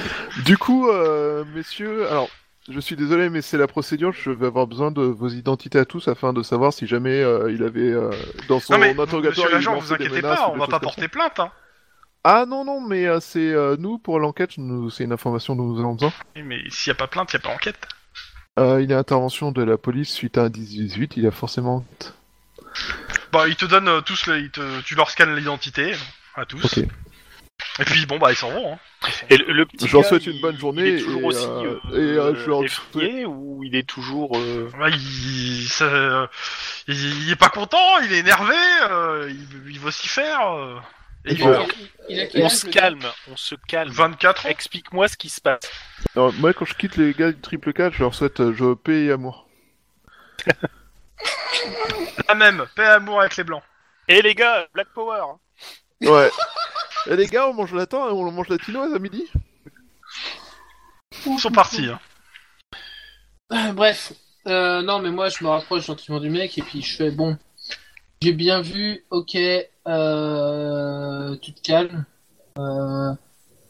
Speaker 5: du coup, euh, messieurs, alors, je suis désolé, mais c'est la procédure. Je vais avoir besoin de vos identités à tous afin de savoir si jamais euh, il avait euh, dans son
Speaker 1: Non, mais monsieur
Speaker 5: interrogatoire. il
Speaker 1: l'agent,
Speaker 5: lançait
Speaker 1: vous
Speaker 5: des
Speaker 1: inquiétez
Speaker 5: menaces
Speaker 1: pas,
Speaker 5: ou
Speaker 1: on
Speaker 5: des
Speaker 1: va
Speaker 5: choses
Speaker 1: pas
Speaker 5: comme ça.
Speaker 1: porter plainte. Hein.
Speaker 5: Ah non, non, mais euh, c'est euh, nous pour l'enquête. nous- C'est une information dont nous avons besoin.
Speaker 1: Oui, Mais s'il y a pas plainte, il y a pas enquête.
Speaker 5: Euh, il est intervention de la police suite à un 18, il a forcément.
Speaker 1: Bah, ils te donnent euh, tous les. ils te- tu leur scannes l'identité à tous.
Speaker 5: Ok.
Speaker 1: Et puis, bon, bah, ils s'en vont. Hein.
Speaker 4: Et le, le petit
Speaker 5: Je leur
Speaker 4: gars,
Speaker 5: souhaite une
Speaker 4: il-
Speaker 5: bonne journée
Speaker 4: Il est toujours
Speaker 5: et,
Speaker 4: aussi
Speaker 5: euh,
Speaker 4: euh,
Speaker 5: et, euh, je leur-
Speaker 4: effrayé ou il est toujours. euh,
Speaker 1: Ouais, il, ça- euh, il- il est pas content, il est énervé, euh, il, il vocifère. euh, et il
Speaker 3: il, a,
Speaker 1: meurt.
Speaker 3: il a quel
Speaker 4: On
Speaker 3: âge,
Speaker 4: se
Speaker 3: le gars
Speaker 4: calme, on se calme.
Speaker 1: 24 ans.
Speaker 4: Explique-moi ce qui se passe.
Speaker 5: Alors, moi, quand je quitte les gars du triple 4, je leur souhaite euh, je paix et amour.
Speaker 1: La même, paix et amour avec les blancs.
Speaker 4: Et Eh, les gars, Black Power. hein.
Speaker 5: Ouais. et Eh, les gars, on mange latin et on mange latinoise à midi
Speaker 1: Ils sont partis. hein.
Speaker 3: Ah, Bref, Euh, non, mais moi je me rapproche gentiment du mec et puis je fais bon. J'ai bien vu, ok, euh, tu te calmes. Euh,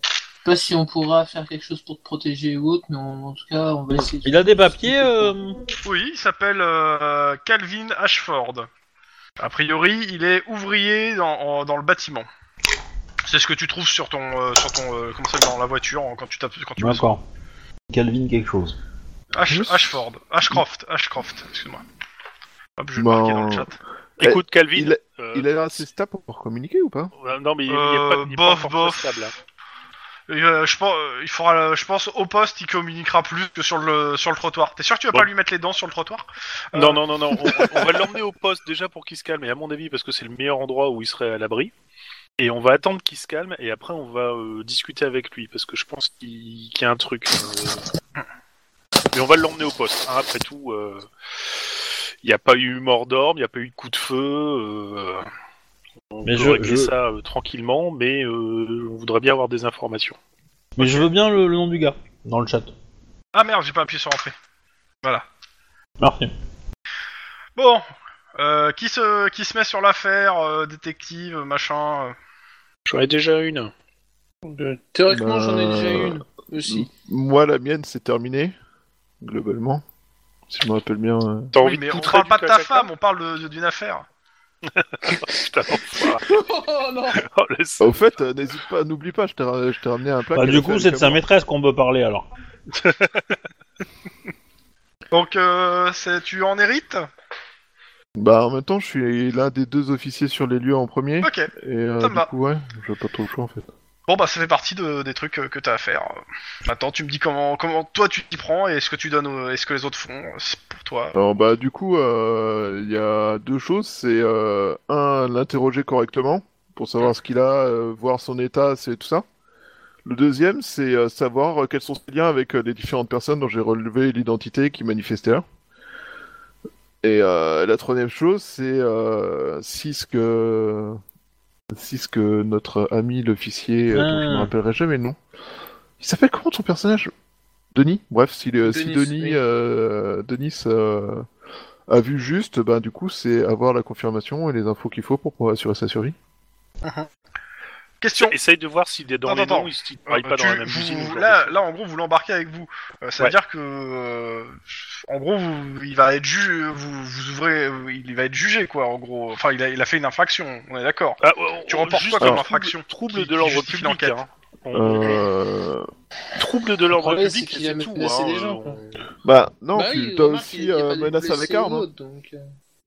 Speaker 3: je sais pas si on pourra faire quelque chose pour te protéger ou autre, mais on- en tout cas, on va essayer.
Speaker 2: Il a des papiers. euh,
Speaker 1: Oui, il s'appelle euh, Calvin Ashford. A priori, il est ouvrier dans, en- dans le bâtiment. C'est ce que tu trouves sur ton, euh, sur ton, euh, comment ça s'appelle, dans la voiture hein, quand tu tapes, quand tu passes.
Speaker 2: D'accord. Calvin quelque chose.
Speaker 1: Ash-
Speaker 5: Juste.
Speaker 1: Ashford, Ashcroft, Ashcroft, excuse-moi. Hop, je vais
Speaker 5: Ben,
Speaker 1: le marquer dans le chat.
Speaker 5: Eh,
Speaker 4: Écoute, Calvin.
Speaker 5: il
Speaker 4: euh,
Speaker 5: Il a l'air assez stable pour communiquer ou pas
Speaker 4: euh, Non, mais il, il est pas, il est pas
Speaker 1: bof,
Speaker 4: encore
Speaker 1: bof.
Speaker 4: stable, hein. là.
Speaker 1: Euh, je pense, euh, il faudra, euh, je pense, au poste, il communiquera plus que sur le sur le trottoir. T'es sûr que tu vas
Speaker 4: Bon.
Speaker 1: pas lui mettre les dents sur le trottoir Euh,
Speaker 4: Non, non, non, non. On, on va l'emmener au poste déjà pour qu'il se calme. Et à mon avis, parce que c'est le meilleur endroit où il serait à l'abri. Et on va attendre qu'il se calme. Et après, on va euh, discuter avec lui parce que je pense qu'il qu'il y a un truc. euh. Mais on va l'emmener au poste. hein. Après tout, euh, il n'y a pas eu mort d'orme, il n'y a pas eu de coup de feu. euh, On
Speaker 2: Mais
Speaker 4: peut
Speaker 2: je-
Speaker 4: régler
Speaker 2: je-
Speaker 4: ça euh, tranquillement, mais euh, on voudrait bien avoir des informations.
Speaker 2: Mais je veux bien le, le nom du gars dans le chat.
Speaker 1: Ah merde, j'ai pas appuyé sur entrée. Voilà.
Speaker 2: Merci.
Speaker 1: Bon, euh, qui se qui se met sur l'affaire, euh, détective, machin. euh.
Speaker 4: J'en ai déjà une.
Speaker 3: Euh, Théoriquement, j'en ai déjà
Speaker 5: Euh,
Speaker 3: une aussi.
Speaker 5: Moi, la mienne, c'est terminé. Globalement. Si je me rappelle bien. euh.
Speaker 4: T'as
Speaker 1: Oui,
Speaker 4: envie
Speaker 1: mais
Speaker 4: de
Speaker 1: on
Speaker 4: poutrer
Speaker 1: parle
Speaker 4: du
Speaker 1: pas de ta
Speaker 4: caca-caca
Speaker 1: femme, on parle de- d'une affaire.
Speaker 4: Putain, l'enfoiré.
Speaker 3: oh
Speaker 5: Ah
Speaker 3: non
Speaker 4: Oh, le salaud.
Speaker 5: Au fait, euh, n'hésite pas, n'oublie pas, je t'ai ra- je t'ai ramené un plat.
Speaker 2: Bah,
Speaker 5: qu'elle
Speaker 2: du
Speaker 5: a fait
Speaker 2: coup,
Speaker 5: avec
Speaker 2: c'est de sa
Speaker 5: amour.
Speaker 2: maîtresse qu'on peut parler alors.
Speaker 1: Donc, euh, c'est tu en hérites
Speaker 5: Bah, en même temps, je suis l'un des deux officiers sur les lieux en premier.
Speaker 1: Ok.
Speaker 5: Et euh,
Speaker 1: Ça me
Speaker 5: du
Speaker 1: va.
Speaker 5: coup, ouais, j'ai pas trop le choix en fait.
Speaker 1: Bon bah ça fait partie de, des trucs euh, que t'as à faire. Euh, Maintenant, tu me dis comment comment toi tu t'y prends et ce que tu donnes, aux- et ce que les autres font, euh, c'est pour toi.
Speaker 5: Alors bah du coup, euh, il y a deux choses. C'est euh, un, l'interroger correctement pour savoir ce qu'il a, euh, voir son état, c'est tout ça. Le deuxième, c'est euh, savoir euh, quels sont ses liens avec euh, les différentes personnes dont j'ai relevé l'identité qui manifestaient. là. Et euh, la troisième chose, c'est euh, si ce que si ce que notre ami l'officier, euh, dont je
Speaker 2: Ah.
Speaker 5: me rappellerai jamais le nom. Il s'appelle comment ton personnage Denis Bref, si, le- si
Speaker 3: Denis,
Speaker 5: Denis,
Speaker 3: oui.
Speaker 5: euh, Denis euh, a vu juste, ben, du coup, c'est avoir la confirmation et les infos qu'il faut pour pouvoir assurer sa survie.
Speaker 1: Question.
Speaker 4: Essaye de voir s'il est dans
Speaker 1: Non,
Speaker 4: les
Speaker 1: non, non.
Speaker 4: noms, il se travaille pas
Speaker 1: Euh, Tu-
Speaker 4: dans la même
Speaker 1: vous-
Speaker 4: usine. ou genre de
Speaker 1: là,
Speaker 4: choses.
Speaker 1: là, en gros, vous l'embarquez avec vous. Euh, ça veut
Speaker 4: Ouais.
Speaker 1: dire que, euh, en gros, vous- il va être jugé. Vous, vous ouvrez, euh, il va être jugé, quoi. En gros, enfin, il a, il a fait une infraction. On est d'accord.
Speaker 4: Ah, ouais,
Speaker 1: Tu
Speaker 4: on-
Speaker 1: remportes
Speaker 4: juste
Speaker 1: quoi comme
Speaker 4: trouble-
Speaker 1: infraction
Speaker 4: Trouble
Speaker 1: qui-
Speaker 4: de
Speaker 1: qui
Speaker 4: l'ordre
Speaker 1: justifie
Speaker 4: public.
Speaker 1: l'enquête
Speaker 4: hein. On-
Speaker 5: Euh,
Speaker 4: Trouble de l'ordre
Speaker 3: problème,
Speaker 4: public,
Speaker 3: c'est qu'il
Speaker 4: c'est
Speaker 3: a
Speaker 4: tout.
Speaker 3: menacé
Speaker 4: hein,
Speaker 3: des gens,
Speaker 4: euh,
Speaker 3: quoi.
Speaker 5: Bah non,
Speaker 3: Bah
Speaker 5: puis
Speaker 3: oui,
Speaker 5: t'as
Speaker 3: remarque, il
Speaker 5: aussi
Speaker 3: y a
Speaker 5: euh,
Speaker 3: pas de
Speaker 5: menace
Speaker 3: blessés
Speaker 5: avec
Speaker 3: ou
Speaker 5: arme.
Speaker 3: autre, donc, euh,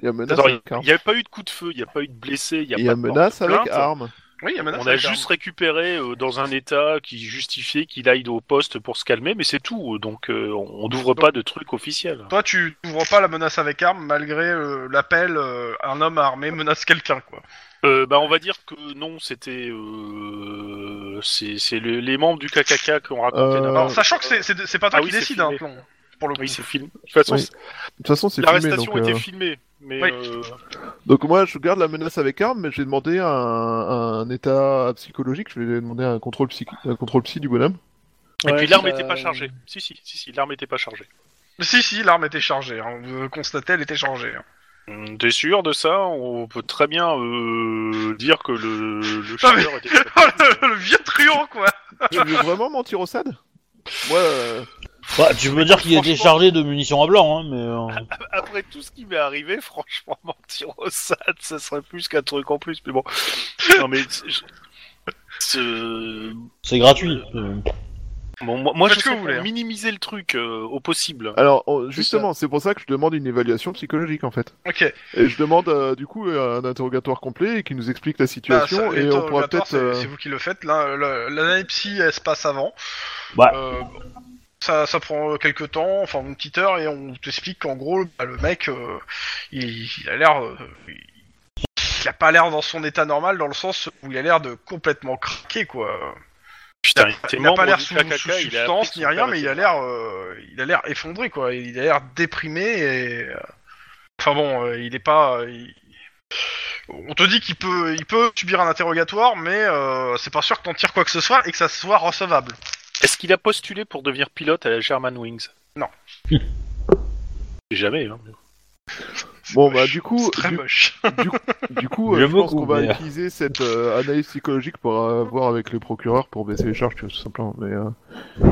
Speaker 5: Il y a menace
Speaker 4: Attends, il
Speaker 5: avec arme.
Speaker 4: n'y a pas eu de coup de feu, il n'y a pas eu de blessé, il n'y a,
Speaker 5: Il y
Speaker 4: pas
Speaker 5: a
Speaker 4: de
Speaker 5: menace
Speaker 4: porte de
Speaker 5: avec
Speaker 4: plainte.
Speaker 5: arme.
Speaker 1: Oui, il y a menace
Speaker 4: On
Speaker 1: à
Speaker 4: a
Speaker 1: la
Speaker 4: juste récupéré euh, dans un état qui justifiait qu'il aille au poste pour se calmer, mais c'est tout. euh, Donc euh, on on n'ouvre pas de truc officiel.
Speaker 1: arme. Toi, tu n'ouvres pas la menace avec arme malgré euh, l'appel euh, un homme armé menace quelqu'un, quoi.
Speaker 4: Euh, bah on va dire que non, c'était euh, c'est c'est le- les membres du KKK qui ont raconté.
Speaker 5: Euh,
Speaker 4: la-
Speaker 1: Alors, sachant que c'est- c'est c'est pas toi
Speaker 4: Ah
Speaker 1: qui
Speaker 4: oui, c'est
Speaker 1: décide, hein,
Speaker 4: filmé.
Speaker 1: Plon, pour le coup.
Speaker 4: oui, c'est filmé. De toute façon,
Speaker 5: Oui.
Speaker 4: c'est-
Speaker 5: De toute façon, c'est filmé
Speaker 4: l'arrestation
Speaker 5: donc.
Speaker 4: était
Speaker 5: euh,
Speaker 4: filmée, mais
Speaker 1: Oui.
Speaker 4: euh,
Speaker 5: Donc moi, je garde la menace avec arme, mais j'ai demandé un, un état psychologique. Je vais demander un contrôle psy, un contrôle psy du bonhomme.
Speaker 4: et
Speaker 3: ouais,
Speaker 4: puis l'arme
Speaker 3: ça-
Speaker 4: n'était pas chargée. Si si si si, l'arme n'était pas chargée.
Speaker 1: Si, si, l'arme était chargée. Hein. Vous le constatez, elle était chargée. hein.
Speaker 4: Hum, T'es sûr de ça On peut très bien euh, dire que le le
Speaker 1: Ah, mais-
Speaker 4: chargeur était.
Speaker 1: le, le vieux truand, quoi
Speaker 5: Tu veux vraiment mentir au SAD Moi, euh,
Speaker 2: Bah, tu peux dire qu'il était
Speaker 4: Franchement-
Speaker 2: chargé de munitions à blanc, hein, mais. euh,
Speaker 4: Après tout ce qui m'est arrivé, franchement, mentir au SAD, ça serait plus qu'un truc en plus. Mais bon. Non, mais. c'est- je- c'est-
Speaker 2: C'est gratuit. Euh,
Speaker 4: Bon, moi, moi, je
Speaker 1: Faites ce que
Speaker 4: sais
Speaker 1: vous
Speaker 4: pour
Speaker 1: voulez, hein.
Speaker 4: minimiser le truc euh, au possible.
Speaker 5: alors on- justement, c'est pour ça que je demande une évaluation psychologique en fait.
Speaker 1: Ok,
Speaker 5: Et je demande euh, du coup euh, un interrogatoire complet et qui nous explique la
Speaker 1: bah,
Speaker 5: situation
Speaker 1: ça,
Speaker 5: et on pourra
Speaker 1: l'interrogatoire,
Speaker 5: peut-être.
Speaker 1: c'est
Speaker 5: euh,
Speaker 1: c'est vous qui le faites. Là, le- L'analpsie, elle se passe avant.
Speaker 2: Ouais.
Speaker 1: Euh, ça, ça prend quelques temps, enfin une petite heure, et on t'explique qu'en gros, bah, le mec, euh, il, il a l'air... euh, il- il a pas l'air dans son état normal, dans le sens où il a l'air de complètement craquer, quoi.
Speaker 4: Putain, t'es
Speaker 1: Il n'a
Speaker 4: membre
Speaker 1: pas l'air
Speaker 4: du
Speaker 1: sous,
Speaker 4: KKK,
Speaker 1: sous
Speaker 4: il a appris
Speaker 1: substance
Speaker 4: que
Speaker 1: ni
Speaker 4: son
Speaker 1: rien,
Speaker 4: père
Speaker 1: mais il
Speaker 4: était
Speaker 1: a l'air, euh, il a l'air effondré quoi. Il a l'air déprimé et euh, enfin bon, euh, il est pas. euh, il- On te dit qu'il peut, il peut subir un interrogatoire, mais euh, c'est pas sûr que t'en tires quoi que ce soit et que ça soit recevable.
Speaker 4: Est-ce qu'il a postulé pour devenir pilote à la German Wings
Speaker 1: Non.
Speaker 4: Jamais. Hein.
Speaker 5: Bon bah du coup,
Speaker 1: C'est très
Speaker 5: du,
Speaker 1: moche.
Speaker 5: du coup, euh,
Speaker 2: J'aime
Speaker 5: je pense
Speaker 2: beaucoup,
Speaker 5: qu'on va
Speaker 2: mais-
Speaker 5: utiliser cette euh, analyse psychologique pour euh, voir avec le procureur pour baisser les charges, tu vois, tout simplement. Mais euh,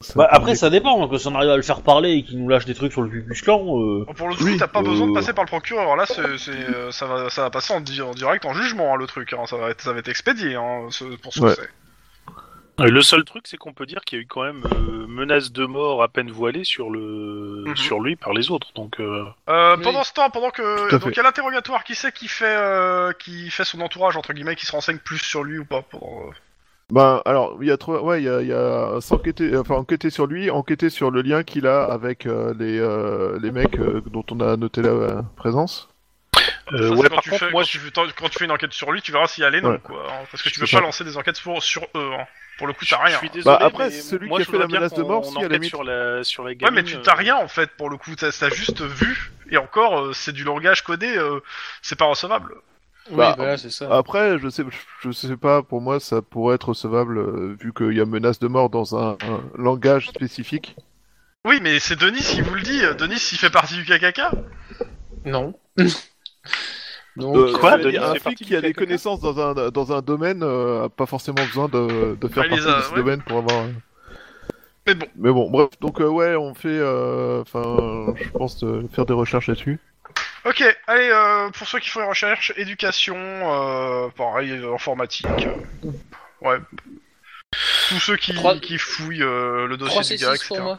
Speaker 5: ça
Speaker 2: Bah,
Speaker 5: me
Speaker 2: après, ça dépend. hein, que si on arrive à le faire parler et qu'il nous lâche des trucs sur le Cucus Clan, euh,
Speaker 1: Pour le coup,
Speaker 2: Oui,
Speaker 1: t'as pas besoin de
Speaker 2: euh.
Speaker 1: passer par le procureur. Là, c'est, c'est, euh, ça va, ça va passer en, di- en direct en jugement hein, le truc. hein. Ça va être, ça va être expédié hein, ce- pour ce
Speaker 5: Ouais.
Speaker 1: que c'est.
Speaker 4: Euh, Le seul truc, c'est qu'on peut dire qu'il y a eu quand même euh, menace de mort à peine voilée sur le
Speaker 1: Mhm.
Speaker 4: sur lui par les autres. Donc euh,
Speaker 1: Euh,
Speaker 3: Oui.
Speaker 1: Pendant ce temps, pendant que
Speaker 5: Tout à
Speaker 1: donc
Speaker 5: fait.
Speaker 1: il y a l'interrogatoire, qui c'est qui fait euh, qui fait son entourage entre guillemets, qui se renseigne plus sur lui ou pas pendant, euh,
Speaker 5: Ben alors, il y a trois, ouais, il y a, il y a s'enquêter, euh, enfin enquêter sur lui, enquêter sur le lien qu'il a avec euh, les euh, les mecs euh, dont on a noté la euh, présence.
Speaker 4: euh,
Speaker 1: Ça, c'est
Speaker 4: ouais,
Speaker 1: quand
Speaker 4: par
Speaker 1: tu
Speaker 4: contre,
Speaker 1: fais-
Speaker 4: moi,
Speaker 1: quand, tu, fais- quand tu fais une enquête sur lui, tu verras s'il y a les noms,
Speaker 5: Ouais.
Speaker 1: quoi. hein, parce que tu peux
Speaker 5: C'est
Speaker 1: pas
Speaker 5: ça.
Speaker 1: lancer des enquêtes pour, sur eux. hein. Pour le coup,
Speaker 4: Je-
Speaker 1: t'as rien.
Speaker 4: Je suis
Speaker 1: hein.
Speaker 4: désolé,
Speaker 5: Bah, après,
Speaker 4: mais
Speaker 5: celui
Speaker 4: moi,
Speaker 5: qui a
Speaker 4: je
Speaker 5: fait la
Speaker 4: voudrais bien
Speaker 5: menace de
Speaker 4: qu'on-
Speaker 5: mort,
Speaker 4: on
Speaker 5: si, à la
Speaker 4: enquête
Speaker 5: limite.
Speaker 4: sur la sur la
Speaker 1: Ouais,
Speaker 4: gamine,
Speaker 1: mais tu
Speaker 4: euh,
Speaker 1: t'as rien en fait pour le coup. T'as t'as juste vu et encore, euh, c'est du langage codé, euh, c'est pas recevable.
Speaker 3: Oui,
Speaker 5: Bah,
Speaker 3: voilà, c'est ça.
Speaker 5: Après, je sais, je sais pas, pour moi, ça pourrait être recevable euh, vu qu'il y a menace de mort dans un, un langage spécifique.
Speaker 1: Oui, mais c'est Denis qui vous le dit. euh, Denis, il fait partie du KKK.
Speaker 3: Non. Donc,
Speaker 5: Euh,
Speaker 4: quoi,
Speaker 5: je veux
Speaker 4: Denis,
Speaker 5: dire,
Speaker 4: c'est
Speaker 5: Un flic
Speaker 4: parti
Speaker 5: qui a
Speaker 4: du
Speaker 5: des
Speaker 4: KKK?
Speaker 5: connaissances dans un dans un domaine euh, a pas forcément besoin de, de faire
Speaker 1: Ouais, les
Speaker 5: partie
Speaker 1: a-
Speaker 5: de ce
Speaker 1: ouais.
Speaker 5: domaine pour avoir. euh,
Speaker 1: Mais bon.
Speaker 5: Mais bon, bref. Donc euh, ouais, on fait, euh, enfin, je pense euh, faire des recherches là-dessus.
Speaker 1: Ok, allez, euh, pour ceux qui font les recherches, éducation, euh, pareil, euh, informatique. euh, ouais. Tous ceux qui,
Speaker 3: Trois-
Speaker 1: qui fouillent euh, le dossier
Speaker 3: 3
Speaker 1: du
Speaker 3: C6
Speaker 1: gars, etc.
Speaker 3: pour moi.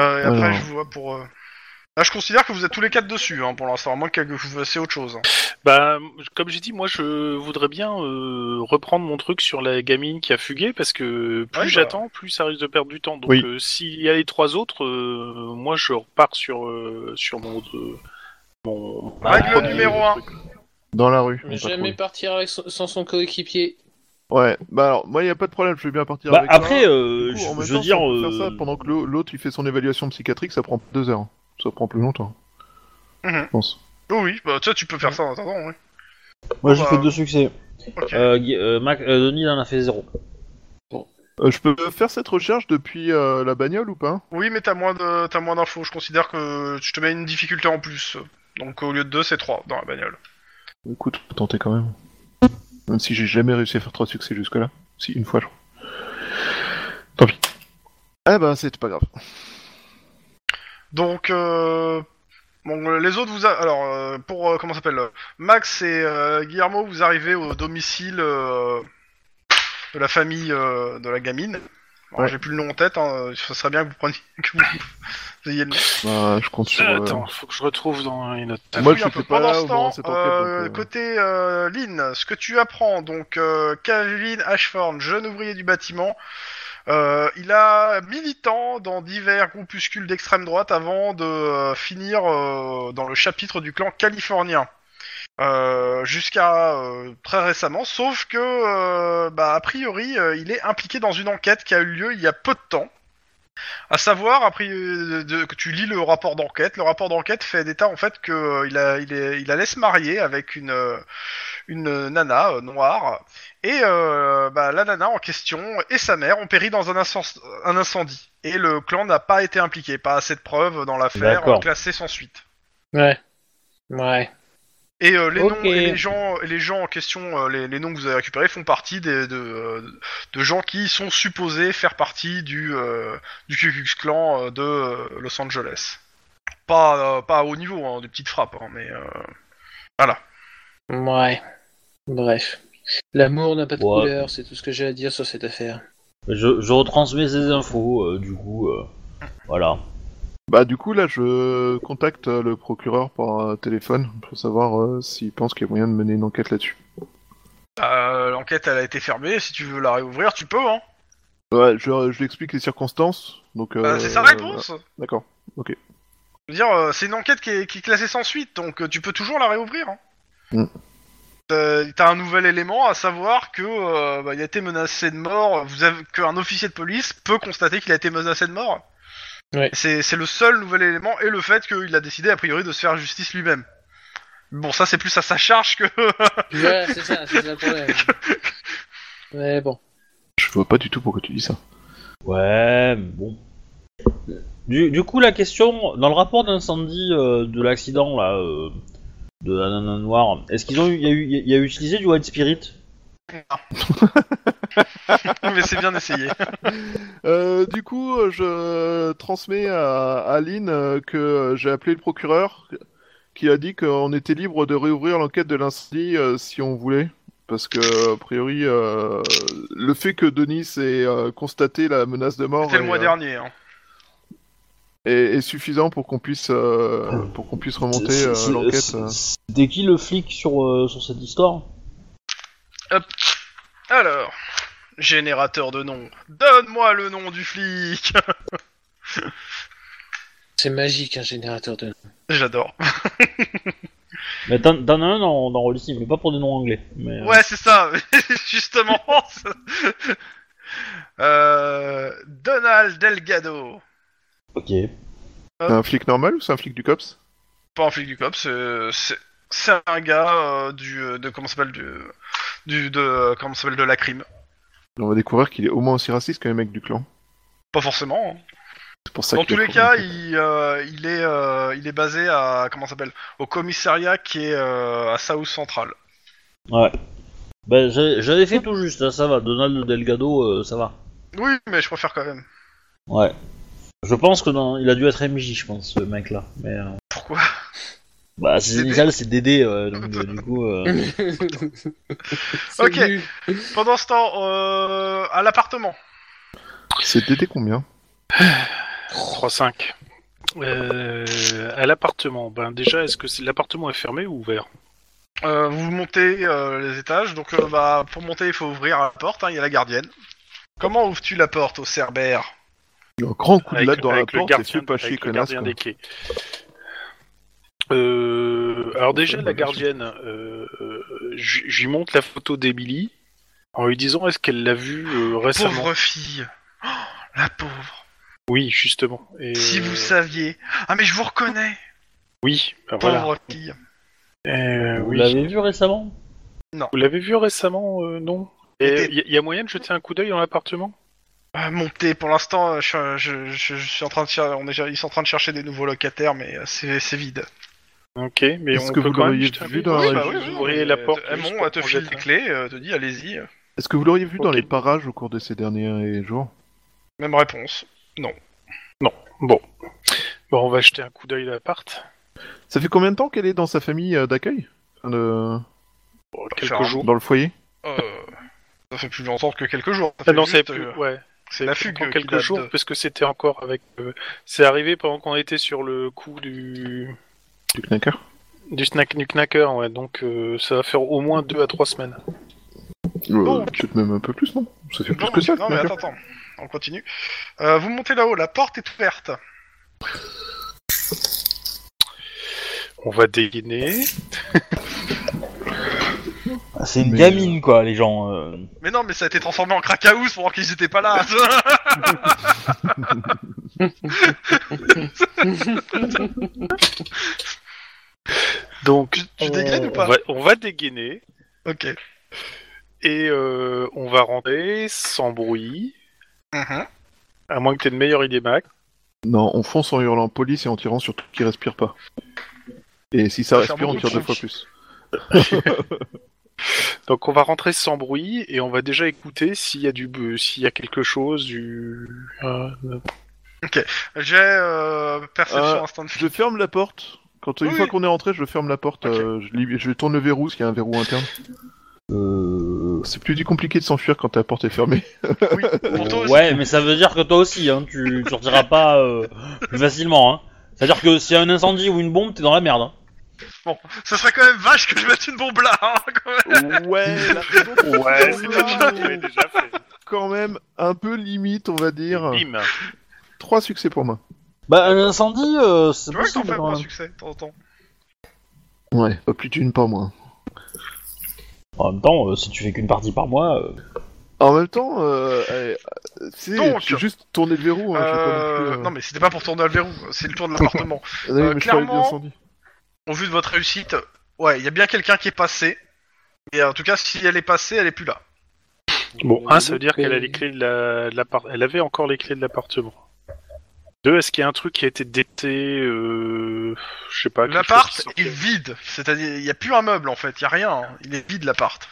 Speaker 1: Euh, et après,
Speaker 5: Alors.
Speaker 1: je vous vois pour. euh, Là, je considère que vous êtes tous les quatre dessus hein, pour l'instant, à moins que vous fassiez autre chose. hein.
Speaker 4: Bah, je- comme j'ai dit, moi, je voudrais bien euh, reprendre mon truc sur la gamine qui a fugué parce que plus
Speaker 1: Ouais, bah.
Speaker 4: j'attends, plus ça risque de perdre du temps. Donc,
Speaker 5: Oui.
Speaker 4: euh, s'il y a les trois autres, euh, moi, je repars sur euh, sur mon euh, mon
Speaker 2: Bah,
Speaker 1: Règle
Speaker 4: premier
Speaker 1: numéro un.
Speaker 4: truc.
Speaker 5: Dans la rue.
Speaker 3: Mais
Speaker 5: on
Speaker 3: jamais
Speaker 5: patrouille.
Speaker 3: partir avec son- sans son coéquipier.
Speaker 5: Ouais, bah alors, moi, il n'y a pas de problème, je vais bien partir
Speaker 2: bah,
Speaker 5: avec
Speaker 2: après,
Speaker 5: toi.
Speaker 2: euh,
Speaker 5: Du coup,
Speaker 2: je,
Speaker 5: en même
Speaker 2: je veux
Speaker 5: temps,
Speaker 2: dire.
Speaker 5: si on peut
Speaker 2: euh,
Speaker 5: faire ça pendant que l'au- l'autre, il fait son évaluation psychiatrique, ça prend deux heures. hein. Ça prend plus longtemps.
Speaker 1: Mhm.
Speaker 5: Je pense.
Speaker 1: Oh oui, bah, tu sais, tu peux faire ça en attendant, oui.
Speaker 2: Moi, j'ai
Speaker 1: bah,
Speaker 2: fait deux succès.
Speaker 1: Ok.
Speaker 2: Euh, Gu- euh, Mac- euh, Denis en a fait zéro.
Speaker 5: Euh, je peux faire cette recherche depuis euh, la bagnole ou pas
Speaker 1: Oui, mais t'as moins de- t'as moins d'infos. Je considère que je te mets une difficulté en plus. Donc, au lieu de deux, c'est trois dans la bagnole.
Speaker 5: Écoute, on peut tenter quand même. Même si j'ai jamais réussi à faire trois succès jusque-là. Si, une fois, je crois. Tant pis. Ah bah, c'est pas grave.
Speaker 1: Donc, euh, bon, euh, les autres, vous. a- Alors, euh, pour. euh, comment ça s'appelle euh, Max et euh, Guillermo, vous arrivez au domicile euh, de la famille euh, de la gamine. Alors,
Speaker 5: Ouais.
Speaker 1: J'ai plus le nom en tête, hein, ce serait bien que vous preniez que vous- vous ayez le nom.
Speaker 5: Bah, je compte sur. euh,
Speaker 4: Attends, faut que je retrouve dans les notes.
Speaker 5: Moi,
Speaker 1: Oui,
Speaker 5: je
Speaker 1: un
Speaker 5: n'étais
Speaker 1: peu.
Speaker 5: pas
Speaker 1: Pendant
Speaker 5: là
Speaker 1: ce
Speaker 5: au moment
Speaker 1: temps,
Speaker 5: de cette enquête,
Speaker 1: euh,
Speaker 5: donc, euh,
Speaker 1: Côté euh, Lynn, ce que tu apprends, donc euh, Kevin Ashford, jeune ouvrier du bâtiment, euh, il a militant dans divers groupuscules d'extrême droite avant de euh, finir euh, dans le chapitre du clan californien. Euh, jusqu'à euh, très récemment, sauf que, euh, bah, a priori, euh, il est impliqué dans une enquête qui a eu lieu il y a peu de temps. À savoir, après euh, de- que tu lis le rapport d'enquête, le rapport d'enquête fait d'état en fait que euh, il, a, il, est, il allait se marier avec une, euh, une euh, nana euh, noire et euh, bah, la nana en question et sa mère ont péri dans un, incen- un incendie et le clan n'a pas été impliqué, pas assez de preuves dans l'affaire, euh,
Speaker 2: D'accord.
Speaker 1: classée sans suite.
Speaker 3: Ouais. Ouais.
Speaker 1: Et euh, les
Speaker 2: Ok.
Speaker 1: noms, et les gens, et les gens en question, euh, les, les noms que vous avez récupérés font partie des, de, euh, de gens qui sont supposés faire partie du euh, du Ku Klux Klan euh, de euh, Los Angeles. Pas euh, pas à haut niveau, hein, des petites frappes, hein, mais euh,
Speaker 3: Ouais. Bref. L'amour n'a pas de
Speaker 2: Ouais.
Speaker 3: couleur, c'est tout ce que j'ai à dire sur cette affaire.
Speaker 2: Je, je retransmets ces infos, euh, du coup, euh, voilà.
Speaker 5: Bah du coup là je contacte euh, le procureur par euh, téléphone pour savoir euh, s'il pense qu'il y a moyen de mener une enquête là-dessus.
Speaker 1: euh, l'enquête elle a été fermée. Si tu veux la réouvrir, tu peux. Hein.
Speaker 5: Ouais, je, je lui explique les circonstances. Donc
Speaker 1: Bah,
Speaker 5: euh,
Speaker 1: c'est sa réponse.
Speaker 5: euh, D'accord.
Speaker 1: Je veux dire, euh, c'est une enquête qui est, qui est classée sans suite, donc euh, tu peux toujours la réouvrir. Hein.
Speaker 5: Mm.
Speaker 1: Euh, T'as un nouvel élément, à savoir que euh, bah, il a été menacé de mort. Vous avez qu'un officier de police peut constater qu'il a été menacé de mort.
Speaker 3: Ouais.
Speaker 1: C'est c'est le seul nouvel élément et le fait qu'il a décidé a priori de se faire justice lui-même. Bon, ça c'est plus à sa charge que.
Speaker 3: Voilà, c'est ça, c'est ça le problème. Mais bon.
Speaker 5: Je vois pas du tout pourquoi tu dis ça.
Speaker 2: Ouais, mais bon. Du, du coup, la question, dans le rapport d'incendie euh, de l'accident, là, euh, de la nana noire, est-ce qu'ils ont eu, il y a eu, il y a eu utilisé du White Spirit
Speaker 1: Mais c'est bien essayé.
Speaker 5: Euh, du coup euh, je transmets à, à Lynn euh, que j'ai appelé le procureur qui a dit qu'on était libre de réouvrir l'enquête de l'incendie euh, si on voulait. Parce que, a priori, euh, le fait que Denis ait euh, constaté la menace de mort
Speaker 1: C'était le
Speaker 5: et,
Speaker 1: mois
Speaker 5: euh,
Speaker 1: dernier. hein.
Speaker 5: est, est suffisant pour qu'on puisse euh, pour qu'on puisse remonter euh,
Speaker 2: C'est-
Speaker 5: l'enquête.
Speaker 2: c'est-
Speaker 5: euh.
Speaker 2: C'était qui le flic sur, euh, sur cette histoire
Speaker 1: Alors, générateur de nom. Donne-moi le nom du flic.
Speaker 3: C'est magique, un générateur de.
Speaker 1: J'adore.
Speaker 2: Mais t'en t'en as un dans, dans Roll Steam, mais pas pour des noms anglais. Mais, euh,
Speaker 1: Ouais, c'est ça, justement. Euh, Donald Delgado.
Speaker 2: Ok.
Speaker 5: C'est un flic normal ou c'est un flic du cops
Speaker 1: Pas un flic du COP, c'est- c'est c'est un gars euh, du euh, de comment ça s'appelle du du de euh, comment ça s'appelle de la crime.
Speaker 5: On va découvrir qu'il est au moins aussi raciste que les mecs du clan.
Speaker 1: Pas forcément. hein.
Speaker 5: C'est pour ça.
Speaker 1: Dans
Speaker 5: qu'il
Speaker 1: tous
Speaker 5: est
Speaker 1: les cas,
Speaker 5: convaincu.
Speaker 1: il, euh, il est euh, il est basé à comment ça s'appelle au commissariat qui est euh, à South Central.
Speaker 2: Ouais. Ben, j'ai- j'avais fait tout juste, là, ça va. Donald Delgado, euh, ça va.
Speaker 1: Oui, mais je préfère quand même.
Speaker 2: Ouais. Je pense que dans... il a dû être MJ, je pense, ce mec-là. Mais, euh,
Speaker 1: Pourquoi
Speaker 2: Bah, ses
Speaker 1: Dédé.
Speaker 2: initiales, c'est DD, euh, donc euh, du coup. euh,
Speaker 3: C'est
Speaker 1: Ok.
Speaker 3: nul.
Speaker 1: Pendant ce temps, euh, à l'appartement.
Speaker 5: C'est DD combien
Speaker 4: 3-5. Euh, à l'appartement, ben déjà, est-ce que c'est- l'appartement est fermé ou ouvert
Speaker 1: Euh, vous montez euh, les étages, donc euh, bah, pour monter il faut ouvrir la porte, hein, il y a la gardienne. Comment ouvres-tu la porte au Cerbère
Speaker 5: Un grand coup de
Speaker 4: Avec-
Speaker 5: latte dans la
Speaker 4: avec le
Speaker 5: porte, et
Speaker 4: gardien-
Speaker 5: fait pas chier,
Speaker 4: avec le
Speaker 5: connasse.
Speaker 4: gardien des
Speaker 5: quoi.
Speaker 4: quais. Euh, alors déjà,
Speaker 5: Bonne
Speaker 4: la
Speaker 5: action.
Speaker 4: gardienne, euh, euh, j- j'y montre la photo d'Emily en lui disant est-ce qu'elle l'a vue euh, récemment
Speaker 1: Pauvre fille Oh, La pauvre
Speaker 4: Oui, justement. Et,
Speaker 1: Si
Speaker 4: euh,
Speaker 1: vous saviez Ah mais je vous reconnais
Speaker 4: Oui, ben voilà.
Speaker 1: Pauvre fille
Speaker 4: Euh,
Speaker 2: Vous
Speaker 4: oui.
Speaker 2: l'avez vu récemment
Speaker 4: Vous l'avez vue récemment, euh, non Et
Speaker 1: C'était-
Speaker 4: il y, y a moyen de jeter un coup d'œil dans l'appartement
Speaker 1: Euh, Montez, pour l'instant euh, je, je- je- je suis en train de cher- on est, cher- ils sont en train de chercher des nouveaux locataires mais euh, c'est c'est vide.
Speaker 4: Ok, mais
Speaker 5: Est-ce
Speaker 4: on
Speaker 5: que
Speaker 4: peut
Speaker 5: vous
Speaker 4: quand même
Speaker 5: l'auriez
Speaker 4: jeter un
Speaker 5: vue
Speaker 4: coup
Speaker 5: dans
Speaker 4: d'œil.
Speaker 5: la-
Speaker 4: Bah
Speaker 5: Oui,
Speaker 4: oui,
Speaker 1: oui,
Speaker 4: vous ouvrez
Speaker 1: mais,
Speaker 4: la
Speaker 1: euh,
Speaker 4: porte.
Speaker 1: Elles
Speaker 4: juste
Speaker 1: m'ont,
Speaker 4: pour
Speaker 1: elles te
Speaker 4: qu'on
Speaker 1: file
Speaker 4: jette
Speaker 1: les
Speaker 4: un-
Speaker 1: clés, euh, te dit allez-y.
Speaker 5: Est-ce que vous l'auriez vu dans
Speaker 4: Ok.
Speaker 5: les parages au cours de ces derniers jours
Speaker 1: Même réponse.
Speaker 4: Bon. Bon, on va jeter un coup d'œil à l'appart.
Speaker 5: Ça fait combien de temps qu'elle est dans sa famille euh, d'accueil Enfin, de-
Speaker 4: Bon,
Speaker 1: Faire un-
Speaker 4: Oh, quelques jours.
Speaker 5: Dans le foyer
Speaker 1: Euh, Ça fait plus longtemps que quelques jours. Ça
Speaker 4: Ah
Speaker 1: fait
Speaker 4: non, c'est
Speaker 1: juste,
Speaker 4: plus.
Speaker 1: euh,
Speaker 4: Ouais.
Speaker 1: c'est
Speaker 4: la
Speaker 1: la
Speaker 4: fugue
Speaker 1: fugue qui
Speaker 4: quelques
Speaker 1: date
Speaker 4: jours
Speaker 1: de-
Speaker 4: parce que c'était encore avec. euh, c'est arrivé pendant qu'on était sur le coup du
Speaker 5: Du knacker
Speaker 4: du snack du knacker, ouais. Donc euh, ça va faire au moins deux à trois semaines.
Speaker 5: euh, Peut-être même un peu plus, non Ça fait plus
Speaker 1: Non,
Speaker 5: que ça, le
Speaker 1: non mais
Speaker 5: knacker.
Speaker 1: attends, attends. On continue. Euh, vous montez là-haut, la porte est ouverte.
Speaker 4: On va dégainer.
Speaker 2: Ah, C'est une
Speaker 5: Mais,
Speaker 2: gamine, quoi, les gens. euh.
Speaker 1: Mais non, mais ça a été transformé en cracahouse pendant qu'ils étaient pas là.
Speaker 4: Donc
Speaker 1: tu tu dégaines ou
Speaker 4: on
Speaker 1: pas
Speaker 4: va, on va dégainer
Speaker 1: Ok.
Speaker 4: et euh, on va rentrer sans bruit,
Speaker 1: Mhm.
Speaker 4: à moins que t'aies une meilleure idée, Mac.
Speaker 5: Non, on fonce en hurlant police et en tirant sur tout qui respire pas. Et si ça
Speaker 1: Ça fait
Speaker 5: respire,
Speaker 1: un
Speaker 5: on
Speaker 1: bon
Speaker 5: tire deux
Speaker 1: coup.
Speaker 5: fois plus.
Speaker 4: Donc on va rentrer sans bruit et on va déjà écouter s'il y a du bu- s'il y a quelque chose du euh,
Speaker 1: J'ai euh, perception
Speaker 5: Euh,
Speaker 1: instant de
Speaker 5: Je ferme la porte. Quand une
Speaker 1: Oui.
Speaker 5: fois qu'on est rentré, je ferme la porte.
Speaker 1: Ok.
Speaker 5: euh, je, lib- je tourne le verrou, s'il y a un verrou interne.
Speaker 2: Euh...
Speaker 5: C'est plus du compliqué de s'enfuir quand ta porte est fermée.
Speaker 1: Oui, pour toi aussi.
Speaker 2: Euh, Ouais, mais ça veut dire que toi aussi, hein, tu tu sortiras pas euh, plus facilement. Hein. C'est-à-dire que s'il y a un incendie ou une bombe, t'es dans la merde. hein.
Speaker 1: Ça serait quand même vache que je mette une bombe là. Hein, quand même.
Speaker 5: ouais, la raison pour
Speaker 4: Ouais,
Speaker 5: laquelle
Speaker 4: c'est
Speaker 5: on
Speaker 4: déjà
Speaker 5: l'a,
Speaker 4: fait, déjà fait.
Speaker 5: quand même un peu limite, on va dire.
Speaker 4: Bim.
Speaker 5: Trois succès pour moi.
Speaker 2: Bah, un incendie, euh, c'est
Speaker 1: Tu vois que t'en
Speaker 2: possible.
Speaker 1: fais un
Speaker 2: quand
Speaker 1: bon
Speaker 2: même.
Speaker 1: succès, de temps en temps.
Speaker 5: Ouais, pas Euh, plus d'une par mois.
Speaker 2: En même temps, euh, si tu fais qu'une partie par mois, euh,
Speaker 5: En même temps, euh, euh, euh, tu sais,
Speaker 1: Donc.
Speaker 5: j'ai juste tourné le verrou. Hein, j'ai pas non
Speaker 1: Euh,
Speaker 5: plus, euh,
Speaker 1: Non, mais c'était pas pour tourner le verrou, c'est le tour de l'appartement.
Speaker 5: ah oui,
Speaker 1: euh,
Speaker 5: mais je parlais de
Speaker 1: clairement-
Speaker 5: l'incendie.
Speaker 1: Au vu de votre réussite, ouais, il y a bien quelqu'un qui est passé. Et en tout cas, si elle est passée, elle est plus là.
Speaker 4: Bon, un, ça veut dire qu'elle a les
Speaker 3: Euh,
Speaker 4: clés de la, de l'appart- elle avait encore les clés de l'appartement. Deux, est-ce qu'il y a un truc qui a été dété, euh, je sais pas. quelque
Speaker 1: L'appart
Speaker 4: chose qui
Speaker 1: est
Speaker 4: sortait
Speaker 1: vide, c'est-à-dire il y a plus un meuble en fait, il y a rien, hein. il est vide l'appart.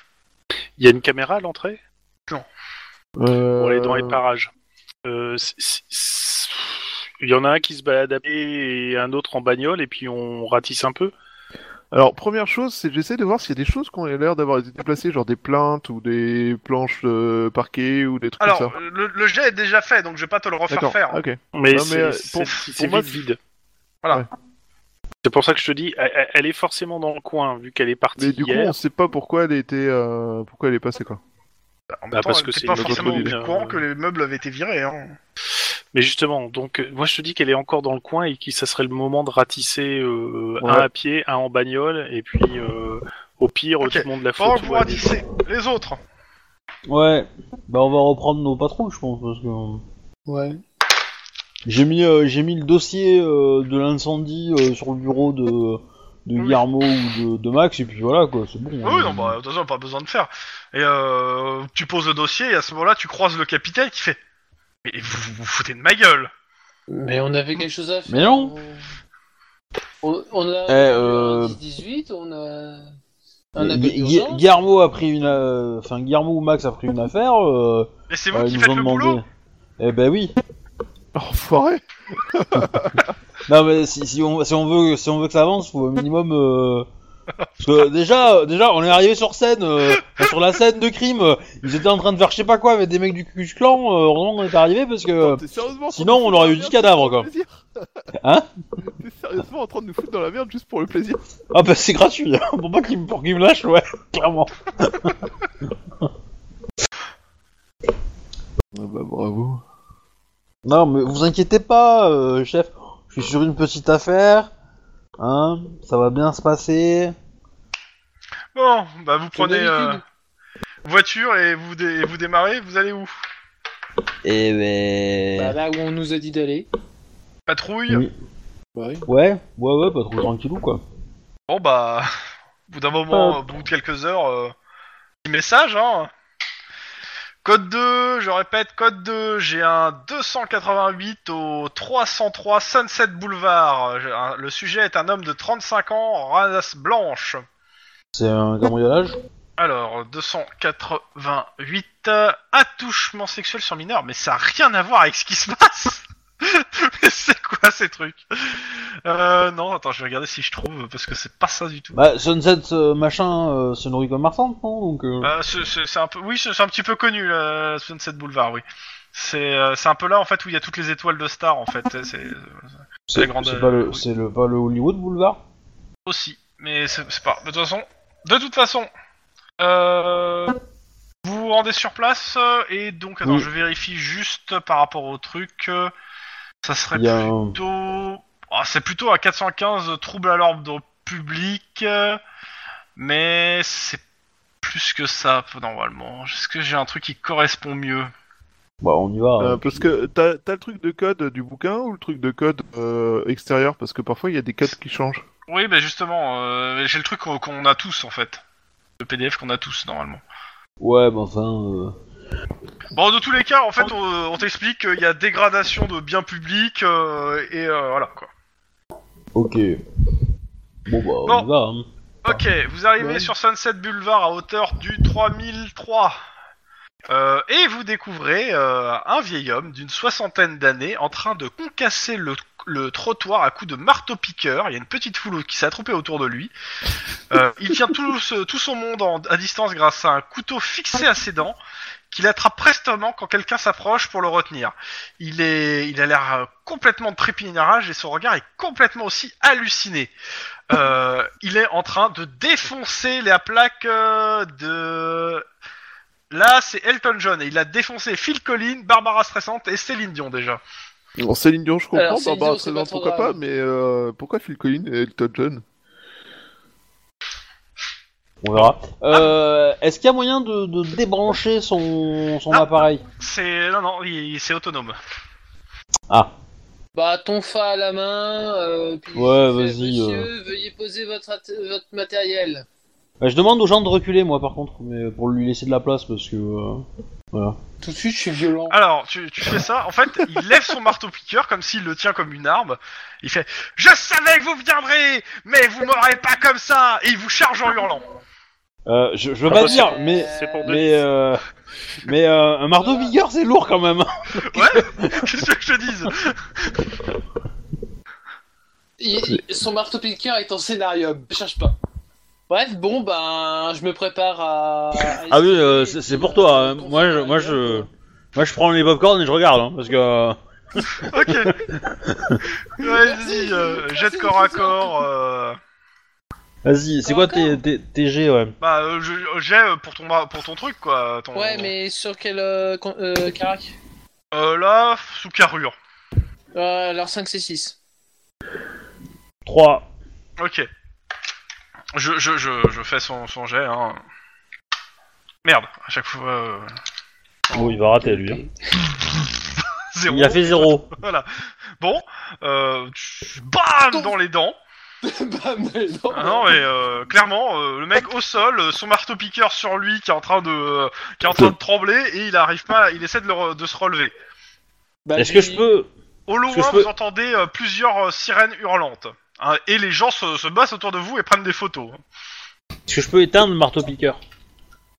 Speaker 4: Il y a une caméra à l'entrée Pour aller dans les
Speaker 5: Euh,
Speaker 4: parages. Euh, c- c- c- Il y en a un qui se balade à pied et un autre en bagnole et puis on ratisse un peu.
Speaker 5: Alors, première chose, c'est que j'essaie de voir s'il y a des choses qui ont l'air d'avoir été déplacées, genre des plaintes ou des planches euh, parquet ou des trucs comme
Speaker 1: Alors,
Speaker 5: ça.
Speaker 1: le, le jet est déjà fait, donc je vais pas te le refaire
Speaker 5: D'accord,
Speaker 1: faire.
Speaker 5: ok.
Speaker 4: Mais
Speaker 5: Non, mais,
Speaker 4: c'est
Speaker 5: euh,
Speaker 4: c'est-
Speaker 5: pour-
Speaker 4: c'est
Speaker 5: pour moi,
Speaker 4: vide, vide.
Speaker 1: Voilà.
Speaker 5: Ouais.
Speaker 4: C'est pour ça que je te dis, elle- elle- elle est forcément dans le coin vu qu'elle est partie
Speaker 5: Mais du coup,
Speaker 4: hier.
Speaker 5: on sait pas pourquoi elle était, euh, pourquoi elle est passée quoi.
Speaker 1: En même
Speaker 4: Bah,
Speaker 1: temps,
Speaker 4: parce que
Speaker 1: t'es
Speaker 4: c'est
Speaker 1: pas
Speaker 4: une autre
Speaker 1: forcément
Speaker 4: ville,
Speaker 1: au
Speaker 4: euh.
Speaker 1: courant que les meubles avaient été virés. Hein.
Speaker 4: Mais justement, donc euh, moi je te dis qu'elle est encore dans le coin et que ça serait le moment de ratisser euh,
Speaker 5: Ouais.
Speaker 4: un à pied, un en bagnole, et puis euh, au pire
Speaker 1: Ok.
Speaker 4: tout le monde la
Speaker 1: Pendant
Speaker 4: photo.
Speaker 1: que vous ratissez les autres,
Speaker 2: ouais. Bah, on va reprendre nos patrouilles, je pense, parce que. euh,
Speaker 3: Ouais.
Speaker 2: J'ai mis, euh, j'ai mis le dossier euh, de l'incendie euh, sur le bureau de, de
Speaker 1: Oui.
Speaker 2: Guillermo ou de, de Max, et puis voilà, quoi, c'est bon. hein.
Speaker 1: oui, non, bah, de toute façon, pas besoin de faire. Et euh, tu poses le dossier, et à ce moment-là, tu croises le capitaine qui fait Mais vous vous vous foutez de ma gueule
Speaker 3: Mais on avait quelque chose à faire.
Speaker 2: Mais non.
Speaker 3: On, on a
Speaker 2: Eh, euh,
Speaker 3: 18 on a un
Speaker 2: Gu-
Speaker 3: appel
Speaker 2: Gu-
Speaker 3: d'urgence.
Speaker 2: Guillermo a pris une, euh, enfin Guillermo ou Max a pris une affaire. Euh,
Speaker 1: Mais c'est vous
Speaker 2: euh,
Speaker 1: qui
Speaker 2: ils
Speaker 1: faites
Speaker 2: nous ont
Speaker 1: le
Speaker 2: demandé.
Speaker 1: boulot
Speaker 2: Eh ben oui.
Speaker 5: Enfoiré.
Speaker 2: Non mais si, si on, si on veut, si on veut que ça avance, faut au minimum. euh, Parce que déjà, euh, déjà, on est arrivé sur scène, euh, enfin, sur la scène de crime. euh, Ils étaient en train de faire je sais pas quoi avec des mecs du Ku Clan. Heureusement qu'on est arrivé parce que.
Speaker 5: Non, t'es sérieusement
Speaker 2: Euh,
Speaker 5: en train
Speaker 2: sinon,
Speaker 5: de nous
Speaker 2: on
Speaker 5: foutre
Speaker 2: aurait
Speaker 5: dans
Speaker 2: eu dix
Speaker 5: la merde
Speaker 2: cadavres,
Speaker 5: juste pour le plaisir
Speaker 2: Hein
Speaker 5: T'es sérieusement en train de nous foutre dans la merde juste pour le plaisir
Speaker 2: Ah bah c'est gratuit, hein, pour pas qu'il me, pour qu'il me lâche, ouais, clairement.
Speaker 5: Ah bah bravo.
Speaker 2: Non mais vous inquiétez pas, euh, chef, je suis sur une petite affaire, hein, ça va bien se passer.
Speaker 1: Bon, bah, vous prenez
Speaker 3: d'habitude.
Speaker 1: euh, voiture et vous, dé- vous démarrez, vous allez où
Speaker 2: Et ben...
Speaker 3: Bah, là où on nous a dit d'aller.
Speaker 1: Patrouille
Speaker 2: Oui.
Speaker 3: Ouais.
Speaker 2: Ouais, ouais, ouais, pas trop tranquillou quoi.
Speaker 1: Bon, bah, au bout d'un moment, au bout de quelques heures, euh, petit message, hein. Code 2, je répète, code 2, j'ai un 288 au 303 Sunset Boulevard. J'ai un- Le sujet est un homme de 35 ans, race blanche.
Speaker 2: C'est un cambriolage
Speaker 1: Alors, 288, euh, attouchement sexuel sur mineur, mais ça n'a rien à voir avec ce qui se passe c'est quoi ces trucs euh, Non, attends, je vais regarder si je trouve, parce que c'est pas ça du tout.
Speaker 2: Bah, Sunset euh, machin euh, se nourrit comme Marsan, non Donc, euh,
Speaker 1: Euh, c'est- c'est c'est un peu, oui, c'est c'est un petit peu connu, le Sunset Boulevard, oui. C'est euh, c'est un peu là en fait où il y a toutes les étoiles de Star en fait. C'est c'est
Speaker 2: c'est
Speaker 1: la grande- euh,
Speaker 2: c'est pas, le,
Speaker 1: oui.
Speaker 2: c'est le, pas le Hollywood Boulevard
Speaker 1: aussi, mais c'est c'est pas. De toute façon, de toute façon, euh, vous vous rendez sur place euh, et donc attends,
Speaker 2: Oui.
Speaker 1: je vérifie juste par rapport au truc. euh, Ça serait
Speaker 2: Il y a un...
Speaker 1: plutôt. Ah, c'est plutôt à 415 troubles à l'ordre public, euh, mais c'est plus que ça normalement. Est-ce que j'ai un truc qui correspond mieux
Speaker 2: Bah, on y va.
Speaker 5: Euh,
Speaker 2: hein.
Speaker 5: parce que t'as t'as le truc de code du bouquin ou le truc de code euh, extérieur Parce que parfois il y a des codes qui changent.
Speaker 1: Oui, bah justement, euh, j'ai le truc qu'on- qu'on a tous en fait. Le PDF qu'on a tous normalement.
Speaker 2: Ouais, bah enfin... euh,
Speaker 1: Bon, de tous les cas, en fait, on, on t'explique qu'il y a dégradation de biens publics euh, et euh, voilà quoi.
Speaker 2: Ok. Bon, bah, on
Speaker 1: Bon.
Speaker 2: y va. Hein.
Speaker 1: Ok, vous arrivez
Speaker 5: Ouais.
Speaker 1: sur Sunset Boulevard à hauteur du 3003. Euh, et vous découvrez euh, un vieil homme d'une soixantaine d'années en train de concasser le, le trottoir à coups de marteau-piqueur. Il y a une petite foule qui s'est attroupée autour de lui. Euh, il tient tout, ce- tout son monde en- à distance grâce à un couteau fixé à ses dents qu'il attrape prestement quand quelqu'un s'approche pour le retenir. Il, est, il a l'air euh, complètement trépignarage et son regard est complètement aussi halluciné. Euh, il est en train de défoncer la plaque euh, de. Là, c'est Elton John et il a défoncé Phil Collins, Barbara Streisand et Céline Dion déjà.
Speaker 5: Bon, Céline Dion, je comprends,
Speaker 3: Alors, Céline
Speaker 5: Barbara
Speaker 3: Dion, c'est pas
Speaker 5: Streisand,
Speaker 3: trop
Speaker 5: pourquoi pas,
Speaker 3: grave.
Speaker 5: mais euh, pourquoi Phil Collins et Elton John
Speaker 2: On verra. Euh, Est-ce qu'il y a moyen de, de débrancher son, son
Speaker 1: Ah.
Speaker 2: appareil
Speaker 1: C'est non non, il- c'est autonome.
Speaker 2: Ah,
Speaker 3: Bah, ton fa à la main. euh, puis
Speaker 2: Ouais,
Speaker 3: je fais,
Speaker 2: vas-y, euh.
Speaker 3: Monsieur, veuillez poser votre, at- votre matériel.
Speaker 2: Bah, je demande aux gens de reculer, moi, par contre, mais pour lui laisser de la place, parce que... euh, Voilà.
Speaker 3: Tout de suite, je suis violent.
Speaker 1: Alors tu, tu fais ça, en fait, il lève son marteau piqueur comme s'il le tient comme une arme. Il fait Je savais que vous viendrez, mais vous m'aurez pas comme ça. Et il vous charge en hurlant.
Speaker 2: Euh, je, je veux
Speaker 4: Ah,
Speaker 2: pas
Speaker 4: bah,
Speaker 2: dire,
Speaker 3: c'est-
Speaker 2: mais...
Speaker 4: C'est pour deux.
Speaker 2: Mais, euh, mais euh, un marteau vigueur, c'est lourd, quand même
Speaker 1: Qu'est-ce que je te dise
Speaker 3: Il- il- son marteau piqueur est en scénarium, je cherche pas. Bref, bon, ben, je me prépare à. à
Speaker 2: Ah oui, euh,
Speaker 3: essayer,
Speaker 2: c'est
Speaker 3: puis,
Speaker 2: c'est pour
Speaker 3: euh,
Speaker 2: toi. hein.
Speaker 3: qu'on
Speaker 2: Moi, je,
Speaker 3: fasse
Speaker 2: moi,
Speaker 3: un
Speaker 2: je,
Speaker 3: lien,
Speaker 2: moi, je prends les popcorn et je regarde, hein, parce que euh,
Speaker 1: Ok. Vas-y, euh,
Speaker 3: Merci,
Speaker 1: jette corps à
Speaker 3: merci,
Speaker 1: corps. euh,
Speaker 2: vas-y, c'est quoi
Speaker 3: Encore,
Speaker 2: tes, tes, tes jets, ouais.
Speaker 1: Bah, euh, je- euh, j'ai euh, pour ton, mar- pour ton truc, quoi. Ton...
Speaker 3: quoi. Ouais, mais sur quel. Euh, con- euh, carac
Speaker 1: Euh, là, sous carrure.
Speaker 3: Euh, Alors 5, c'est 6.
Speaker 2: 3.
Speaker 1: Ok. Je, je, je, je fais son, son jet, hein. Merde, à chaque fois. euh,
Speaker 2: Oh, il va rater lui. hein.
Speaker 1: Zéro.
Speaker 2: Il a fait 0.
Speaker 1: Voilà. Bon, euh, tu- bam dans les dents.
Speaker 3: bah, mais non.
Speaker 1: Ah non, mais euh, clairement, euh, le mec au sol, euh, son marteau piqueur sur lui qui est en train de, euh, qui est en train de trembler et il arrive pas, il essaie de, le re- de se relever.
Speaker 3: Bah,
Speaker 2: Est-ce
Speaker 3: lui-
Speaker 2: que je peux
Speaker 1: Au
Speaker 2: Est-ce que
Speaker 1: loin,
Speaker 2: je peux-
Speaker 1: vous entendez euh, plusieurs euh, sirènes hurlantes. Hein, et les gens se, se battent autour de vous et prennent des photos.
Speaker 2: Est-ce que je peux éteindre le marteau piqueur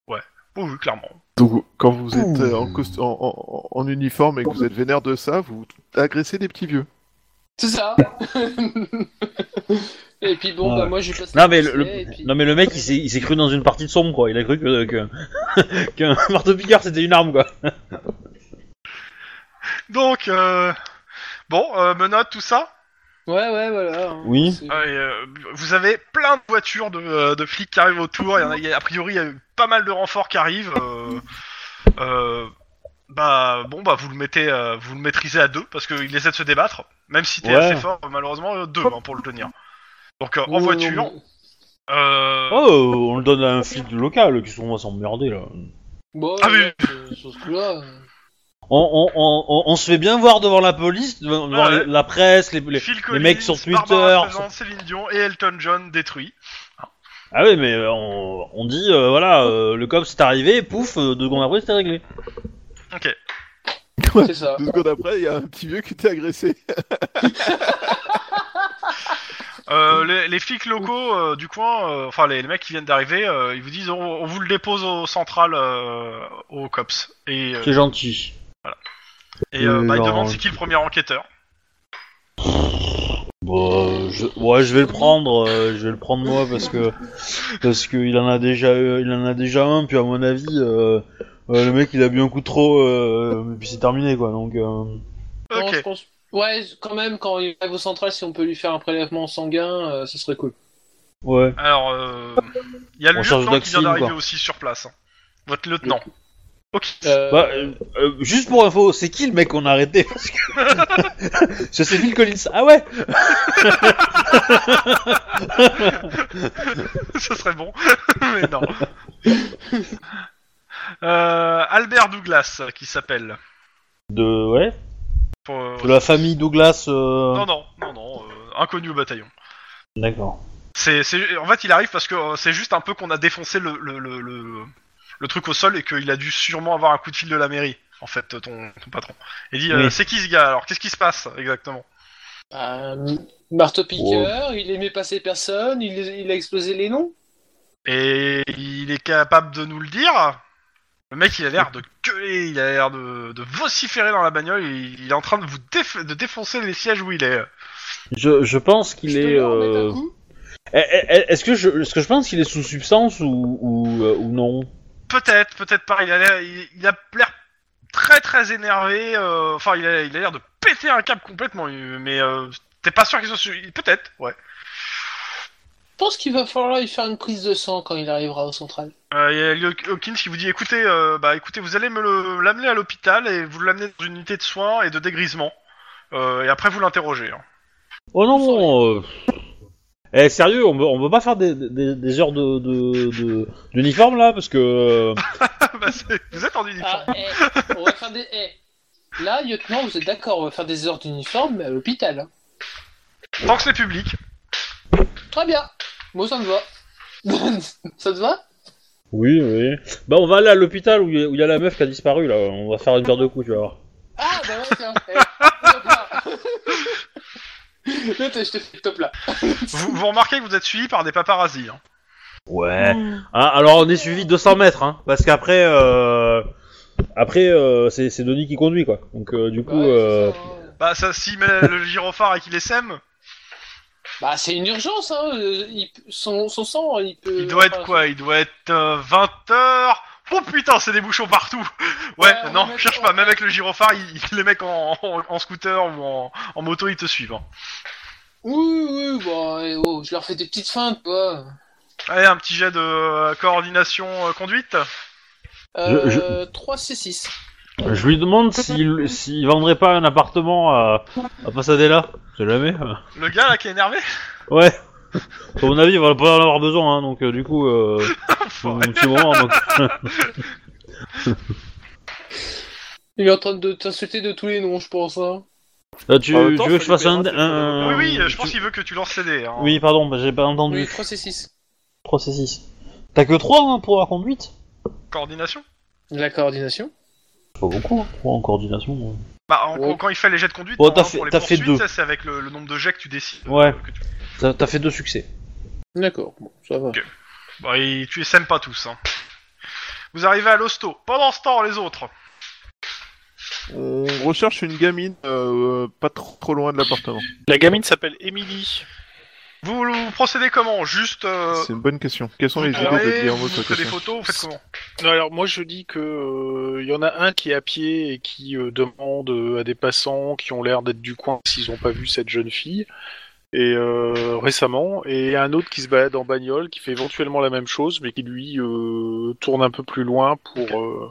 Speaker 1: Oui, oui, clairement.
Speaker 5: Donc, quand vous êtes
Speaker 2: Ouh.
Speaker 5: euh, en, costu- en, en- en uniforme et que vous êtes vénère de ça, vous agressez des petits vieux.
Speaker 3: C'est ça. et puis bon,
Speaker 2: Ouais.
Speaker 3: bah, moi, je passe.
Speaker 2: Ah. Non mais le, le-
Speaker 3: et puis-
Speaker 2: non mais le mec il s'est il s'est cru dans une partie de sombre quoi. Il a cru que que- qu'un marteau piqueur c'était une arme quoi.
Speaker 1: Donc, euh, bon, euh, menottes, tout ça.
Speaker 3: Ouais, ouais, voilà. hein.
Speaker 2: Oui.
Speaker 3: C'est-
Speaker 1: Euh, et, euh, vous avez plein de voitures de, euh, de flics qui arrivent autour. Il y en a, il y a- a priori, il y a eu pas mal de renforts qui arrivent. euh, euh, bah, bon, bah, vous le mettez, euh, vous le maîtrisez à deux parce qu'il essaie de se débattre. Même si t'es
Speaker 2: Ouais.
Speaker 1: assez fort, euh, malheureusement, euh, deux hein, pour le tenir. Donc, euh, en
Speaker 3: Ouais,
Speaker 1: voiture.
Speaker 3: non,
Speaker 1: euh,
Speaker 2: Oh on le donne à un flic local qui sont va s'emmerder là.
Speaker 3: mais- Bon,
Speaker 1: Ah, mais-
Speaker 3: ouais, sur- sur ce coup-là. euh,
Speaker 2: On, on, on, on, on se fait bien voir devant la police, devant devant
Speaker 1: Ouais.
Speaker 2: la presse, les, les-
Speaker 1: Phil
Speaker 2: les mecs sur
Speaker 1: Collins, Barbara
Speaker 2: Twitter,
Speaker 1: Streisand, Céline Dion et Elton John détruits.
Speaker 2: Ah oui, mais euh, on, on dit, euh, voilà, euh, le cop c'est arrivé, pouf, euh, deux secondes après c'était réglé.
Speaker 1: Ok.
Speaker 3: C'est ça.
Speaker 5: Deux secondes après, il y a un petit vieux qui était agressé.
Speaker 1: Euh, les, les flics locaux euh, du coin, euh, enfin les, les mecs qui viennent d'arriver, euh, ils vous disent on, on vous le dépose au central, euh, au cops. Et, euh,
Speaker 2: C'est gentil.
Speaker 1: et euh, bah, ils
Speaker 2: genre,
Speaker 1: demandent
Speaker 2: euh,
Speaker 1: c'est qui le premier enquêteur.
Speaker 2: Bon, Bah, je... Ouais, je vais le prendre, euh, je vais le prendre moi parce que parce que il en a déjà eu- il en a déjà un puis à mon avis euh, euh, le mec il a bu un coup de trop euh, et puis c'est terminé quoi donc euh,
Speaker 3: Non, je
Speaker 1: Ok.
Speaker 3: pense- Ouais, je- quand même, quand il arrive au central, si on peut lui faire un prélèvement sanguin, euh, ça serait cool.
Speaker 2: ouais
Speaker 1: Alors, euh, il y a le
Speaker 2: On change
Speaker 1: lieutenant qui
Speaker 2: d'axime,
Speaker 1: vient d'arriver
Speaker 2: quoi.
Speaker 1: aussi sur place. hein. Votre lieutenant. Ok.
Speaker 3: Euh,
Speaker 2: Bah, euh, euh, juste pour info c'est qui le mec qu'on a arrêté parce que je sais Phil Collins ah ouais
Speaker 1: Ce serait bon. Mais non. Euh, Albert Douglas, euh, qui s'appelle.
Speaker 2: de ouais
Speaker 1: Pour, euh,
Speaker 2: de la famille Douglas euh,
Speaker 1: Non, non, non, non. euh, inconnu au bataillon.
Speaker 2: d'accord
Speaker 1: C'est, c'est- en fait, il arrive parce que euh, c'est juste un peu qu'on a défoncé le, le, le, le- le truc au sol et qu'il a dû sûrement avoir un coup de fil de la mairie, en fait, euh, ton, ton patron. Il dit, euh,
Speaker 2: Oui.
Speaker 1: c'est qui ce gars alors Qu'est-ce qui se passe exactement
Speaker 3: euh, marteau-piqueur, il aimait passer personne, il, il a explosé les noms.
Speaker 1: Et il est capable de nous le dire Le mec, il a l'air de gueuler, il a l'air de, de vociférer dans la bagnole, il, il est en train de vous déf- de défoncer les sièges où il est.
Speaker 2: je, je pense qu'il
Speaker 3: Je peux
Speaker 2: est
Speaker 3: lui en mettre
Speaker 2: euh,
Speaker 3: un coup
Speaker 2: eh, eh, eh, est-ce que je est-ce que je pense qu'il est sous substance ou ou, euh, ou non
Speaker 1: Peut-être, peut-être pas, il a l'air il, il a l'air très très énervé, euh, enfin, il a il a l'air de péter un câble complètement, il- mais euh, t'es pas sûr qu'il soit... su- Peut-être, ouais.
Speaker 3: Je pense qu'il va falloir lui faire une prise de sang quand il arrivera au central.
Speaker 1: Euh, Il y a Leo- Hawkins qui vous dit écoutez, euh, bah, écoutez, vous allez me le- l'amener à l'hôpital et vous l'amenez dans une unité de soins et de dégrisement. Euh, et après, vous l'interrogez. hein.
Speaker 2: Oh non euh... Eh sérieux, on peut, on peut pas faire des, des, des heures de de- de- d'uniforme là parce que euh,
Speaker 1: Bah, c'est- vous êtes en uniforme.
Speaker 3: Ah, eh, on va faire des. eh. Là, lieutenant, vous êtes d'accord, on va faire des heures d'uniforme, mais à l'hôpital. hein.
Speaker 1: Tant que c'est public.
Speaker 3: Très bien, moi ça me va. ça te va
Speaker 2: oui oui. Bah on va aller à l'hôpital où il y a- où il y a la meuf qui a disparu là. On va faire une paire de coups tu vas voir.
Speaker 3: Ah, bah ouais, tiens. eh, top là. Là, t'as- je te fais le top là.
Speaker 1: Vous, vous remarquez que vous êtes suivi par des paparazzis. hein.
Speaker 2: Ouais. Ah, alors on est suivi 200 mètres hein parce qu'après euh... après euh, c'est c'est Denis qui conduit quoi. Donc euh, du coup
Speaker 3: Bah ouais,
Speaker 2: euh,
Speaker 3: c'est ça, hein.
Speaker 1: Bah, ça, s'il met le gyrophare et qu'il les sème,
Speaker 3: Bah, c'est une urgence, hein. euh, il p- son, son sang, il peut.
Speaker 1: il doit être quoi Il doit être 20h. Oh putain, c'est des bouchons partout Ouais,
Speaker 3: Ouais, on va
Speaker 1: non,
Speaker 3: mettre-
Speaker 1: cherche pas, même avec le gyrophare, il- il- les mecs en, en- en scooter ou en, en moto, ils te suivent. hein.
Speaker 3: Oui, oui, bon, eh, oh, je leur fais des petites feintes, quoi.
Speaker 1: Allez, un petit jet de euh, coordination euh, conduite
Speaker 3: Euh,
Speaker 2: Je- je-
Speaker 3: 3C6.
Speaker 2: je lui demande s'il s'il vendrait pas un appartement à, à Pasadena. Je jamais. euh.
Speaker 1: Le gars là qui est énervé
Speaker 2: Ouais. À mon avis, il va pas en avoir besoin, hein, donc euh, du coup, euh, faut un petit moment. Donc...
Speaker 3: Il est en train de t'insulter de tous les noms, je pense, hein.
Speaker 2: Là, Euh, tu,
Speaker 4: En même temps,
Speaker 2: tu veux
Speaker 4: faut
Speaker 2: que je
Speaker 4: lui
Speaker 2: fasse un,
Speaker 4: payer un
Speaker 2: un-
Speaker 1: Oui,
Speaker 4: Euh,
Speaker 1: oui, je
Speaker 2: tu-
Speaker 1: pense qu'il veut que tu lances les dés. hein.
Speaker 2: Oui, pardon, bah, j'ai pas entendu.
Speaker 3: Oui, 3C6.
Speaker 2: 3 c'est 6. T'as que 3 hein, pour la conduite
Speaker 1: Coordination
Speaker 3: La coordination.
Speaker 2: Pas beaucoup, hein, 3 en coordination. hein.
Speaker 1: Bah, en gros,
Speaker 3: Ouais.
Speaker 1: quand il fait les jets de conduite,
Speaker 2: Bon, t'as
Speaker 1: normalement,
Speaker 2: fait-
Speaker 1: pour les
Speaker 2: t'as fait
Speaker 1: poursuites,
Speaker 2: deux.
Speaker 1: ça, c'est avec le, le nombre de jets que tu décides. euh,
Speaker 2: Ouais.
Speaker 1: que tu-
Speaker 2: T'as t'as fait 2 succès.
Speaker 3: D'accord, bon, ça va.
Speaker 1: Bon, et tu les sèmes pas tous. Hein. Vous arrivez à l'hosto. Pendant ce temps, les autres.
Speaker 5: On recherche une gamine euh, euh, pas trop, trop loin de l'appartement.
Speaker 4: La gamine s'appelle Emily.
Speaker 1: Vous, vous procédez comment Juste. Euh,
Speaker 5: C'est une bonne question. Quelles sont les idées
Speaker 1: parlez,
Speaker 5: de
Speaker 1: vous
Speaker 5: Guillermo sur la
Speaker 1: faites des
Speaker 5: question
Speaker 1: photos, vous faites comment
Speaker 4: Non, alors moi je dis que euh, il y en a un qui est à pied et qui euh, demande euh, à des passants qui ont l'air d'être du coin s'ils n'ont pas vu cette jeune fille et euh, récemment et un autre qui se balade en bagnole qui fait éventuellement la même chose mais qui lui euh, tourne un peu plus loin pour euh,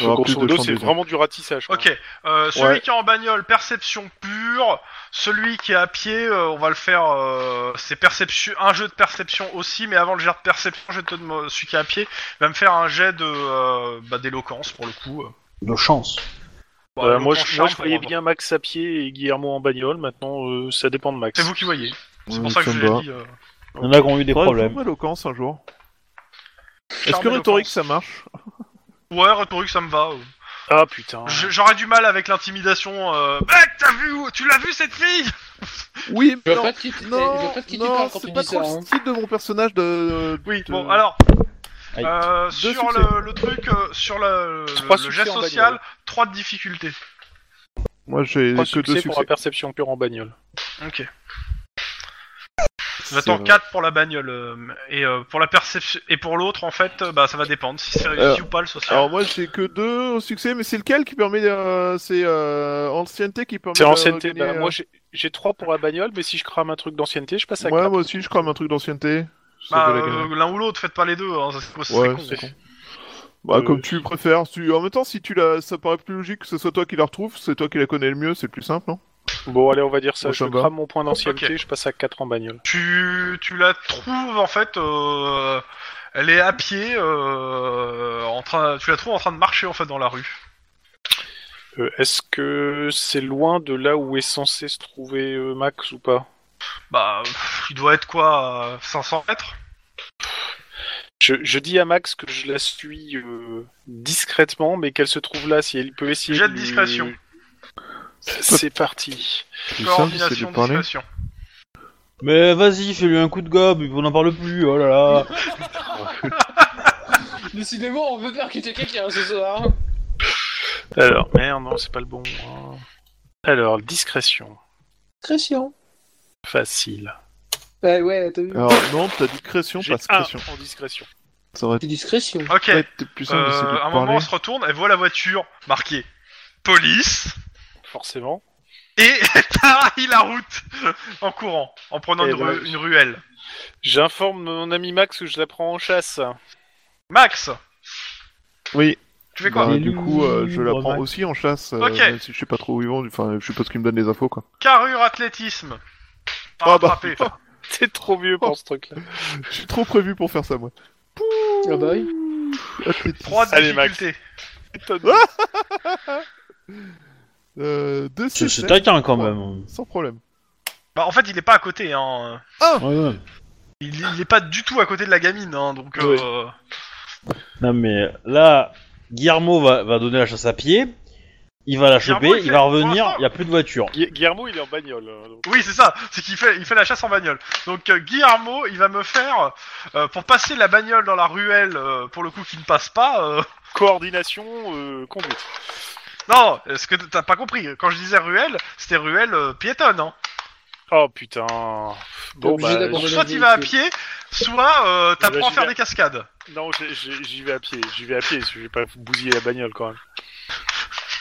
Speaker 5: Alors,
Speaker 4: grosso
Speaker 5: plus de
Speaker 4: modo,
Speaker 5: champs
Speaker 4: c'est
Speaker 5: de vision.
Speaker 4: vraiment du ratissage. quoi.
Speaker 1: Ok. euh, celui
Speaker 4: Ouais.
Speaker 1: qui est en bagnole, perception pure. Celui qui est à pied, euh, on va le faire. euh, c'est perception, un jeu de perception aussi, mais avant le jet de perception, je te demande celui qui est à pied va me faire un jet de euh, bah, d'éloquence pour le coup. euh.
Speaker 2: De chance.
Speaker 1: Bon,
Speaker 4: Euh, moi,
Speaker 1: éloquence,
Speaker 4: je, moi
Speaker 1: charme,
Speaker 4: je voyais
Speaker 1: pour-
Speaker 4: bien Max à pied et Guillermo en bagnole. Maintenant euh, ça dépend de Max.
Speaker 1: C'est vous qui voyez. C'est
Speaker 5: Ouais,
Speaker 1: pour ça que je
Speaker 5: me
Speaker 1: vous
Speaker 5: va.
Speaker 1: ai dit. euh,
Speaker 2: Il y en a qui ont eu des
Speaker 5: Faudrait
Speaker 2: problèmes.
Speaker 5: faire éloquence un jour. Est-ce
Speaker 1: charme,
Speaker 5: que rhétorique
Speaker 1: éloquence.
Speaker 5: ça marche
Speaker 1: Ouais, rhétorique, ça me va. euh.
Speaker 4: Ah putain.
Speaker 1: Je- J'aurais du mal avec l'intimidation. Euh... Mec, t'as vu où- Tu l'as vu cette fille
Speaker 5: Oui,
Speaker 3: Je vois
Speaker 5: mais non,
Speaker 3: pas de qui, eh,
Speaker 5: non,
Speaker 3: je vois pas de qui tu
Speaker 5: non,
Speaker 3: parles quand tu
Speaker 5: c'est pas
Speaker 3: dis ça.
Speaker 5: trop
Speaker 3: hein.
Speaker 5: le style de mon personnage de.
Speaker 1: Oui.
Speaker 5: de-
Speaker 1: Bon, alors
Speaker 2: Aïe.
Speaker 1: euh, sur
Speaker 5: succès.
Speaker 1: le, le truc, euh, sur le, le-
Speaker 4: Trois
Speaker 1: le
Speaker 4: succès
Speaker 1: geste
Speaker 4: en
Speaker 1: social,
Speaker 4: bagnole.
Speaker 1: trois de difficulté.
Speaker 5: Moi, j'ai
Speaker 4: Trois
Speaker 5: que deux
Speaker 4: succès Ah, pour
Speaker 5: succès.
Speaker 4: la perception pure en bagnole.
Speaker 1: Ok.
Speaker 5: C'est,
Speaker 1: J'attends
Speaker 5: euh,
Speaker 1: 4 pour la bagnole. euh, et euh, pour la perception. Et pour l'autre, en fait, euh, bah, ça va dépendre si c'est réussi ou pas le social.
Speaker 5: Euh, Alors moi j'ai que deux succès, mais c'est lequel qui permet euh, c'est euh, ancienneté qui permet.
Speaker 4: C'est
Speaker 5: de
Speaker 4: ancienneté.
Speaker 5: gagner,
Speaker 4: bah,
Speaker 5: euh,
Speaker 4: Moi, j'ai- j'ai 3 pour la bagnole, mais si je crame un truc d'ancienneté, je passe à
Speaker 5: ouais,
Speaker 4: 4.
Speaker 5: moi aussi je crame un truc d'ancienneté. Ça
Speaker 1: Bah,
Speaker 5: peut la gagner.
Speaker 1: euh, L'un ou l'autre, faites pas les deux. hein, c'est c'est
Speaker 5: Ouais,
Speaker 1: con.
Speaker 5: c'est con. Bah,
Speaker 4: euh,
Speaker 5: comme tu préfères. Tu... En même temps, si tu la... ça paraît plus logique que ce soit toi qui la retrouve, c'est toi qui la connais le mieux, c'est le plus simple, non
Speaker 4: Bon, allez, on va dire ça.
Speaker 5: Bon,
Speaker 4: je
Speaker 5: ça va.
Speaker 4: crame mon point d'ancienneté, je passe à 4 en bagnole.
Speaker 1: Tu, tu la trouves en fait, euh, elle est à pied, euh, en train, tu la trouves en train de marcher en fait dans la rue.
Speaker 4: Euh, Est-ce que c'est loin de là où est censé se trouver euh, Max ou pas
Speaker 1: Bah, pff, il doit être quoi, à 500 mètres
Speaker 4: je, je dis à Max que je la suis euh, discrètement, mais qu'elle se trouve là si elle peut essayer.
Speaker 1: Jet de
Speaker 4: lui-
Speaker 1: discrétion.
Speaker 4: C'est parti.
Speaker 5: Plus simple, c'est
Speaker 1: Coordination,
Speaker 5: de parler.
Speaker 1: discrétion.
Speaker 2: Mais vas-y, fais-lui un coup de gobe, on n'en parle plus, oh là là.
Speaker 3: Décidément, on veut percuter quelqu'un ce soir.
Speaker 4: Alors, merde, non, c'est pas le bon. hein. Alors, discrétion.
Speaker 3: Très chiant.
Speaker 4: Facile.
Speaker 3: Bah ouais, t'as vu.
Speaker 5: Alors non, t'as discrétion,
Speaker 4: J'ai
Speaker 3: Ah,
Speaker 5: pas
Speaker 4: un
Speaker 5: discrétion.
Speaker 4: Ah, en discrétion.
Speaker 5: Ça aurait
Speaker 3: C'est discrétion.
Speaker 1: Ok,
Speaker 5: peut-être plus simple d'essayer
Speaker 1: euh,
Speaker 5: de
Speaker 1: à un moment
Speaker 5: parler.
Speaker 1: on se retourne, elle voit la voiture marquée police
Speaker 4: Forcément.
Speaker 1: et elle tarie la route en courant, en prenant
Speaker 4: Eh
Speaker 1: une,
Speaker 4: ben.
Speaker 1: ru- une ruelle.
Speaker 4: J'informe mon ami Max que je la prends en chasse.
Speaker 1: Max,
Speaker 5: Oui,
Speaker 1: tu fais quoi
Speaker 5: bah, du coup, euh, je la
Speaker 2: Libre,
Speaker 5: prends
Speaker 2: Max.
Speaker 5: aussi en chasse, euh,
Speaker 1: Ok.
Speaker 5: même si je sais pas trop où ils vont, enfin, je sais pas ce qu'ils me donnent les infos, quoi.
Speaker 1: Carrure athlétisme. Pas
Speaker 5: Ah bah.
Speaker 1: rattrapé.
Speaker 4: T'es trop vieux pour ce truc-là.
Speaker 5: Je suis trop prévu pour faire ça, moi.
Speaker 3: Ah bah oui.
Speaker 5: Athlétisme.
Speaker 1: Trois
Speaker 4: Allez, Max.
Speaker 1: difficultés.
Speaker 3: Ah
Speaker 5: Euh, deux
Speaker 2: C'est c'est
Speaker 5: succès,
Speaker 2: taquin quand même.
Speaker 5: sans problème.
Speaker 1: Bah, en fait, il est pas à côté. Hein.
Speaker 2: Ouais, ouais.
Speaker 1: Il, il est pas du tout à côté de la gamine, hein, donc.
Speaker 4: Ouais.
Speaker 1: euh,
Speaker 2: Non mais là, Guillermo va, va donner la chasse à pied, il va la choper,
Speaker 1: Guillermo, il
Speaker 2: il
Speaker 1: fait-
Speaker 2: va revenir,
Speaker 1: pour
Speaker 2: il n'y a plus de voiture.
Speaker 4: Gui- Guillermo, il est en bagnole. hein, donc.
Speaker 1: Oui, c'est ça. C'est qu'il fait, il fait la chasse en bagnole. Donc euh, Guillermo, il va me faire euh, pour passer la bagnole dans la ruelle, euh, pour le coup qui ne passe pas. euh,
Speaker 4: Coordination, euh, conduite.
Speaker 1: Non, euh, ce que t'as pas compris. Quand je disais ruelle, c'était ruelle euh, piétonne. Hein.
Speaker 4: Oh putain. Bon,
Speaker 3: obligé
Speaker 4: bah,
Speaker 3: d'abandonner.
Speaker 1: Donc
Speaker 3: Ruelle
Speaker 1: soit il va à
Speaker 3: véhicule.
Speaker 1: pied, soit euh, t'apprends à
Speaker 4: Imaginaire.
Speaker 1: faire des cascades.
Speaker 4: j- non, j'ai- j'ai- j'y vais à pied. J'y vais à pied. Je vais pas vous bousiller la bagnole quand même.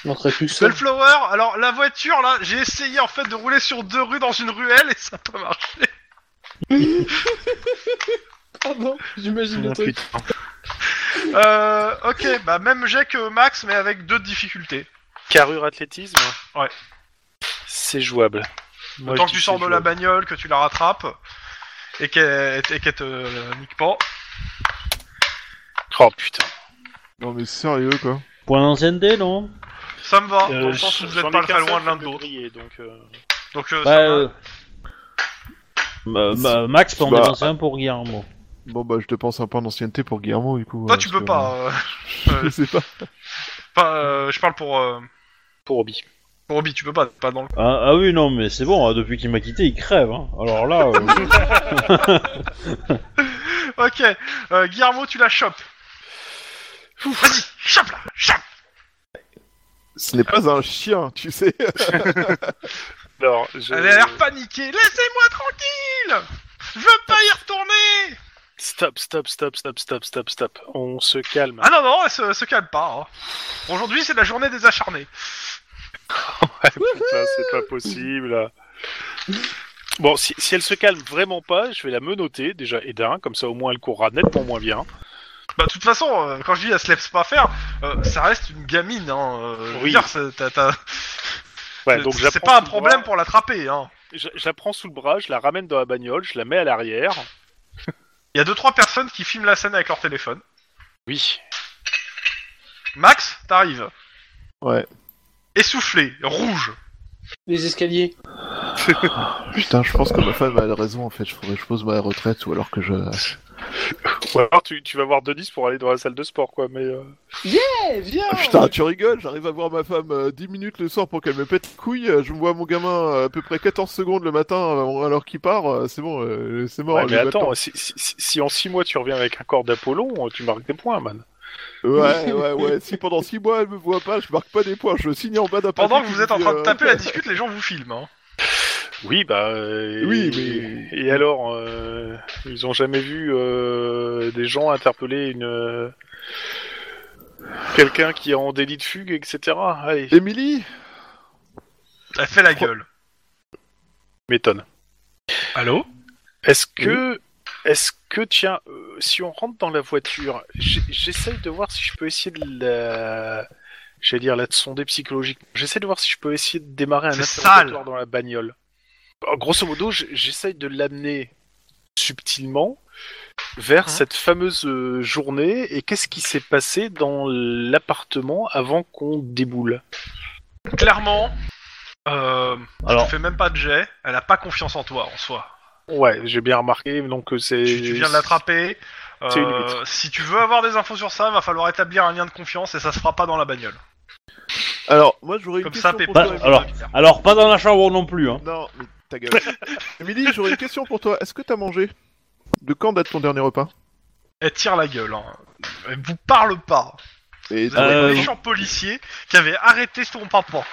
Speaker 3: Je montrerai plus ça.
Speaker 1: Bellflower, alors la voiture là, j'ai essayé en fait de rouler sur deux rues dans une ruelle et ça peut marcher.
Speaker 3: Ah non, j'imagine le truc.
Speaker 1: Euh, ok, bah même jet que Max, mais avec deux difficultés.
Speaker 4: Carrure athlétisme.
Speaker 1: Ouais.
Speaker 4: C'est jouable. Moi,
Speaker 1: Tant
Speaker 4: je
Speaker 1: que
Speaker 4: dis
Speaker 1: tu sors
Speaker 4: c'est
Speaker 1: de la
Speaker 4: jouable.
Speaker 1: bagnole, que tu la rattrapes et qu'elle et qu'elle te euh, nique pas.
Speaker 4: Oh putain.
Speaker 5: Non mais sérieux, quoi.
Speaker 2: Point d'ancienneté, non
Speaker 1: Ça me va, Ah, dans
Speaker 4: Euh,
Speaker 1: le sens où vous
Speaker 4: j'en
Speaker 1: êtes
Speaker 4: ai
Speaker 1: pas
Speaker 4: qu'un
Speaker 1: très
Speaker 4: seul
Speaker 1: loin de l'un
Speaker 4: qui
Speaker 1: de
Speaker 4: peut
Speaker 1: l'autre.
Speaker 4: briller, donc, euh,
Speaker 1: Donc euh,
Speaker 2: Bah,
Speaker 1: ça va.
Speaker 2: euh, ma- ma- Max peut en
Speaker 5: Bah.
Speaker 2: dépenser un pour Guillermo.
Speaker 5: Bon bah je dépense un point d'ancienneté pour Guillermo du coup.
Speaker 1: toi
Speaker 5: euh,
Speaker 1: tu
Speaker 5: parce
Speaker 1: peux
Speaker 5: que,
Speaker 1: pas.
Speaker 5: euh,
Speaker 1: euh,
Speaker 5: je sais pas.
Speaker 1: pas, euh, je parle pour euh,
Speaker 4: Pour Obi.
Speaker 1: pour Obi, tu peux pas, t'es pas dans le.
Speaker 2: Ah, ah oui, non, mais c'est bon, hein, depuis qu'il m'a quitté, il crève. hein. Alors là, euh,
Speaker 1: Ok, euh, Guillermo, tu la chopes. Vas-y, chope la, chope.
Speaker 5: Ce n'est pas un chien, tu sais.
Speaker 4: Alors, je-
Speaker 1: Elle a l'air paniquée. Laissez-moi tranquille. Je veux pas y retourner.
Speaker 4: Stop, stop, stop, stop, stop, stop, stop. On se calme.
Speaker 1: Ah non non, elle se, se calme pas. hein. Aujourd'hui c'est la journée des acharnés.
Speaker 4: Putain, c'est pas possible. Bon, si, si elle se calme vraiment pas, je vais la menoter déjà et d'un, comme ça au moins elle courra nettement moins bien.
Speaker 1: Bah, de toute façon, euh, quand je dis elle se laisse pas faire, euh, ça reste une gamine, hein. euh, je veux
Speaker 4: Oui.
Speaker 1: dire, c'est t'as- t'as-
Speaker 4: Ouais, donc
Speaker 1: c'est-
Speaker 4: j'apprends
Speaker 1: c'est pas un
Speaker 4: sous le
Speaker 1: problème
Speaker 4: bras-
Speaker 1: pour l'attraper, hein.
Speaker 4: j'a- J'apprends sous le bras, je la ramène dans la bagnole, je la mets à l'arrière.
Speaker 1: Il y a deux trois personnes qui filment la scène avec leur téléphone.
Speaker 4: Oui.
Speaker 1: Max, t'arrives.
Speaker 5: Ouais.
Speaker 1: Essoufflé, rouge.
Speaker 3: Les escaliers.
Speaker 5: Oh, Putain, je pense que ma femme elle a raison en fait. Je faudrait que je pose ma retraite ou alors que je.
Speaker 4: Ou alors tu, tu vas voir Denis pour aller dans la salle de sport, quoi. Mais euh,
Speaker 3: Eh, viens
Speaker 5: Ah, putain, tu rigoles. J'arrive à voir ma femme euh, 10 minutes le soir pour qu'elle me pète les couilles. Euh, Je vois mon gamin euh, à peu près 14 secondes le matin euh, alors qu'il part. euh, C'est bon, euh, c'est mort.
Speaker 4: ouais,
Speaker 5: je
Speaker 4: mais
Speaker 5: vais
Speaker 4: attends,
Speaker 5: attendre.
Speaker 4: si, si- si- si en six mois tu reviens avec un corps d'Apollon, tu euh, marques des points, man.
Speaker 5: Ouais, ouais, ouais. Si pendant 6 mois elle me voit pas, je marque pas des points, je signe en bas d'un
Speaker 1: Pendant que
Speaker 5: papier
Speaker 1: vous
Speaker 5: qui
Speaker 1: êtes en
Speaker 5: dit,
Speaker 1: train de
Speaker 5: euh,
Speaker 1: taper la discute, les gens vous filment. Hein.
Speaker 4: Oui, bah. euh,
Speaker 5: Oui,
Speaker 4: et- Et alors, euh, ils ont jamais vu euh, des gens interpeller une. euh, Quelqu'un qui est en délit de fugue, etc. Allez,
Speaker 5: Émilie
Speaker 1: Elle fait la gueule.
Speaker 4: m'étonne.
Speaker 1: Allô
Speaker 4: Est-ce que. Est-ce que, tiens, euh, si on rentre dans la voiture, j'ai- j'essaye de voir si je peux essayer de la. J'allais dire la de sonder psychologiquement. J'essaie de voir si je peux essayer de démarrer un
Speaker 1: C'est
Speaker 4: interrogatoire
Speaker 1: sale.
Speaker 4: dans la bagnole. Alors, grosso modo, j- j'essaye de l'amener subtilement vers
Speaker 1: Mhm.
Speaker 4: cette fameuse euh, journée et qu'est-ce qui s'est passé dans l'appartement avant qu'on déboule.
Speaker 1: Clairement, euh,
Speaker 2: Alors,
Speaker 1: elle fait même pas de jet. Elle a pas confiance en toi en soi.
Speaker 4: Ouais, j'ai bien remarqué, donc euh, c'est.
Speaker 1: Tu, tu viens de l'attraper.
Speaker 4: C'est une
Speaker 1: Euh,
Speaker 4: limite.
Speaker 1: si tu veux avoir des infos sur ça, va falloir établir un lien de confiance et ça se fera pas dans la bagnole.
Speaker 5: Alors, moi j'aurais une
Speaker 1: Comme
Speaker 5: question
Speaker 1: ça, t'es
Speaker 5: pour
Speaker 1: pas.
Speaker 5: toi.
Speaker 2: Bah, alors. alors pas dans la chambre non plus. Hein.
Speaker 5: Non, mais ta gueule. Émilie, j'aurais une question pour toi. Est-ce que t'as mangé De quand date ton dernier repas
Speaker 1: Elle tire la gueule. Hein. Elle vous parle pas.
Speaker 5: Et
Speaker 1: Vous avez
Speaker 2: Euh,
Speaker 1: un méchant policier qui avait arrêté son papa.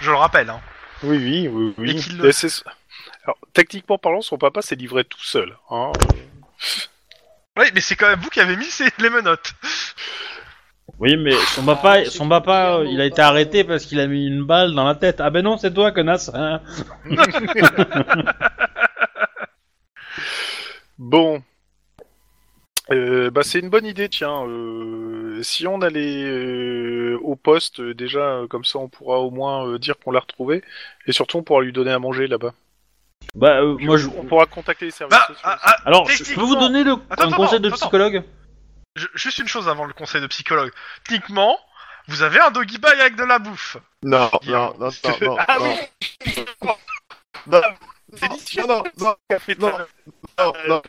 Speaker 1: Je le rappelle. Hein.
Speaker 4: Oui, oui, oui, oui.
Speaker 1: Et qu'il le-
Speaker 4: Et c'est- Alors, tactiquement parlant, son papa s'est livré tout seul. Hein.
Speaker 1: Oui, mais c'est quand même vous qui avez mis ces- les menottes.
Speaker 2: Oui, mais son papa, son papa, euh, il a été arrêté parce qu'il a mis une balle dans la tête. Ah ben non, c'est toi, connasse. hein.
Speaker 4: Bon. Euh, bah, c'est une bonne idée, tiens. Euh, si on allait euh, au poste, euh, déjà, euh, comme ça, on pourra au moins euh, dire qu'on l'a retrouvé. Et surtout, on pourra lui donner à manger là-bas.
Speaker 2: Bah euh, moi, je...
Speaker 4: On pourra contacter les services
Speaker 1: Bah,
Speaker 4: sociaux.
Speaker 1: ah, ah,
Speaker 2: alors je peux vous donner le...
Speaker 1: Attends,
Speaker 2: un
Speaker 1: attends,
Speaker 2: conseil de
Speaker 1: attends.
Speaker 2: psychologue.
Speaker 1: je- juste une chose avant le conseil de psychologue. Techniquement, vous avez un doggy bag avec de la bouffe.
Speaker 5: Non, non, non, non, non.
Speaker 4: Ah
Speaker 5: non. Non, non, non, non, non, non, non,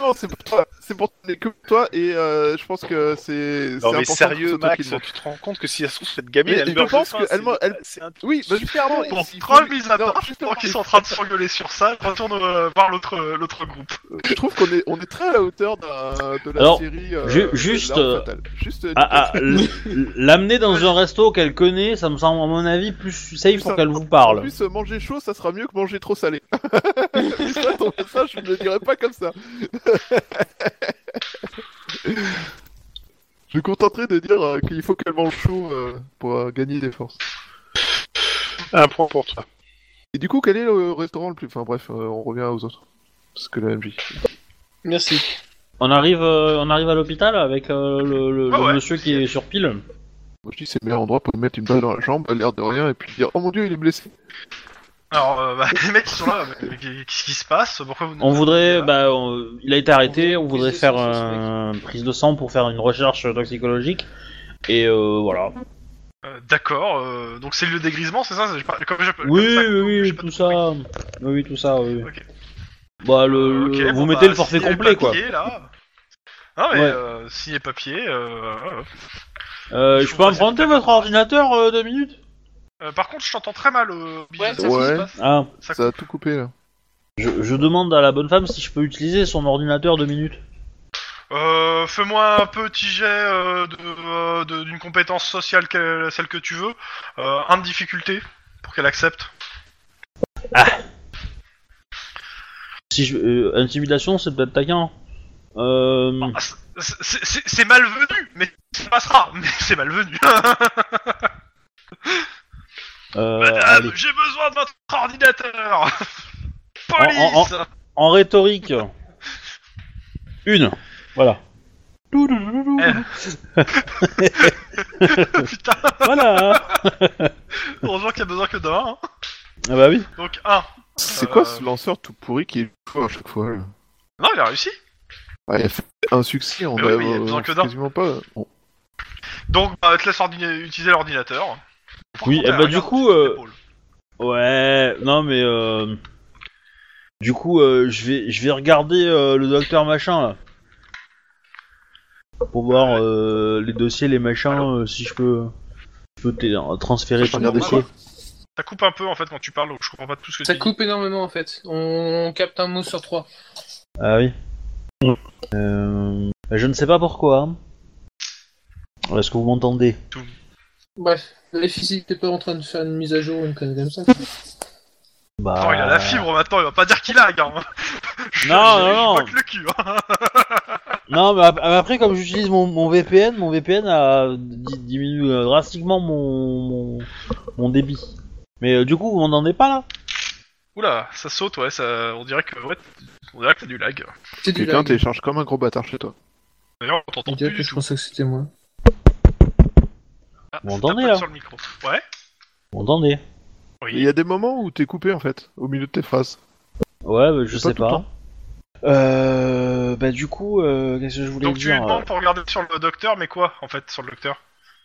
Speaker 5: non, c'est pour toi, c'est pour toi, que toi, et euh, je pense que c'est. c'est
Speaker 4: Non, mais
Speaker 5: important que ce
Speaker 4: sérieux,
Speaker 5: soit toi
Speaker 4: Max,
Speaker 5: qui le-
Speaker 4: tu te rends compte que si ça se trouve, cette gamine,
Speaker 5: Mais
Speaker 4: elle
Speaker 5: je
Speaker 4: meurt de
Speaker 5: pense
Speaker 4: faim,
Speaker 5: que
Speaker 4: c'est-
Speaker 5: elle me- elle-
Speaker 4: c'est un-
Speaker 5: Oui, bah justement,
Speaker 1: Bon,
Speaker 5: il faut-
Speaker 1: preuve mise à
Speaker 5: Non,
Speaker 1: part,
Speaker 5: justement,
Speaker 1: pendant qu'ils sont en train de s'engueuler sur ça, retourne euh, voir l'autre l'autre groupe.
Speaker 5: Je trouve qu'on est, on est très à la hauteur d'un- de la
Speaker 2: Alors,
Speaker 5: série. euh,
Speaker 2: ju- juste,
Speaker 5: L'Arme
Speaker 2: euh,
Speaker 5: Fatale. Juste,
Speaker 2: Ah, ah, l- l'amener dans un resto qu'elle connaît, ça me semble à mon avis plus safe pour qu'elle vous parle.
Speaker 5: En plus, euh, manger chaud, ça sera mieux que manger trop salé. Mais ça, ton message, je ne le dirais pas comme ça. je me contenterai de dire euh, qu'il faut qu'elle mange chaud euh, pour euh, gagner des forces.
Speaker 4: Un point pour toi.
Speaker 5: Et du coup, quel est le restaurant le plus... Enfin bref, euh, on revient aux autres. Parce que la MJ.
Speaker 3: Merci.
Speaker 2: On arrive, euh, on arrive à l'hôpital avec euh, le, le-
Speaker 1: Ouais,
Speaker 2: le
Speaker 1: Ah ouais.
Speaker 2: monsieur qui est sur pile.
Speaker 5: Moi, je dis c'est le meilleur endroit pour lui mettre une balle dans la jambe, l'air de rien, et puis dire « Oh mon dieu, il est blessé
Speaker 1: Alors, euh, bah, les mecs qui sont là, mais- mais qu'est-ce qui se passe Pourquoi vous... euh,
Speaker 2: On voudrait, bah, on- il a été arrêté, on
Speaker 3: Prise
Speaker 2: voudrait
Speaker 3: de
Speaker 2: faire
Speaker 3: sang,
Speaker 2: un- une prise de sang pour faire une recherche toxicologique. Et euh, voilà.
Speaker 1: Euh, D'accord, euh, donc c'est le lieu de dégrisement, c'est ça C'est- j'ai pas- comme j'ai pas-
Speaker 2: Oui,
Speaker 1: comme ça-
Speaker 2: oui,
Speaker 1: j'ai
Speaker 2: oui,
Speaker 1: pas
Speaker 2: tout ça. Oui, oui, tout ça, oui.
Speaker 1: Ok.
Speaker 2: Bah, le,
Speaker 1: Ok,
Speaker 2: le-
Speaker 1: bon,
Speaker 2: vous
Speaker 1: bah,
Speaker 2: mettez le forfait
Speaker 1: signez
Speaker 2: complet, quoi.
Speaker 1: papier, là. Non, mais
Speaker 2: Ouais.
Speaker 1: euh, signer papier. euh, euh,
Speaker 2: Euh, je
Speaker 1: Je
Speaker 2: peux
Speaker 1: vous
Speaker 2: emprunter votre ordinateur euh, deux minutes
Speaker 1: euh, par contre, je t'entends très mal. Euh, Bijou,
Speaker 3: Ouais,
Speaker 1: ça-
Speaker 3: ça,
Speaker 5: Ouais.
Speaker 3: se passe.
Speaker 2: Ah, »
Speaker 1: ça coupe.
Speaker 5: Ça a tout coupé, là.
Speaker 2: je, je demande à la bonne femme si je peux utiliser son ordinateur deux minutes.
Speaker 1: Euh, Fais-moi un petit jet euh, de- euh, de- d'une compétence sociale, que- celle que tu veux. Euh, un de difficulté, pour qu'elle accepte.
Speaker 2: Si je, euh, intimidation, c'est peut-être taquin. Euh,
Speaker 1: Ah, c'est- c'est- C'est c'est malvenu, mais ça passera. Mais c'est malvenu. Bah,
Speaker 2: euh, allez.
Speaker 1: Madame, j'ai besoin de votre ordinateur. Police.
Speaker 2: En- En rhétorique. Une. Voilà.
Speaker 1: Eh. Putain,
Speaker 2: Voilà. hein.
Speaker 1: heureusement qu'il y a besoin que d'un. hein.
Speaker 2: Ah bah oui.
Speaker 1: Donc un.
Speaker 5: C'est
Speaker 1: Euh,
Speaker 5: quoi ce lanceur tout pourri qui est fou à chaque fois, là
Speaker 1: Non, il a réussi.
Speaker 5: Ouais, il a fait un succès, on
Speaker 1: Mais
Speaker 5: a
Speaker 1: oui, mais il y a besoin que d'un.
Speaker 5: quasiment pas... Bon.
Speaker 1: Donc, bah, te laisse ordina- utiliser l'ordinateur. Par
Speaker 2: Oui,
Speaker 1: contre,
Speaker 2: eh
Speaker 1: elle
Speaker 2: bah,
Speaker 1: regarde
Speaker 2: du coup,
Speaker 1: au-dessus de
Speaker 2: euh,
Speaker 1: l'épaule.
Speaker 2: Ouais. Non mais euh, du coup euh, je vais je vais regarder euh, le docteur machin là pour voir euh, les dossiers les machins euh, si je peux je peux t'aider, euh, transférer
Speaker 5: Je
Speaker 2: ton
Speaker 5: regarde
Speaker 2: dossier.
Speaker 1: Ça coupe un peu en fait quand tu parles, donc je comprends pas tout ce que
Speaker 3: Ça
Speaker 1: tu
Speaker 3: coupe énormément en fait. On capte un mot sur trois.
Speaker 2: Ah oui. Euh, Je ne sais pas pourquoi. hein. Est-ce que vous m'entendez
Speaker 3: Bref, les physiques, t'es pas en train de faire une mise à jour ou une connerie comme ça.
Speaker 2: Bah...
Speaker 1: Oh, il a la fibre maintenant, il va pas dire qu'il a, gars. Je-
Speaker 2: Non,
Speaker 1: je-
Speaker 2: non,
Speaker 1: je
Speaker 2: non.
Speaker 1: pointe le cul, hein.
Speaker 2: Non, mais ap- après, comme j'utilise mon, mon VPN, mon VPN a di- diminué euh, drastiquement mon, mon, mon débit. Mais euh, du coup, vous m'entendez pas là
Speaker 1: Oula, ça saute, ouais, ça... on dirait que ouais, on dirait que t'as du lag.
Speaker 3: C'est du
Speaker 5: Quelqu'un
Speaker 3: lag.
Speaker 5: télécharge comme un gros bâtard chez toi.
Speaker 1: D'ailleurs, on t'entend
Speaker 3: On
Speaker 1: plus
Speaker 3: dirait que
Speaker 1: du
Speaker 3: je
Speaker 1: tout.
Speaker 3: pensais que c'était moi.
Speaker 1: Ah,
Speaker 2: Vous
Speaker 1: ça
Speaker 2: m'entendez,
Speaker 1: tape
Speaker 2: là
Speaker 1: sur le micro. Ouais.
Speaker 2: Vous m'entendez
Speaker 1: Oui.
Speaker 5: Il y a des moments où t'es coupé en fait, au milieu de tes phrases.
Speaker 2: Ouais, bah, je
Speaker 5: C'est pas
Speaker 2: sais
Speaker 5: tout le
Speaker 2: pas.
Speaker 5: temps.
Speaker 2: Euh, bah du coup, euh, qu'est-ce que je voulais
Speaker 1: Donc tu
Speaker 2: dire
Speaker 1: lui demandes pour regarder sur le docteur, mais quoi en fait sur le docteur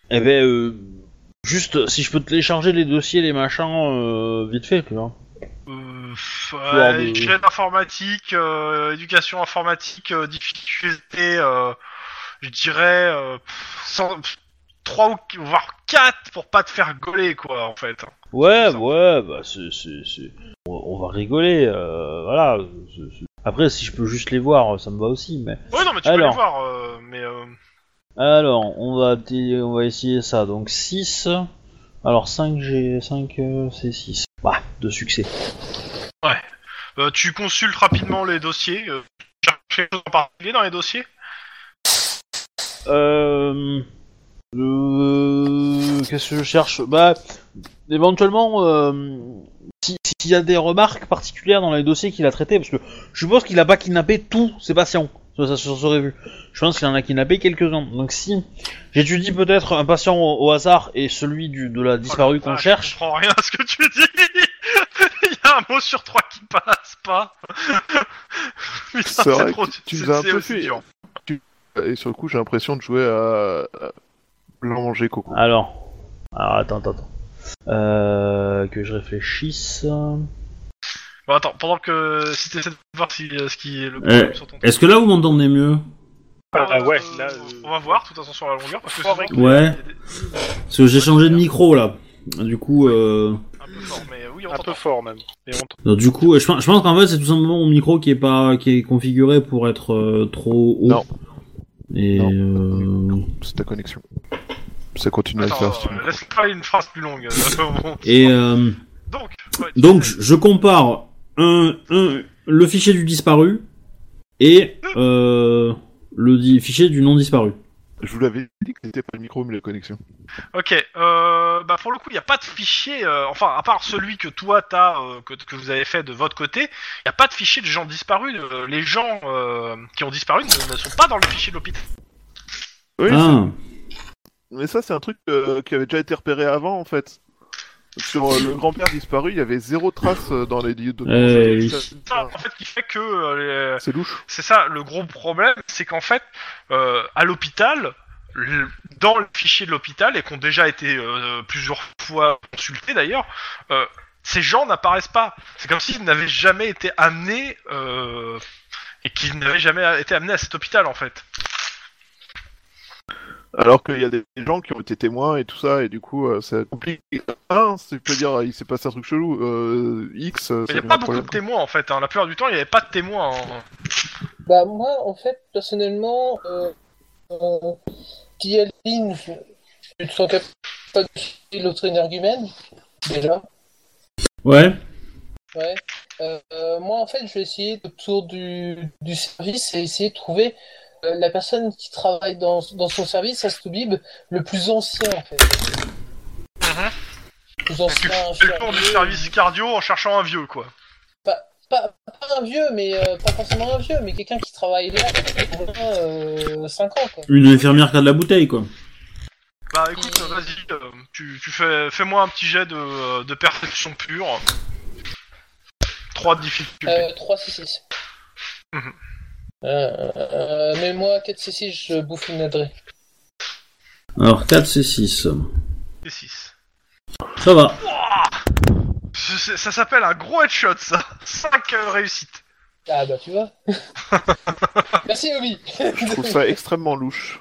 Speaker 2: Eh ben, euh, juste si je peux télécharger les dossiers, les machins, euh, vite fait, tu vois.
Speaker 1: euh,
Speaker 2: Genre de-
Speaker 1: ouais, Hygiène informatique, euh, éducation informatique, euh, difficulté, euh, je dirais euh, 3 ou voire 4 pour pas te faire gauler quoi en fait.
Speaker 2: Ouais,
Speaker 1: C'est ça.
Speaker 2: ouais, bah c'est, c'est, c'est- on, on va rigoler, euh, voilà. c'est- c'est- Après, si je peux juste les voir, ça me va aussi, mais.
Speaker 1: Ouais non mais tu peux
Speaker 2: Alors.
Speaker 1: les voir, euh, mais euh,
Speaker 2: Alors, on va, dé- on va essayer ça. Donc 6. Alors 5, j'ai 5, c'est 6. Bah, deux succès.
Speaker 1: euh, tu consultes rapidement les dossiers. Euh, tu cherches quelque chose en particulier dans les dossiers
Speaker 2: Euh. euh, Qu'est-ce que je cherche Bah, éventuellement, euh, si- si- s'il y a des remarques particulières dans les dossiers qu'il a traités, parce que je suppose qu'il a pas kidnappé tous ses patients, ça, ça se serait vu. Je pense qu'il en a kidnappé quelques-uns. Donc si j'étudie peut-être un patient au, au hasard et celui du, de la disparue
Speaker 1: Ah,
Speaker 2: qu'on cherche,
Speaker 1: Je comprends rien à ce que tu dis. Il y a un mot sur trois qui passe pas. Putain,
Speaker 5: C'est vrai que tu nous as un
Speaker 1: c'est
Speaker 5: peu
Speaker 1: aussi
Speaker 5: fait.
Speaker 1: dur.
Speaker 5: Et sur le coup, j'ai l'impression de jouer à. à Blanc manger coco.
Speaker 2: Alors, alors attends, attends, attends. Euh, que je réfléchisse.
Speaker 1: Bon, attends, pendant que si t'essaies de voir si euh, ce qui est le
Speaker 6: Euh,
Speaker 1: sur ton euh,
Speaker 6: Est-ce que là vous m'entendez mieux
Speaker 4: Ah, ouais, là,
Speaker 1: on va voir de toute façon sur la longueur parce que
Speaker 4: Foiré.
Speaker 1: souvent,
Speaker 6: Ouais.
Speaker 1: il y a des-
Speaker 6: Parce que j'ai changé de micro là. Du coup, euh...
Speaker 1: un peu fort, mais oui, on
Speaker 4: un peu
Speaker 1: t'entend.
Speaker 4: fort même. Et on
Speaker 6: non, du coup, euh, je pense, je pense qu'en fait c'est tout simplement mon micro qui est pas, qui est configuré pour être euh, trop haut.
Speaker 5: Non.
Speaker 6: Et
Speaker 5: Non.
Speaker 6: euh,
Speaker 5: C'est ta connexion. Ça continue à le
Speaker 1: Attends,
Speaker 5: faire. si tu veux.
Speaker 1: euh, laisse pas une phrase plus longue. Bon.
Speaker 6: et euh,
Speaker 1: donc, ouais, tu
Speaker 6: donc
Speaker 1: sais,
Speaker 6: je je compare un, un le fichier du disparu et euh, le di- fichier du non disparu.
Speaker 5: Je vous l'avais dit que c'était pas le micro, mais la connexion.
Speaker 1: Ok, euh, bah pour le coup, il n'y a pas de fichier, euh, enfin, à part celui que toi, t'as, euh, que, que vous avez fait de votre côté, il n'y a pas de fichier de gens disparus. euh, les gens euh, qui ont disparu ne, ne sont pas dans le fichier de l'hôpital.
Speaker 5: Oui,
Speaker 6: Ah.
Speaker 5: Mais ça, c'est un truc euh, qui avait déjà été repéré avant, en fait. Sur euh, le grand-père disparu, il y avait zéro trace euh, dans les lieux de...
Speaker 6: Euh, oui.
Speaker 1: Ça, en fait, qui fait que euh, les-
Speaker 5: C'est louche.
Speaker 1: c'est ça le gros problème, c'est qu'en fait, euh, à l'hôpital, le- dans le fichier de l'hôpital, et qui ont déjà été euh, plusieurs fois consultés d'ailleurs, euh, ces gens n'apparaissent pas. C'est comme s'ils n'avaient jamais été amenés euh, et qu'ils n'avaient jamais été amenés à cet hôpital en fait.
Speaker 5: Alors qu'il y a des gens qui ont été témoins et tout ça, et du coup, euh, ça complique. Un, c'est peut dire, euh, il s'est passé un truc chelou. Euh, X, euh,
Speaker 1: Il
Speaker 5: ça
Speaker 1: n'y a
Speaker 5: devient
Speaker 1: pas
Speaker 5: un
Speaker 1: beaucoup
Speaker 5: problème.
Speaker 1: de témoins en fait. hein. La plupart du temps, il n'y avait pas de témoins. hein.
Speaker 3: Bah moi, en fait, personnellement, euh, euh, Pialine, je te sens capable de suivre l'autre énergumène, déjà.
Speaker 6: Ouais.
Speaker 3: Ouais. Euh, euh, moi, en fait, je vais essayer autour du, du service et essayer de trouver euh, la personne qui travaille dans, dans son service à Stoubib, le plus ancien, en fait. Le plus
Speaker 1: Tu
Speaker 3: ancien
Speaker 1: fais le tour du
Speaker 3: infirmier.
Speaker 1: service cardio en cherchant un vieux quoi.
Speaker 3: Pas, pas un vieux, mais euh, pas forcément un vieux, mais quelqu'un qui travaille là depuis au moins euh, 5 ans, quoi.
Speaker 6: Une infirmière qui a de la bouteille quoi.
Speaker 1: Bah écoute, euh, vas-y, euh, tu, tu fais, fais-moi un petit jet de, euh, de perception pure. 3 difficultés.
Speaker 3: Euh, 3 C6.
Speaker 1: Mhm.
Speaker 3: Euh, euh, mais moi, 4 C6, je bouffe une adrée.
Speaker 6: Alors 4 c'est 6.
Speaker 3: Euh.
Speaker 1: Et 6.
Speaker 6: Ça va.
Speaker 1: Ça s'appelle un gros headshot ça 5 réussites.
Speaker 3: Ah bah tu vois. Merci Obi.
Speaker 5: Je trouve ça extrêmement louche.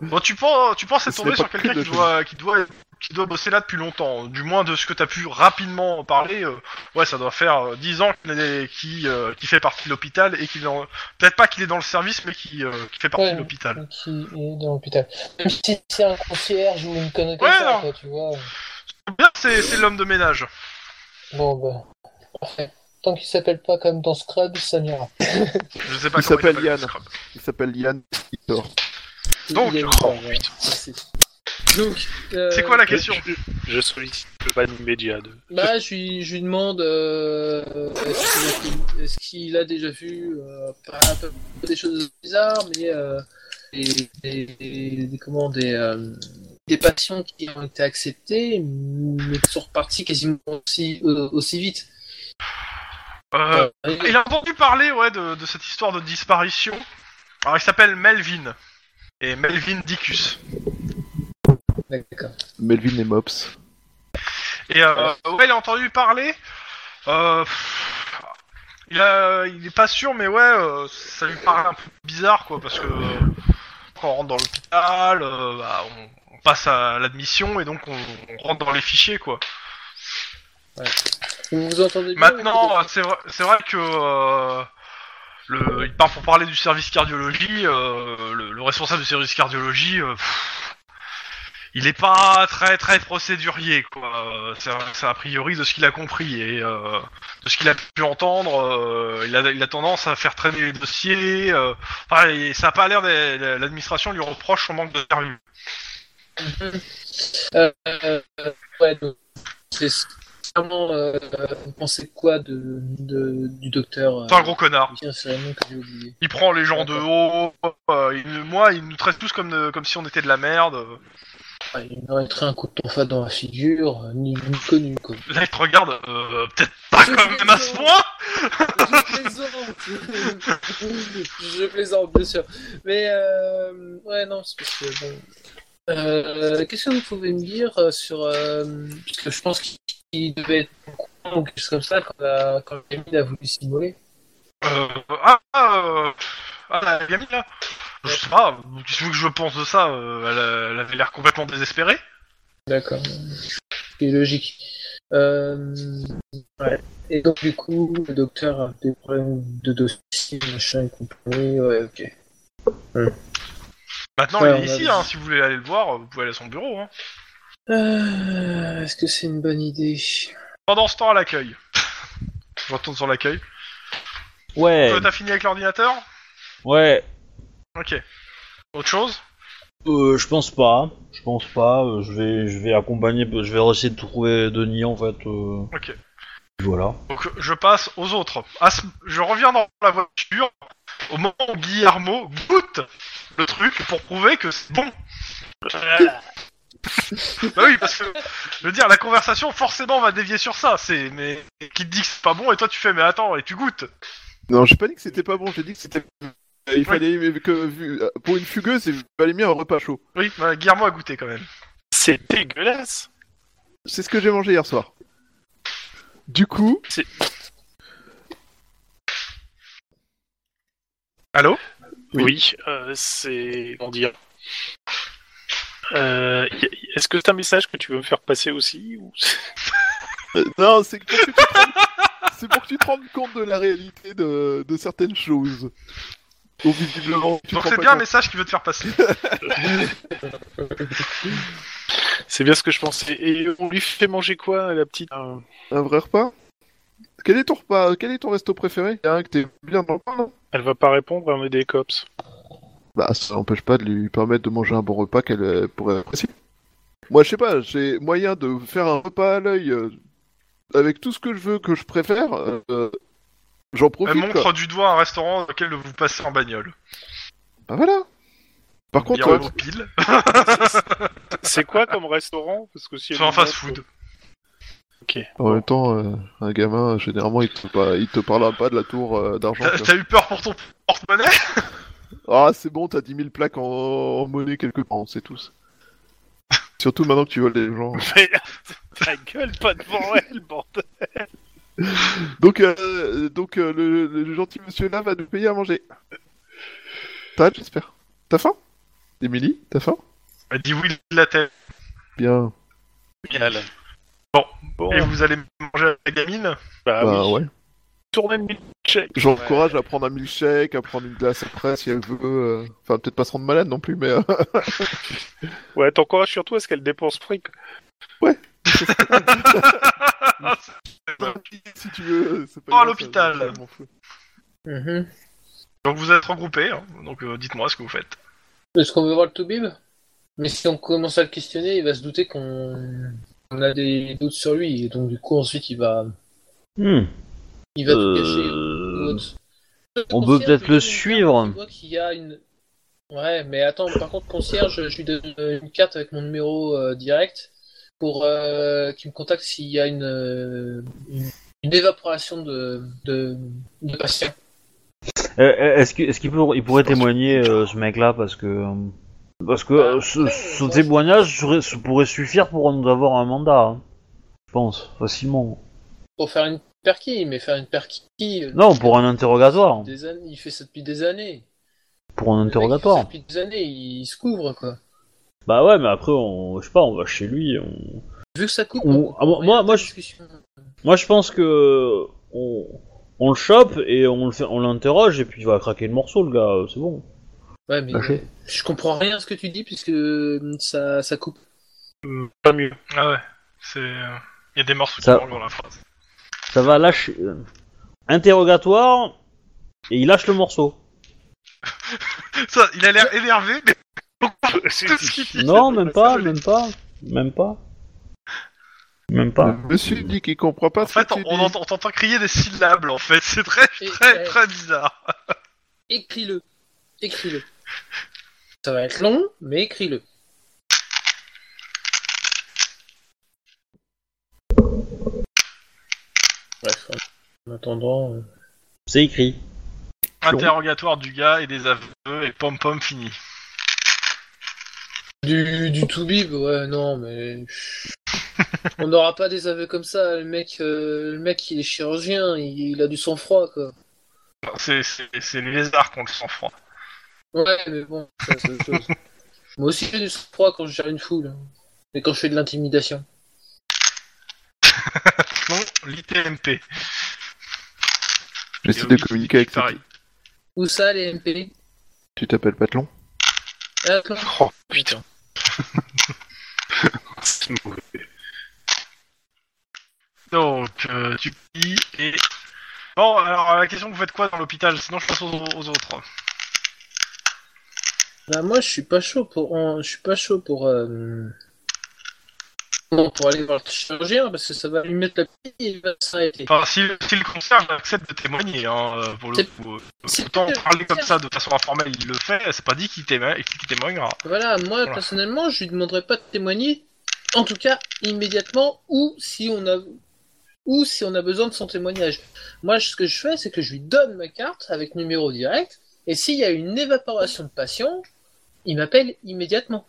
Speaker 1: Bon, tu penses, tu penses être
Speaker 5: Ce
Speaker 1: tombé
Speaker 5: n'est
Speaker 1: sur
Speaker 5: pas que
Speaker 1: quelqu'un
Speaker 5: de
Speaker 1: qui doit, qui doit qui doit bosser là depuis longtemps. Du moins de ce que t'as pu rapidement parler, euh, ouais, ça doit faire euh, 10 ans qu'il est- qu'il euh, qu'il fait partie de l'hôpital et qu'il est en- peut-être pas qu'il est dans le service, mais qui fait partie
Speaker 3: Ouais.
Speaker 1: de l'hôpital.
Speaker 3: qui est dans l'hôpital. Même si c'est un concierge ou une connerie comme
Speaker 1: Ouais,
Speaker 3: ça,
Speaker 1: non.
Speaker 3: quoi, tu vois.
Speaker 1: Bien, c'est c'est l'homme de ménage.
Speaker 3: Bon, bah, parfait. Tant qu'il s'appelle pas comme dans Scrubs, ça m'ira.
Speaker 1: Je sais pas comment
Speaker 5: Il s'appelle
Speaker 1: le
Speaker 5: Yann.
Speaker 1: scrub.
Speaker 5: Il s'appelle Yann Victor.
Speaker 1: Donc,
Speaker 3: Il y a une
Speaker 1: oh,
Speaker 3: part, ouais. Merci. Donc, euh,
Speaker 1: C'est quoi la question
Speaker 4: Je, je sollicite le ban immédiat. de-
Speaker 3: Bah, je lui, je lui demande euh, est-ce qu'il a- est-ce qu'il a, déjà vu euh, pas, pas des choses bizarres, mais euh, des, des, des- des- comment, des, euh, des patients qui ont été acceptés, mais qui sont repartis quasiment aussi, euh, aussi vite.
Speaker 1: Euh,
Speaker 3: Euh,
Speaker 1: Il a entendu parler, ouais, de, de cette histoire de disparition. Alors, il s'appelle Melvin. Et Melvin Dicus.
Speaker 3: D'accord.
Speaker 5: Melvin et Mops.
Speaker 1: Et euh, ouais, il a entendu parler. Euh, pff, il, a, il est pas sûr, mais ouais, euh, ça lui paraît un peu bizarre, quoi, parce que euh, quand on rentre dans l'hôpital, euh, bah, on, on passe à l'admission et donc on, on rentre dans les fichiers, quoi.
Speaker 3: Vous vous entendez bien
Speaker 1: Maintenant, euh, c'est vrai, c'est vrai que euh, le, il part pour parler du service cardiologie. euh, le, le responsable du service cardiologie, euh, pff, il est pas très très procédurier, quoi. Euh, C'est un- c'est a priori de ce qu'il a compris et euh, de ce qu'il a pu entendre. euh, il, a, il a tendance à faire traîner les dossiers. euh, enfin, et ça a pas l'air d'être- l'administration lui reproche son manque de sérieux.
Speaker 3: Euh, euh, ouais, donc, c'est vraiment. Euh, vous pensez quoi de, de- du docteur euh,
Speaker 1: C'est un gros connard.
Speaker 3: Tiens, c'est un nom que j'ai oublié.
Speaker 1: Il prend les gens de haut. euh, il- moi, il nous traite tous comme de- comme si on était de la merde. euh,
Speaker 3: Ah, Il mettrait un coup de tonfa dans la figure, euh, ni vu ni connu quoi.
Speaker 1: Là, il te regarde, euh, peut-être pas quand même à ce point
Speaker 3: Je plaisante Je plaisante, bien sûr. Mais euh, ouais, non, c'est parce que bon. Euh, Qu'est-ce que vous pouvez me dire euh, sur. euh, parce que je pense qu'il qu'il devait être au courant ou quelque chose comme ça quand la, quand la gamine a voulu s'immoler.
Speaker 1: euh, Ah, euh, ah, la gamine là Je sais pas, qu'est-ce que tu veux que je pense de ça Euh, elle, a- elle avait l'air complètement désespérée.
Speaker 3: D'accord. C'est logique. Euh, ouais. Et donc, du coup, le docteur a des problèmes de dossier, machin et compagnie. Ouais, ok.
Speaker 1: Maintenant,
Speaker 3: Ouais,
Speaker 1: il est
Speaker 3: on a
Speaker 1: ici,
Speaker 3: vu.
Speaker 1: hein, si vous voulez aller le voir, vous pouvez aller à son bureau. Hein.
Speaker 3: Euh, Est-ce que c'est une bonne idée
Speaker 1: Pendant ce temps, à l'accueil. je retourne sur l'accueil.
Speaker 2: Ouais,
Speaker 1: Euh, T'as fini avec l'ordinateur
Speaker 2: ouais.
Speaker 1: Ok. Autre chose
Speaker 2: Euh, je pense pas. Je pense pas. Euh, je vais, je vais accompagner. Je vais essayer de trouver Denis en fait. euh.
Speaker 1: Ok.
Speaker 2: Puis Voilà.
Speaker 1: Donc, je passe aux autres. À ce- Je reviens dans la voiture au moment où Guillermo goûte le truc pour prouver que c'est bon.
Speaker 5: Euh.
Speaker 1: bah oui, parce que je veux dire, la conversation forcément va dévier sur ça. C'est mais qui te dit que c'est pas bon et toi tu fais mais attends et tu goûtes.
Speaker 5: Non, j'ai pas dit que c'était pas bon, j'ai dit que c'était. Il fallait que vu- euh, pour une fugueuse, il fallait mieux un repas chaud.
Speaker 1: Oui, bah, Guillermo a goûté quand même.
Speaker 4: C'est dégueulasse.
Speaker 5: C'est ce que j'ai mangé hier soir. Du coup,
Speaker 1: Allô
Speaker 5: Oui.
Speaker 4: Oui, euh, c'est. Comment dire Euh, y- y- Est-ce que c'est un message que tu veux me faire passer aussi ou...
Speaker 5: euh, non, c'est pour, que tu te rendes- c'est pour que tu te rendes compte de la réalité de, de certaines choses. Ou visiblement, tu te
Speaker 1: Donc
Speaker 5: rends
Speaker 1: c'est
Speaker 5: pas
Speaker 1: bien un
Speaker 5: compte.
Speaker 1: message qui veut te faire passer.
Speaker 4: C'est bien ce que je pensais. Et on lui fait manger quoi, la petite Euh,
Speaker 5: Un vrai repas Quel est ton repas Quel est ton resto préféré Il y en a un que t'es bien dans le coin, non
Speaker 4: Elle va pas répondre, on est des cops.
Speaker 5: Bah, ça n'empêche pas de lui permettre de manger un bon repas qu'elle euh, pourrait apprécier. Moi, je sais pas, j'ai moyen de faire un repas à l'œil euh, avec tout ce que je veux, que je préfère. euh, euh, J'en
Speaker 1: Elle
Speaker 5: profite.
Speaker 1: montre
Speaker 5: quoi.
Speaker 1: du doigt un restaurant dans lequel vous passez en bagnole.
Speaker 5: Bah voilà. Par contre, euh,
Speaker 1: Guillermo pile.
Speaker 4: C'est quoi comme restaurant Parce que si
Speaker 1: C'est
Speaker 4: elle
Speaker 1: un
Speaker 4: nous
Speaker 1: fast
Speaker 4: montre-
Speaker 1: food.
Speaker 5: euh, en même temps, euh, un gamin, généralement, il te, pas- il te parlera pas de la tour euh, d'argent.
Speaker 1: T'as
Speaker 5: quoi.
Speaker 1: t'as eu peur pour ton porte-monnaie
Speaker 5: Ah, c'est bon, t'as 10 000 plaques en, en monnaie quelque part, on sait tous. Surtout maintenant que tu voles des gens.
Speaker 4: Mais ta gueule, pas devant elle, bordel
Speaker 5: Donc, euh, donc euh, le, le gentil monsieur là va nous payer à manger. T'as hâte, j'espère. T'as faim Émilie, t'as faim
Speaker 1: Elle dit oui de la tête.
Speaker 5: Bien.
Speaker 4: Génial.
Speaker 1: Bon.
Speaker 4: Bon,
Speaker 1: Et vous allez manger avec la gamine
Speaker 4: bah,
Speaker 5: Bah
Speaker 4: oui.
Speaker 5: ouais.
Speaker 4: Tournez le milkshake.
Speaker 5: J'encourage à prendre un milkshake, à prendre une glace après si elle veut. euh, Enfin, peut-être pas se rendre malade non plus, mais. euh,
Speaker 4: Ouais, t'encourages surtout à ce qu'elle dépense fric.
Speaker 5: si tu veux, euh, c'est
Speaker 1: bah Oh, à
Speaker 5: pas grave,
Speaker 1: l'hôpital.
Speaker 5: ça- je m'en fous.
Speaker 3: Mhm.
Speaker 1: Donc vous êtes regroupés, hein. donc euh, dites-moi ce que vous faites.
Speaker 3: Est-ce qu'on veut voir le Toubib Mais si on commence à le questionner, il va se douter qu'on on a des doutes sur lui. Et donc, du coup, ensuite, il va,
Speaker 2: Hmm.
Speaker 3: il va tout
Speaker 2: Euh,
Speaker 3: cacher. aux autres.
Speaker 2: on peut
Speaker 3: Concierge,
Speaker 2: peut-être le
Speaker 3: je lui donne une
Speaker 2: suivre.
Speaker 3: carte, il voit qu'il y a une... Ouais, mais attends, par contre, concierge, je lui donne euh, une carte avec mon numéro euh, direct pour euh, qu'il me contacte s'il y a une, euh, une, une évaporation de, de, de patients.
Speaker 2: Euh, euh, Est-ce que- est-ce qu'il peut- il pourrait témoigner euh, ce mec-là parce que euh, parce
Speaker 3: Bah,
Speaker 2: que euh, ce, ce témoignage serait- ce pourrait suffire pour nous avoir un mandat, hein. je pense facilement.
Speaker 3: Pour faire une perquille, mais faire une perquille. euh,
Speaker 2: Non, pour un interrogatoire,
Speaker 3: des années- il fait ça depuis des années.
Speaker 2: pour un
Speaker 3: Le mec, il fait ça
Speaker 2: interrogatoire.
Speaker 3: Depuis des années, il, il se couvre quoi.
Speaker 2: Bah ouais, mais après on, je sais pas, on va chez lui. on-
Speaker 3: Vu que ça coupe.
Speaker 2: On-
Speaker 3: on-
Speaker 2: ah, moi-
Speaker 3: on-
Speaker 2: moi-
Speaker 3: on-
Speaker 2: moi, je-
Speaker 3: discussion.
Speaker 2: Moi, je pense que on, on le chope et on le fait, on l'interroge et puis il va craquer le morceau, le gars. euh, C'est bon.
Speaker 3: Ouais, mais
Speaker 2: Ok.
Speaker 3: euh, je comprends rien à ce que tu dis puisque euh, ça, ça coupe.
Speaker 4: Hmm, Pas mieux.
Speaker 1: Ah ouais, c'est... euh, Il y a des morceaux
Speaker 2: Ça-
Speaker 1: qui mangent dans la phrase.
Speaker 2: Ça va lâcher. euh, Interrogatoire et il lâche le morceau.
Speaker 1: Ça, il a l'air énervé, mais... Tout ce qu'il dit.
Speaker 2: Non, même pas, même pas, même pas, même pas.
Speaker 5: Monsieur dit qu'il comprend pas
Speaker 1: En fait, on, on entend, on t'entend crier des syllabes, en fait. C'est très,
Speaker 3: Et-
Speaker 1: très,
Speaker 3: et-
Speaker 1: très bizarre.
Speaker 3: Écris-le. Écris-le. Ça va être long, mais écris-le. Bref, en attendant. euh,
Speaker 2: C'est écrit.
Speaker 1: Interrogatoire du gars et des aveux et pom-pom fini.
Speaker 3: Du, du tout bib, ouais, non, mais. On n'aura pas des aveux comme ça. Le mec, euh, le mec il est chirurgien, il, il a du sang-froid, quoi.
Speaker 1: C'est- C'est c'est les lézards qui ont le sang-froid.
Speaker 3: Ouais, mais bon, ça, c'est autre chose. Moi aussi, j'ai du sang-froid quand je gère une foule. Et quand je fais de l'intimidation.
Speaker 1: Non, l'ITMP.
Speaker 5: J'essaie de communiquer avec toi.
Speaker 1: Pareil.
Speaker 3: Où ça, les MP
Speaker 5: Tu t'appelles Patelon
Speaker 3: Ah, non.
Speaker 4: Oh,
Speaker 3: putain.
Speaker 4: c'est mauvais.
Speaker 1: Donc, euh, tu dis et... Bon, alors, euh, la question, vous faites quoi dans l'hôpital Sinon, je passe aux, aux autres.
Speaker 3: Bah, moi, je suis pas chaud pour. en- Je suis pas chaud pour. euh, Bon, pour aller voir le chirurgien, parce que ça va lui mettre la pile et il va s'arrêter.
Speaker 1: Enfin, si, si le concierge accepte de témoigner, hein, euh, pour le
Speaker 3: C'est-
Speaker 1: coup, euh,
Speaker 3: c'est-
Speaker 1: autant parler comme ça de façon informelle, il le fait, c'est pas dit qu'il témo- qu'il témoignera.
Speaker 3: Voilà, moi
Speaker 1: Voilà.
Speaker 3: personnellement, je lui demanderais pas de témoigner, en tout cas immédiatement, ou si on a ou si on a besoin de son témoignage. Moi, ce que je fais, c'est que je lui donne ma carte avec numéro direct, et s'il y a une évaporation de patient, il m'appelle immédiatement.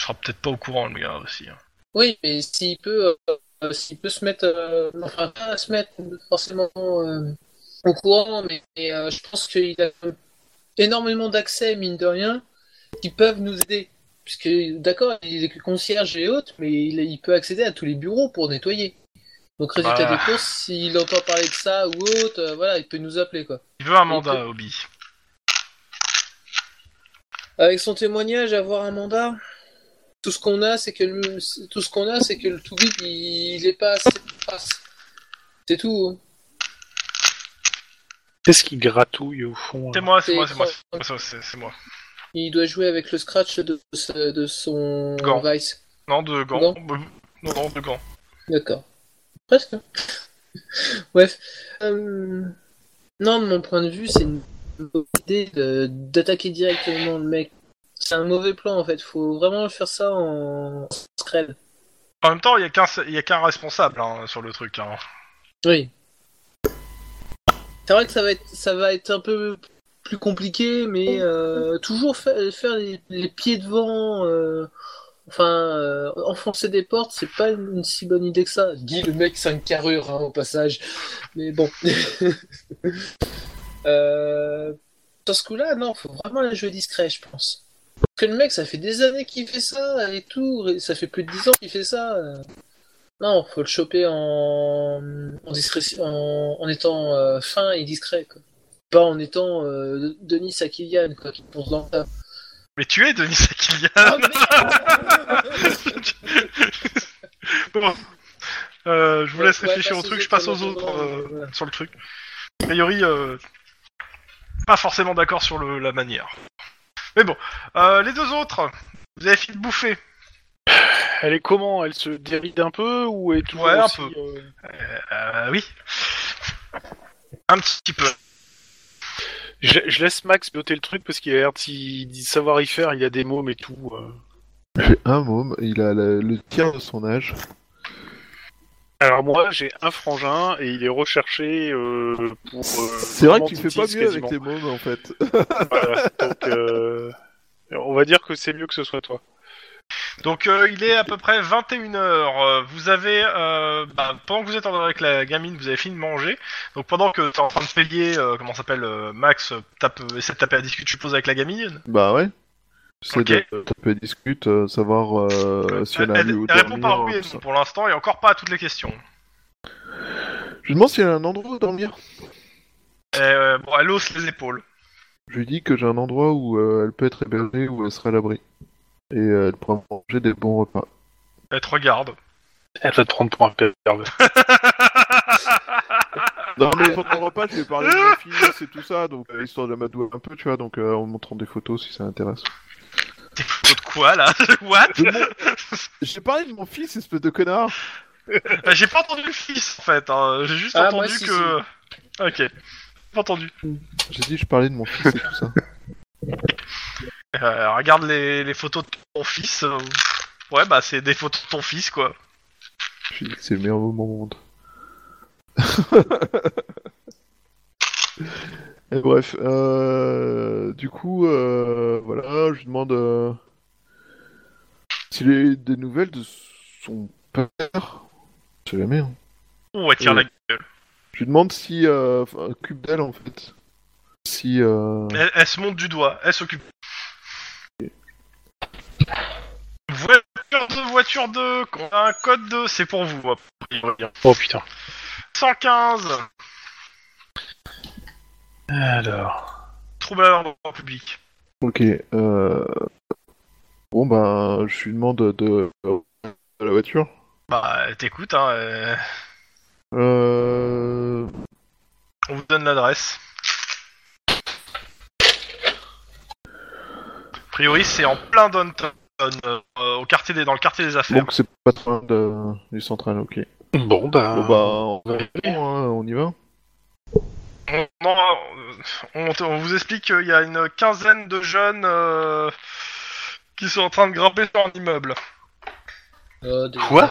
Speaker 1: Il sera peut-être pas au courant, le gars, aussi. hein.
Speaker 3: Oui, mais s'il peut, euh, s'il peut se mettre, euh, enfin pas se mettre forcément euh, au courant, mais, mais, euh, je pense qu'il a énormément d'accès, mine de rien, qui peuvent nous aider. Puisque, d'accord, il est que concierge et autres, mais il, il peut accéder à tous les bureaux pour nettoyer. Donc, résultat
Speaker 1: Voilà.
Speaker 3: des courses, s'il entend parler de ça ou autre, euh, voilà, il peut nous appeler, quoi.
Speaker 1: Il veut un
Speaker 3: Ok.
Speaker 1: mandat, Obi.
Speaker 3: Avec son témoignage, avoir un mandat, tout ce qu'on a, c'est que le, tout ce qu'on a, c'est que le Toubib, il, il est pas assez de place. C'est tout. hein.
Speaker 4: Qu'est-ce qui gratouille au fond hein. là
Speaker 1: C'est moi, c'est moi, c'est
Speaker 3: C'est
Speaker 1: moi,
Speaker 3: écran.
Speaker 1: c'est moi, c'est- c'est moi.
Speaker 3: Il doit jouer avec le scratch de, ce- de son
Speaker 1: Gant.
Speaker 3: vice.
Speaker 1: Non, de gants.
Speaker 3: Non.
Speaker 1: Non, non, de gants.
Speaker 3: D'accord. Presque. hein. Bref. Euh, Non, de mon point de vue, c'est une bonne idée de- d'attaquer directement le mec. C'est un mauvais plan en fait. Faut vraiment faire ça en scred.
Speaker 1: En même temps, il y a qu'un il y a qu'un responsable hein, sur le truc. hein.
Speaker 3: Oui. C'est vrai que ça va être, ça va être un peu plus compliqué, mais euh, toujours fa- faire les, les pieds devant, euh, enfin euh, enfoncer des portes, c'est pas une, une si bonne idée que ça. Dit le mec 5 carrures hein, au passage, mais bon. euh, dans ce coup-là, non, faut vraiment la jouer discret, je pense. que le mec, ça fait des années qu'il fait ça et tout. et Ça fait plus de 10 ans qu'il fait ça. euh. Non, faut le choper en, en, discrétion- en... en étant euh, fin et discret. Quoi. Pas en étant euh, Denis à Kylian, quoi, qui pense dans ça.
Speaker 1: Mais tu es Denis Akilian
Speaker 3: Ah, merde
Speaker 1: Bon. Euh, je vous laisse
Speaker 3: Ouais,
Speaker 1: réfléchir
Speaker 3: passe
Speaker 1: au
Speaker 3: aux
Speaker 1: truc,
Speaker 3: autres,
Speaker 1: je passe aux
Speaker 3: passe aux
Speaker 1: autres
Speaker 3: autres,
Speaker 1: euh,
Speaker 3: ouais.
Speaker 1: sur le truc. A priori, euh, pas forcément d'accord sur le- la manière. Mais bon, Euh, les deux autres, vous avez fini de bouffer.
Speaker 4: Elle est comment Elle se déride un peu ou est toujours
Speaker 1: Ouais, un
Speaker 4: aussi,
Speaker 1: peu.
Speaker 4: euh,
Speaker 1: Euh, oui. Un petit peu.
Speaker 4: Je, je laisse Max noter le truc parce qu'il a l'air d'y d'y savoir y faire, il a des mômes et tout. euh.
Speaker 5: J'ai un môme, il a la- le tiers de son âge.
Speaker 4: Alors moi, j'ai un frangin et il est recherché euh, pour... euh,
Speaker 5: C'est vrai que tu
Speaker 4: romantisme
Speaker 5: fais pas mieux avec
Speaker 4: quasiment.
Speaker 5: tes mômes en fait.
Speaker 4: Voilà, donc, euh, on va dire que c'est mieux que ce soit toi.
Speaker 1: Donc euh, il est à peu près 21h. vous avez, euh, bah, pendant que vous êtes en- avec la gamine, vous avez fini de manger. Donc pendant que t'es en train de payer, euh, comment s'appelle euh, Max, euh, tape, euh, essaie de taper la discute, je suppose, avec la gamine.
Speaker 5: bah ouais. C'est
Speaker 1: Ok.
Speaker 5: de taper discute, euh, savoir euh, si elle a un lieu où
Speaker 1: elle répond par oui
Speaker 5: dormir, hein,
Speaker 1: et
Speaker 5: tout ça.
Speaker 1: non pour l'instant, et encore pas à toutes les questions.
Speaker 5: Je lui demande si elle a un endroit où dormir.
Speaker 1: Et, euh, bon, elle hausse les épaules.
Speaker 5: Je lui dis que j'ai un endroit où euh, elle peut être hébergée, où elle sera à l'abri. Et euh, elle pourra manger des bons repas.
Speaker 1: Elle te regarde.
Speaker 4: Elle va te prendre pour un pervers.
Speaker 5: Non mais pendant le repas, je vais parler de ma fille, c'est tout ça, donc euh, histoire de m'adouer un peu, tu vois, donc euh, en montrant des photos si ça intéresse.
Speaker 1: T'es plutôt de quoi là What
Speaker 5: De mon- J'ai parlé de mon fils, espèce de connard
Speaker 1: Euh, J'ai pas entendu le fils en fait, hein. j'ai juste
Speaker 3: Ah, moi,
Speaker 1: entendu
Speaker 3: si,
Speaker 1: que. Ok. J'ai Pas entendu.
Speaker 5: J'ai dit, je parlais de mon fils et tout ça.
Speaker 1: Euh, regarde les, les photos de ton fils. euh, Ouais, bah c'est des photos de ton fils quoi.
Speaker 5: J'ai dit que c'est le meilleur moment au monde. et bref, euh, du coup, euh, voilà, je lui demande euh, s'il a eu des nouvelles de son père. Je sais jamais. hein.
Speaker 1: Ou attire la
Speaker 5: Oui.
Speaker 1: gueule.
Speaker 5: Je lui demande si euh, enfin, un cube d'elle en fait. Si euh,
Speaker 1: Elle, elle se monte du doigt, elle s'occupe. Voiture de voiture 2, qu'on a un code 2, c'est pour vous. hop.
Speaker 4: Oh putain.
Speaker 1: 115,
Speaker 4: Alors...
Speaker 1: trouble à l'ordre public.
Speaker 5: Ok. Euh... Bon, ben, je lui demande de, de la voiture.
Speaker 1: Bah t'écoutes, hein, euh,
Speaker 5: Euh...
Speaker 1: on vous donne l'adresse. A priori c'est en plein downtown, euh, au quartier des, dans le quartier des affaires.
Speaker 5: Donc, c'est pas trop loin de... du central, ok.
Speaker 4: Bon bah...
Speaker 5: Bon, bah, on...
Speaker 4: va y aller.
Speaker 5: hein, on y va.
Speaker 1: On, non, euh, on, on vous explique qu'il y a une quinzaine de jeunes euh, qui sont en train de grimper sur un immeuble.
Speaker 3: Oh, des-
Speaker 4: Quoi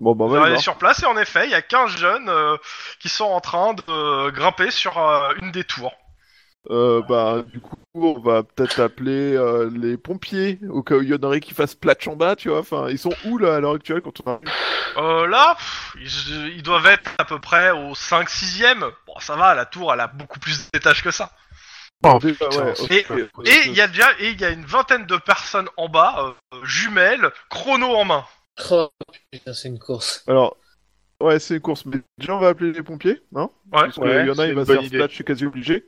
Speaker 5: Bon, bah, on
Speaker 1: On
Speaker 5: va
Speaker 1: Euh, est
Speaker 5: y voir.
Speaker 1: sur place et en effet, il y a 15 jeunes euh, qui sont en train de euh, grimper sur euh, une des tours.
Speaker 5: Euh, bah, du coup, on va peut-être appeler euh, les pompiers, au cas où il y en aurait qui fassent platch en bas, tu vois. Enfin, ils sont où, là, à l'heure actuelle, quand on arrive
Speaker 1: Euh, là, pff, ils, ils doivent être à peu près au 5-6ème. Bon, ça va, la tour, elle a beaucoup plus d'étages que ça.
Speaker 4: Oh,
Speaker 5: Déjà,
Speaker 4: putain,
Speaker 5: ouais,
Speaker 4: c'est
Speaker 5: ok.
Speaker 1: Et-
Speaker 4: pas possible.
Speaker 1: Et il y a déjà et il y a une vingtaine de personnes en bas, euh, jumelles, chrono en main.
Speaker 3: Oh, putain, c'est une course.
Speaker 5: Alors, ouais, c'est une course, mais déjà, on va appeler les pompiers, hein
Speaker 1: Ouais.
Speaker 5: Parce
Speaker 4: Ouais,
Speaker 5: qu'il y en a,
Speaker 4: c'est
Speaker 5: il
Speaker 4: une
Speaker 5: va
Speaker 4: bonne
Speaker 5: se faire
Speaker 4: idée.
Speaker 5: splat, je suis quasi obligé.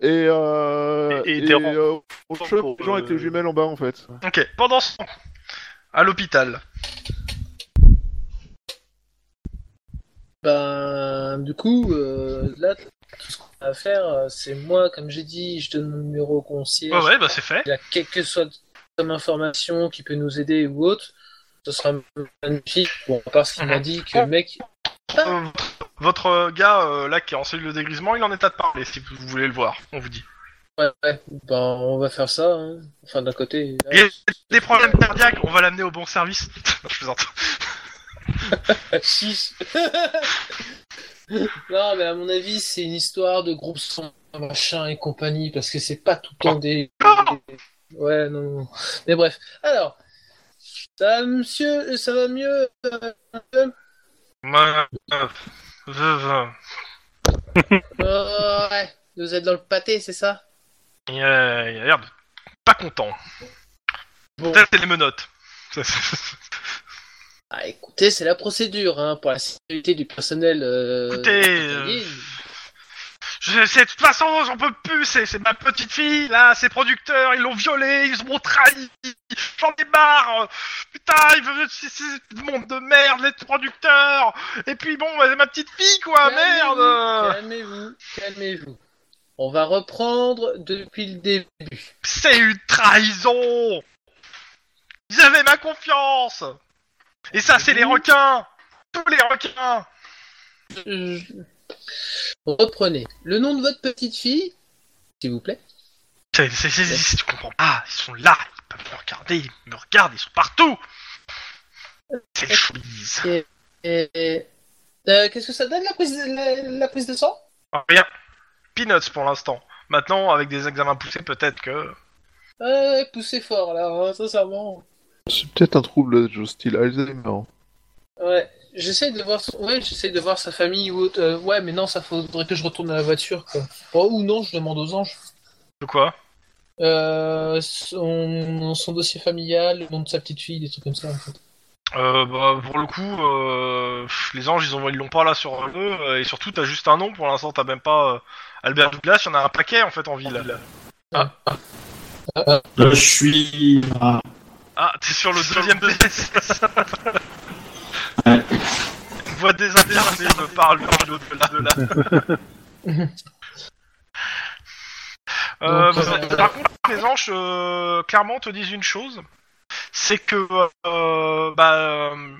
Speaker 5: Et, euh,
Speaker 4: Et- et t'es rendu
Speaker 5: euh, on
Speaker 4: compte
Speaker 5: chope
Speaker 4: pour,
Speaker 5: les gens avec
Speaker 4: euh,
Speaker 5: les jumelles en bas, en fait.
Speaker 1: Ok, pendant ce temps, à l'hôpital.
Speaker 3: Ben, du coup, euh, là, tout ce qu'on a à faire, euh, c'est moi, comme j'ai dit, je donne mon numéro au concierge.
Speaker 1: Ouais, ouais, bah c'est fait.
Speaker 3: Il y a quelle que soit comme information qui peut nous aider ou autre, ce sera magnifique. Bon, à part s'il m'a dit que le mec.
Speaker 1: Euh, votre euh, gars euh, là qui est en cellule de dégrisement, il en est à de parler si vous voulez le voir, on vous dit.
Speaker 3: Ouais, ouais, ben, on va faire ça. hein. Enfin, d'un côté. là,
Speaker 1: Il y a des problèmes cardiaques, on va l'amener au bon service. Non, je plaisante.
Speaker 3: Chiche. non, mais à mon avis, c'est une histoire de groupe sans machin et compagnie, parce que c'est pas tout le temps des. des- Ouais, non, non. Mais bref. Alors, ça va, monsieur Ça va mieux euh, un peu
Speaker 1: Euh, euh, euh,
Speaker 3: Oh, Ouais, vous êtes dans le pâté, c'est ça
Speaker 1: Il y a il y a l'air de euh, pas content.
Speaker 3: Bon.
Speaker 1: Ça, c'est les menottes. Ça,
Speaker 3: Ah, écoutez, c'est la procédure hein, pour la sécurité du personnel. euh,
Speaker 1: Écoutez, euh,
Speaker 3: employé.
Speaker 1: Je sais, de toute façon, j'en peux plus, c'est c'est ma petite fille, là, ses producteurs, ils l'ont violée, ils m'ont trahi, j'en ai marre, euh, putain, ils veulent, c'est c'est ce monde de merde, les producteurs, et puis bon, bah, c'est ma petite fille, quoi, merde euh,
Speaker 3: Calmez-vous, calmez-vous. On va reprendre depuis le début.
Speaker 1: C'est une trahison Ils avaient ma confiance Et ça, c'est les requins Tous les requins
Speaker 3: Euh, Reprenez. Le nom de votre petite fille, s'il vous plaît.
Speaker 1: C'est- c'est- c'est- c'est- Tu comprends pas, ils sont là, ils peuvent me regarder, ils me regardent, ils sont partout C'est le showbiz
Speaker 3: Et, et- euh, Qu'est-ce que ça donne la prise, de- la, la prise de sang
Speaker 1: Rien. Ah, Peanuts pour l'instant. Maintenant, avec des examens poussés, peut-être que.
Speaker 3: euh, Poussez fort là, hein, sincèrement.
Speaker 5: C'est peut-être un trouble du style Alzheimer. hein.
Speaker 3: Ouais. J'essaie de voir, son- ouais, j'essaie de voir sa famille ou autre. euh, ouais, mais non, ça faudrait que je retourne à la voiture, quoi. Oh, ou non, je demande aux anges.
Speaker 1: De quoi
Speaker 3: Euh, son, son dossier familial, le nom de sa petite fille, des trucs comme ça. En fait.
Speaker 1: euh, bah, Pour le coup, euh, pff, les anges, ils ont- ils l'ont pas là sur eux. euh, Et surtout, t'as juste un nom pour l'instant, t'as même pas. euh, Albert Douglas, y'en a un paquet en fait en ville.
Speaker 6: Euh, je suis. Ah,
Speaker 1: Ah, t'es sur le deuxième PS
Speaker 6: Ouais.
Speaker 1: Voix des me parle de là. De là. Euh,
Speaker 3: Donc,
Speaker 1: bah,
Speaker 3: euh,
Speaker 1: Par contre, les anges, euh, clairement, te disent une chose. C'est que, euh, bah, euh,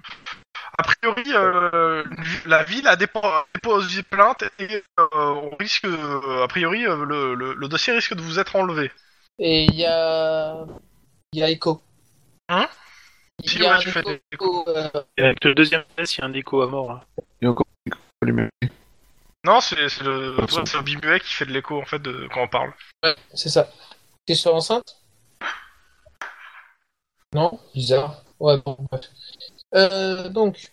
Speaker 1: a priori, euh, la ville a dépo- déposé plainte et euh, on risque, euh, a priori, euh, le, le- le dossier risque de vous être enlevé.
Speaker 3: Et il y a. Il y a Echo.
Speaker 1: Hein
Speaker 3: Il
Speaker 1: Si,
Speaker 3: y a
Speaker 1: ouais,
Speaker 3: un
Speaker 1: tu fais des
Speaker 3: Echo. euh,
Speaker 4: Avec le deuxième test, il y a un déco à mort. hein. Là.
Speaker 5: Il y a encore les mêmes.
Speaker 1: Non, c'est c'est le, toi, c'est le bimuet qui fait de l'écho en fait de, quand on parle.
Speaker 3: ouais, c'est ça. T'es sur l'enceinte Non Bizarre. Ouais, bon, bref. Euh, donc,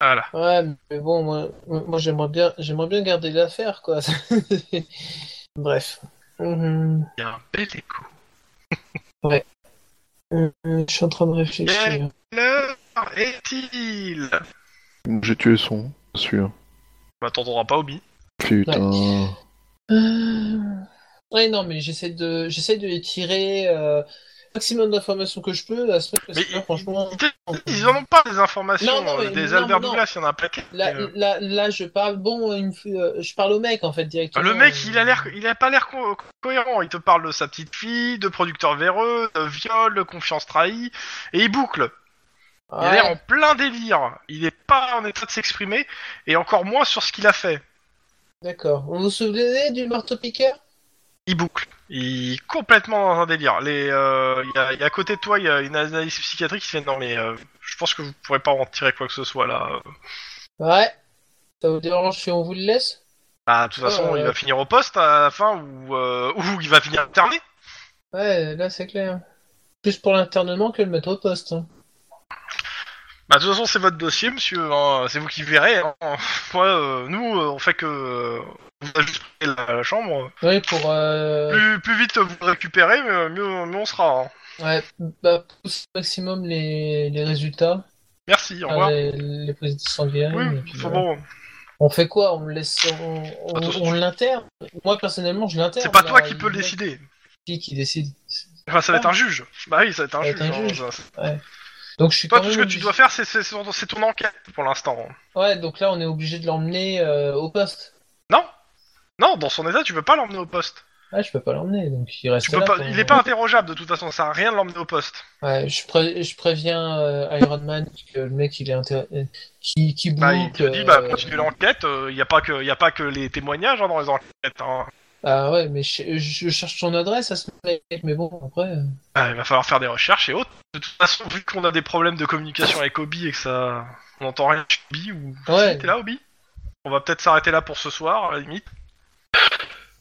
Speaker 1: Voilà.
Speaker 3: ouais, mais bon, moi, moi j'aimerais bien, j'aimerais bien garder l'affaire, quoi. bref. Hum,
Speaker 1: Il y a un bel écho.
Speaker 3: hum, hum, je suis en train de réfléchir.
Speaker 1: L'heure est-il
Speaker 5: J'ai tué son, bien sûr.
Speaker 1: Bah t'entendras pas Obi.
Speaker 5: Putain.
Speaker 3: Euh, Ouais, non, mais j'essaie de, j'essaie de les tirer euh, maximum d'informations que je peux. La semaine, parce
Speaker 1: Mais
Speaker 3: que là,
Speaker 1: ils,
Speaker 3: franchement.
Speaker 1: ils- ils en ont pas des informations,
Speaker 3: Non, non, mais
Speaker 1: euh, des
Speaker 3: non,
Speaker 1: Albert
Speaker 3: non.
Speaker 1: Douglas, il y en a un paquet.
Speaker 3: Là,
Speaker 1: Euh,
Speaker 3: là, là, je parle bon, il me fait- euh, je parle au mec en fait directement.
Speaker 1: Ah, le mec, il a l'air, il a pas l'air co- co- cohérent. Il te parle de sa petite fille, de producteur véreux, de viol, de confiance trahie, et il boucle. Il a
Speaker 3: Ouais.
Speaker 1: l'air en plein délire. Il est pas en état de s'exprimer, et encore moins sur ce qu'il a fait.
Speaker 3: D'accord. Vous vous souvenez du marteau piqueur
Speaker 1: Il boucle. Il est complètement dans un délire. Les, euh, il y a, il y a à côté de toi, il y a une analyse psychiatrique qui fait non mais euh, je pense que vous pourrez pas en tirer quoi que ce soit là.
Speaker 3: Ouais. Ça vous dérange si on vous le laisse
Speaker 1: Bah de toute façon,
Speaker 3: Ouais.
Speaker 1: il va finir au poste à la fin ou euh, ou il va finir interné.
Speaker 3: Ouais, là c'est clair. Plus pour l'internement que le mettre au poste. hein.
Speaker 1: Bah de toute façon, c'est votre dossier, monsieur. hein. C'est vous qui verrez. hein. Moi, euh, nous, euh, on fait que euh, on vous a juste pris la, la chambre.
Speaker 3: Oui, pour. Euh...
Speaker 1: Plus, plus vite vous récupérez, mais euh, mieux, mieux on sera. hein.
Speaker 3: Ouais, bah, pousser au maximum les, les résultats,
Speaker 1: Merci. Au
Speaker 3: enfin,
Speaker 1: revoir.
Speaker 3: les, les prises sanguines.
Speaker 1: oui.
Speaker 3: et puis,
Speaker 1: enfin
Speaker 3: euh,
Speaker 1: bon.
Speaker 3: On fait quoi On me laisse. On, on,
Speaker 1: Attends,
Speaker 3: on l'interne Moi personnellement, je l'interne.
Speaker 1: C'est pas toi
Speaker 3: là,
Speaker 1: qui
Speaker 3: il-
Speaker 1: peux le décider.
Speaker 3: Qui, qui décide
Speaker 1: Enfin, ça va être un juge. Bah oui, ça va être un
Speaker 3: Ça va être
Speaker 1: juge.
Speaker 3: un
Speaker 1: hein,
Speaker 3: juge.
Speaker 1: ça-
Speaker 3: Donc je suis
Speaker 4: Ah
Speaker 1: Toi,
Speaker 3: quand
Speaker 1: tout ce que
Speaker 3: même
Speaker 1: tu
Speaker 3: obligé-
Speaker 1: dois faire, c'est- c'est son- c'est ton enquête pour l'instant.
Speaker 3: Ouais, donc là, on est obligé de l'emmener euh, au poste.
Speaker 1: Non Non, dans son état, tu peux pas l'emmener au poste.
Speaker 3: Ah, je peux pas l'emmener, donc il reste
Speaker 1: Tu peux
Speaker 3: là
Speaker 1: pas...
Speaker 3: pendant-
Speaker 1: Il est pas interrogeable de toute façon, ça sert à rien de l'emmener au poste.
Speaker 3: Ouais, je, pré- je préviens euh, Iron Man que le mec, il est inter... euh, qui, qui
Speaker 1: Bah, il
Speaker 3: boucle,
Speaker 1: te dit, bah,
Speaker 3: euh,
Speaker 1: continue l'enquête, il n'y a, pas que- y a pas que les témoignages hein, dans les enquêtes. hein.
Speaker 3: Ah ouais, mais je, je cherche son adresse à ce mec, mais bon, après... euh,
Speaker 1: Bah, il va falloir faire des recherches et autres. De toute façon, vu qu'on a des problèmes de communication avec Obi et que ça. On n'entend rien de chez Obi ou.
Speaker 3: Ouais,
Speaker 1: T'es là, Obi On va peut-être s'arrêter là pour ce soir, à la limite.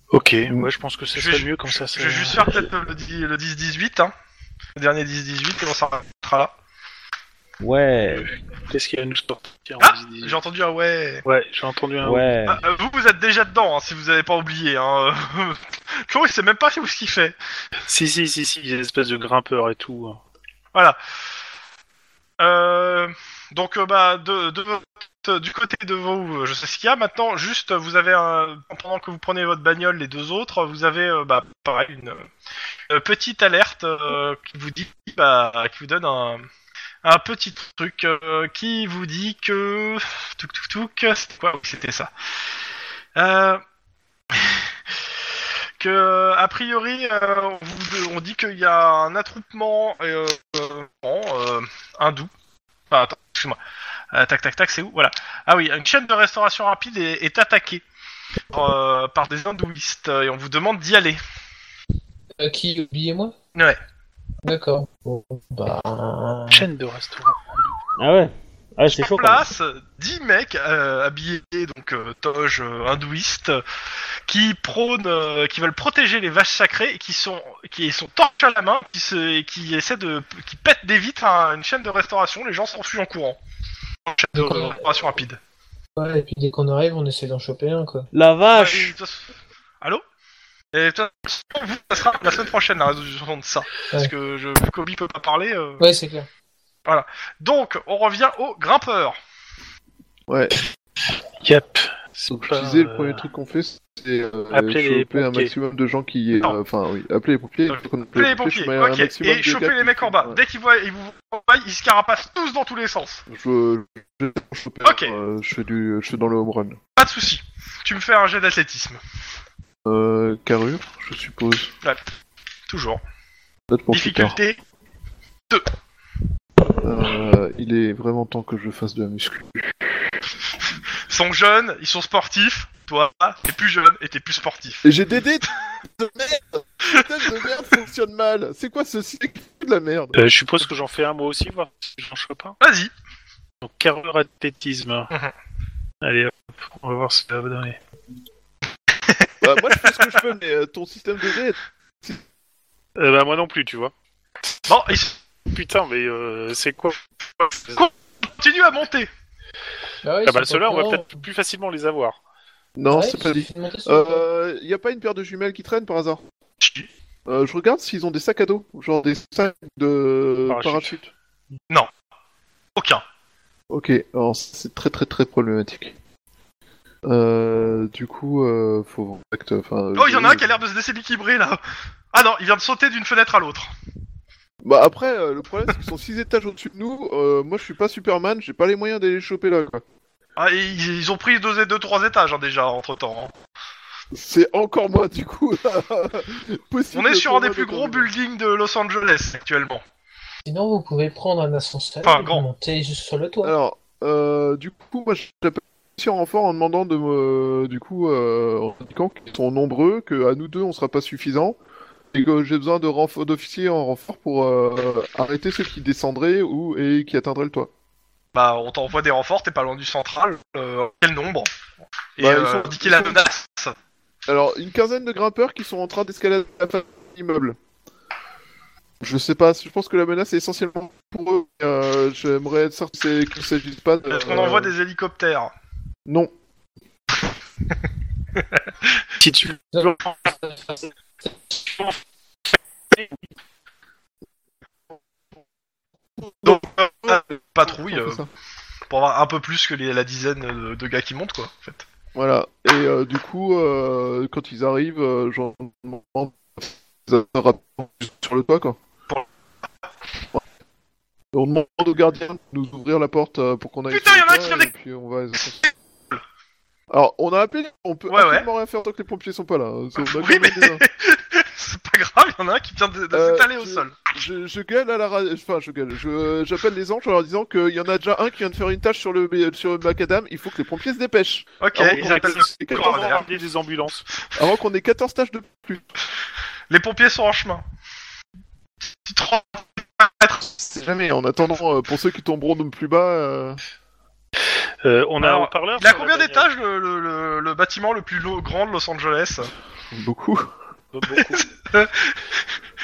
Speaker 4: Ok, ouais, je pense que ce
Speaker 1: Je vais
Speaker 4: serait
Speaker 1: ju-
Speaker 4: mieux comme ça.
Speaker 1: Je vais
Speaker 4: ça-
Speaker 1: juste faire peut-être le 10 le 10-18, hein. Le dernier 10-18 et on s'arrêtera là.
Speaker 2: Ouais,
Speaker 4: Qu'est-ce qu'il y a à nous sortir
Speaker 1: Ah
Speaker 4: on se dit-
Speaker 1: J'ai entendu un ouais.
Speaker 4: Ouais, j'ai entendu un.
Speaker 2: ouais.
Speaker 1: Ah, euh, vous, vous êtes déjà dedans, hein, si vous n'avez pas oublié. Hein. Chloé, il sait même pas où ce qu'il fait.
Speaker 4: Si, si, si, si, des espèces de grimpeurs et tout. hein.
Speaker 1: Euh, donc, euh, bah, de, de votre- euh, du côté de vous, euh, je sais ce qu'il y a. Maintenant, juste, euh, vous avez, un, pendant que vous prenez votre bagnole, les deux autres, vous avez, euh, bah, pareil, une, euh, petite alerte euh, qui vous dit, bah, qui vous donne un, un petit truc euh, qui vous dit que, touc touc touc, c'était quoi Oui, C'était ça. Euh, que a priori, euh, on, vous- on dit qu'il y a un attroupement euh, euh, euh, hindou. Enfin, attends, excuse-moi. Euh, tac, tac, tac, c'est où Voilà. Ah oui, une chaîne de restauration rapide est, est attaquée par, euh, par des hindouistes euh, et on vous demande d'y aller.
Speaker 3: Euh, qui oubliez-moi
Speaker 1: Ouais.
Speaker 3: D'accord. Bon, bah.
Speaker 4: Chaîne de restaurants.
Speaker 2: Ah ouais. Ah, c'est
Speaker 1: Sur
Speaker 2: chaud. quand même.
Speaker 1: place, 10 mecs euh, habillés donc euh, toge euh, hindouiste euh, qui prônent, euh, qui veulent protéger les vaches sacrées et qui sont qui sont torches à la main, qui se, qui essaient de qui pètent des vitres à une chaîne de restauration. Les gens s'enfuient en courant. Une chaîne de
Speaker 3: Donc, on-
Speaker 1: restauration rapide.
Speaker 3: Ouais, et puis dès qu'on arrive, on essaie d'en choper un, quoi.
Speaker 2: La
Speaker 1: Et de
Speaker 2: vache.
Speaker 1: toute façon- Allô Et de toute façon, vous, ça sera la semaine prochaine la résolution de ça. Parce
Speaker 3: Ouais.
Speaker 1: que je, Kobe peut pas parler. euh.
Speaker 3: Ouais, c'est clair.
Speaker 1: Donc, on revient aux grimpeurs.
Speaker 5: Ouais,
Speaker 4: Yep.
Speaker 5: donc
Speaker 4: pas,
Speaker 5: je disais, le
Speaker 4: euh,
Speaker 5: premier truc qu'on fait, c'est euh,
Speaker 4: Appeler les
Speaker 5: choper un
Speaker 4: pompiers.
Speaker 5: maximum de gens qui y aient.
Speaker 1: Non.
Speaker 5: euh, Enfin, oui, appeler les pompiers.
Speaker 1: Euh,
Speaker 5: quand on appelle
Speaker 1: Appelez les pompiers,
Speaker 5: je mets un
Speaker 1: ok.
Speaker 5: maximum de
Speaker 1: Et choper
Speaker 5: gars
Speaker 1: les mecs en bas.
Speaker 5: Ouais.
Speaker 1: Dès qu'ils voient, ils vous voient, ils se carapacent tous dans tous les sens.
Speaker 5: Je, je, je chope un,
Speaker 1: Ok.
Speaker 5: euh, je fais du, je suis dans le home run.
Speaker 1: Pas de souci. Tu me fais un jet d'athlétisme.
Speaker 5: Euh, carrure, je suppose.
Speaker 1: Toujours.
Speaker 5: Peut-être pour plus tard.
Speaker 1: Difficulté.
Speaker 5: Euh, il est vraiment temps que je fasse de la muscu.
Speaker 1: Ils sont jeunes, ils sont sportifs. Toi, t'es plus jeune et t'es plus sportif.
Speaker 5: Et j'ai des dés de merde. Putain de merde fonctionne mal. C'est quoi ce cycle de la merde
Speaker 4: Euh, je suppose que j'en fais un moi aussi, voir si j'en chope un.
Speaker 1: Vas-y.
Speaker 4: Donc, carrure athlétisme. Allez, hop, on va voir ce que ça va donner.
Speaker 5: Bah, Moi, je fais ce que je peux, mais euh, ton système de dés.
Speaker 4: Euh, bah, moi non plus, tu vois.
Speaker 1: Bon, ils s-
Speaker 4: Putain, mais euh, c'est quoi
Speaker 1: continuent à monter.
Speaker 3: ouais,
Speaker 4: Ah bah, ceux-là, on va peut-être plus facilement les avoir.
Speaker 5: Non, c'est pas dit. Euh, y a pas une paire de jumelles qui traîne par hasard
Speaker 1: Si.
Speaker 5: Euh, Je regarde s'ils ont des sacs à dos, genre des sacs de
Speaker 4: Parachute.
Speaker 5: parachute.
Speaker 1: Aucun.
Speaker 5: Ok, alors c'est très très très problématique. Euh, du coup, euh, faut. Enfin,
Speaker 1: Oh, il y en a un qui a l'air de se déséquilibrer là. Ah non, il vient de sauter d'une fenêtre à l'autre.
Speaker 5: Bah après, euh, le problème c'est qu'ils sont 6 étages au-dessus de nous. euh, moi, je suis pas Superman, j'ai pas les moyens d'aller les choper là. quoi.
Speaker 1: Ah, et ils, ils ont pris deux, et- deux trois étages hein, déjà entre temps.
Speaker 5: C'est encore moi du coup. Possible
Speaker 1: On est sur
Speaker 5: pour
Speaker 1: un des
Speaker 5: moi
Speaker 1: plus
Speaker 5: de
Speaker 1: gros
Speaker 5: tomber.
Speaker 1: buildings de Los Angeles actuellement.
Speaker 3: Sinon, vous pouvez prendre un ascenseur
Speaker 1: Enfin,
Speaker 3: et
Speaker 1: grand.
Speaker 3: monter juste sur le toit.
Speaker 5: Alors, euh, du coup, moi, j'appelle aussi en renfort en demandant de me, du coup, euh, en indiquant qu'ils sont nombreux, que à nous deux, on sera pas suffisant, et que j'ai besoin de renfort d'officiers en renfort pour euh, arrêter ceux qui descendraient ou et qui atteindraient le toit.
Speaker 1: Bah, on t'envoie des renforts, t'es pas loin du central. euh, quel nombre Et
Speaker 5: Bah, ils
Speaker 1: euh,
Speaker 5: sont-
Speaker 1: on dit qu'il
Speaker 5: ils
Speaker 1: a
Speaker 5: sont-
Speaker 1: menace.
Speaker 5: Alors, une quinzaine de grimpeurs qui sont en train d'escalader la face de l'immeuble. Je sais pas, je pense que la menace est essentiellement pour eux. mais, euh, J'aimerais être certain que c'est- qu'il s'agisse pas de. euh,
Speaker 1: Est-ce euh, qu'on envoie des hélicoptères
Speaker 5: Non.
Speaker 4: Si tu veux en
Speaker 1: Donc, euh, euh, patrouille
Speaker 5: On
Speaker 1: euh,
Speaker 5: fait ça.
Speaker 1: pour avoir un peu plus que les- la dizaine de, de gars qui montent, quoi. En fait.
Speaker 5: Voilà. Et euh, du coup, euh, quand ils arrivent, euh, j'en demande rapidement sur le toit, quoi.
Speaker 1: Pour-
Speaker 5: Ouais. On demande au gardien de nous ouvrir la porte euh, pour qu'on aille.
Speaker 1: Putain,
Speaker 5: sur
Speaker 1: y'en
Speaker 5: le
Speaker 1: a un qui
Speaker 5: toit,
Speaker 1: vient
Speaker 5: et puis on va les enfoncer. Alors, on a appelé, on peut
Speaker 1: Ouais,
Speaker 5: absolument rien faire tant que les pompiers sont pas là. hein. C'est- on a
Speaker 1: Oui,
Speaker 5: quand même
Speaker 1: mais-
Speaker 5: des-
Speaker 1: C'est pas grave, il y en a un qui vient de, de
Speaker 5: Euh,
Speaker 1: s'étaler au
Speaker 5: tu-
Speaker 1: sol.
Speaker 5: Je, je gueule à la radio, enfin je gueule, Je- j'appelle les anges en leur disant qu'il y en a déjà un qui vient de faire une tâche sur le, sur le macadam, il faut que les pompiers se dépêchent.
Speaker 1: Ok,
Speaker 5: Alors,
Speaker 1: ils
Speaker 5: on-
Speaker 1: appellent
Speaker 5: c'est
Speaker 1: le
Speaker 5: quel
Speaker 1: coroner.
Speaker 4: des ambulances.
Speaker 5: Avant qu'on ait 14 tâches de plus.
Speaker 1: Les pompiers sont en chemin. Petite rampe.
Speaker 5: C'est jamais, en attendant, euh, pour ceux qui tomberont de plus bas, euh,
Speaker 4: Euh, on a
Speaker 1: Alors,
Speaker 4: un parleur.
Speaker 1: Il a combien d'étages le, le- le- le bâtiment le plus lo- grand de Los Angeles
Speaker 5: beaucoup.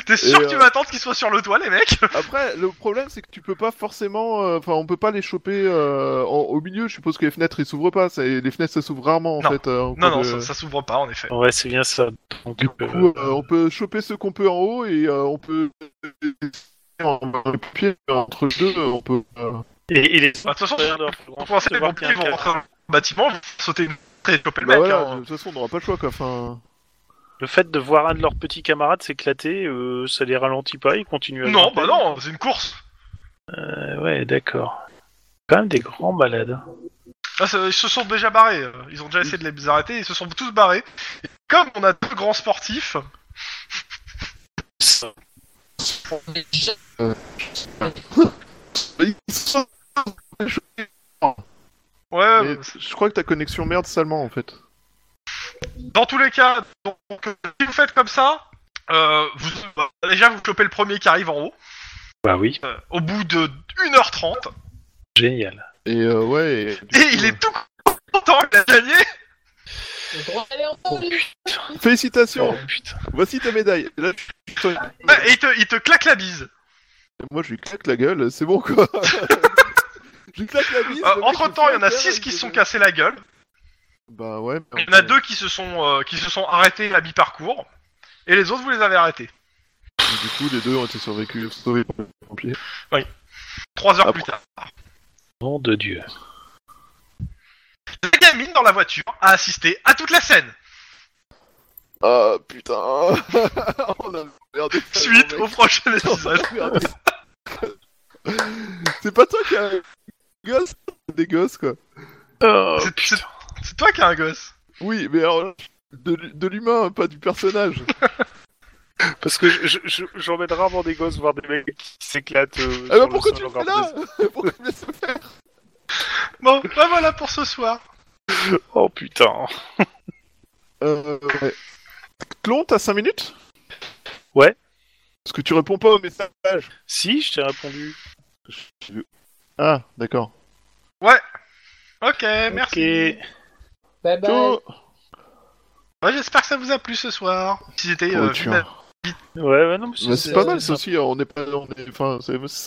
Speaker 1: T'es sûr
Speaker 5: Et,
Speaker 1: que tu
Speaker 5: euh,
Speaker 1: vas attendre qu'ils soient sur le toit, les mecs
Speaker 5: Après, le problème, c'est que tu peux pas forcément. euh, Enfin, on peut pas les choper euh, en- au milieu. Je suppose que les fenêtres, ils s'ouvrent pas. Ça- Les fenêtres, ça s'ouvre rarement, en
Speaker 1: Non.
Speaker 5: fait. euh, en
Speaker 1: Non, non,
Speaker 5: cours de-
Speaker 1: ça, ça s'ouvre pas, en effet.
Speaker 4: Ouais, c'est bien ça. Donc, euh,
Speaker 5: Du coup, euh, on peut choper ce qu'on peut en haut et euh, on peut. En pied, entre deux, on peut. euh,
Speaker 4: et, et les euh,
Speaker 1: Bah, de toute façon,
Speaker 4: on
Speaker 1: vous pensez que les
Speaker 4: voir qu'il y
Speaker 1: pompiers
Speaker 4: a un
Speaker 1: vont
Speaker 4: cadre.
Speaker 1: rentrer dans le bâtiment, vont sauter une et choper le
Speaker 5: Bah
Speaker 1: mec.
Speaker 5: voilà,
Speaker 1: hein.
Speaker 5: de toute façon, on n'aura pas le choix, quoi. Enfin.
Speaker 4: Le fait de voir un de leurs petits camarades s'éclater, euh, ça les ralentit pas, ils continuent à
Speaker 1: Non,
Speaker 4: grimper.
Speaker 1: bah non, c'est une course.
Speaker 4: Euh, ouais, d'accord. Quand même des grands malades.
Speaker 1: Ah, ça- ils se sont déjà barrés. euh, Ils ont déjà essayé de les arrêter. Ils se sont tous barrés. Et comme on a deux grands sportifs,
Speaker 5: Bah,
Speaker 1: ouais,
Speaker 5: Mais je crois que ta connexion merde salement, en fait.
Speaker 1: dans tous les cas, donc, euh, si vous faites comme ça, euh, vous, bah, déjà vous chopez le premier qui arrive en haut.
Speaker 4: Bah oui,
Speaker 1: euh, au bout de 1h30,
Speaker 4: génial.
Speaker 5: Et euh, ouais. et-
Speaker 1: et il est tout content, il a gagné.
Speaker 5: Félicitations
Speaker 4: Oh, putain.
Speaker 5: Voici ta médaille. Et là, je-
Speaker 1: Et il te, il te claque la bise.
Speaker 5: Moi, je lui claque la gueule, c'est bon, quoi. je lui claque la bise. le mec,
Speaker 1: Euh, entre temps, il y en a
Speaker 5: fait
Speaker 1: 6
Speaker 5: un
Speaker 1: qui se sont
Speaker 5: câblés.
Speaker 1: cassés la gueule.
Speaker 5: Bah ouais. mais
Speaker 1: Il y en a
Speaker 5: bon.
Speaker 1: deux qui se sont, euh, qui se sont arrêtés à mi-parcours. Et les autres, vous les avez arrêtés.
Speaker 5: Et Du coup, les deux ont été survécus, sauvés par les pompiers.
Speaker 1: Trois heures
Speaker 5: Ah,
Speaker 1: plus tard.
Speaker 4: Nom de Dieu.
Speaker 1: La gamine dans la voiture a assisté à toute la scène.
Speaker 5: Ah putain On a merdé. ça,
Speaker 1: Suite
Speaker 5: non,
Speaker 1: au
Speaker 5: mec. Oh,
Speaker 1: prochain épisode.
Speaker 5: On a merdé. C'est pas toi qui as gosse des gosses, quoi.
Speaker 4: Oh,
Speaker 1: C'est- c'est- C'est toi qui as un gosse.
Speaker 5: Oui, mais alors, de, l'hu- de l'humain, pas du personnage.
Speaker 4: parce que j'emmène je, je, j'emmène rarement des gosses voir des mecs qui s'éclatent.
Speaker 1: Eh ben,
Speaker 4: euh,
Speaker 5: Ah bah
Speaker 4: sur le
Speaker 5: pourquoi
Speaker 4: sol
Speaker 5: tu le
Speaker 4: encore
Speaker 5: fais là Pourquoi tu me laisses le faire
Speaker 1: Bon, bah voilà pour ce soir.
Speaker 4: plus. Oh putain.
Speaker 5: Euh, ouais. Clon, t'as 5 minutes
Speaker 4: Ouais.
Speaker 5: Parce que tu réponds pas au message.
Speaker 4: Si, je t'ai répondu.
Speaker 5: Ah, d'accord.
Speaker 1: Ok, merci.
Speaker 4: Ok.
Speaker 3: Bye bye.
Speaker 5: Ciao.
Speaker 1: Ouais, J'espère que ça vous a plu ce soir. Si c'était
Speaker 5: Oh,
Speaker 1: euh,
Speaker 5: tu
Speaker 1: vina-
Speaker 5: vois.
Speaker 4: Ouais, ouais, non, mais
Speaker 5: Bah, c'est
Speaker 3: c'est-
Speaker 5: pas mal, ça aussi. On est pas. On est... Enfin, c'est-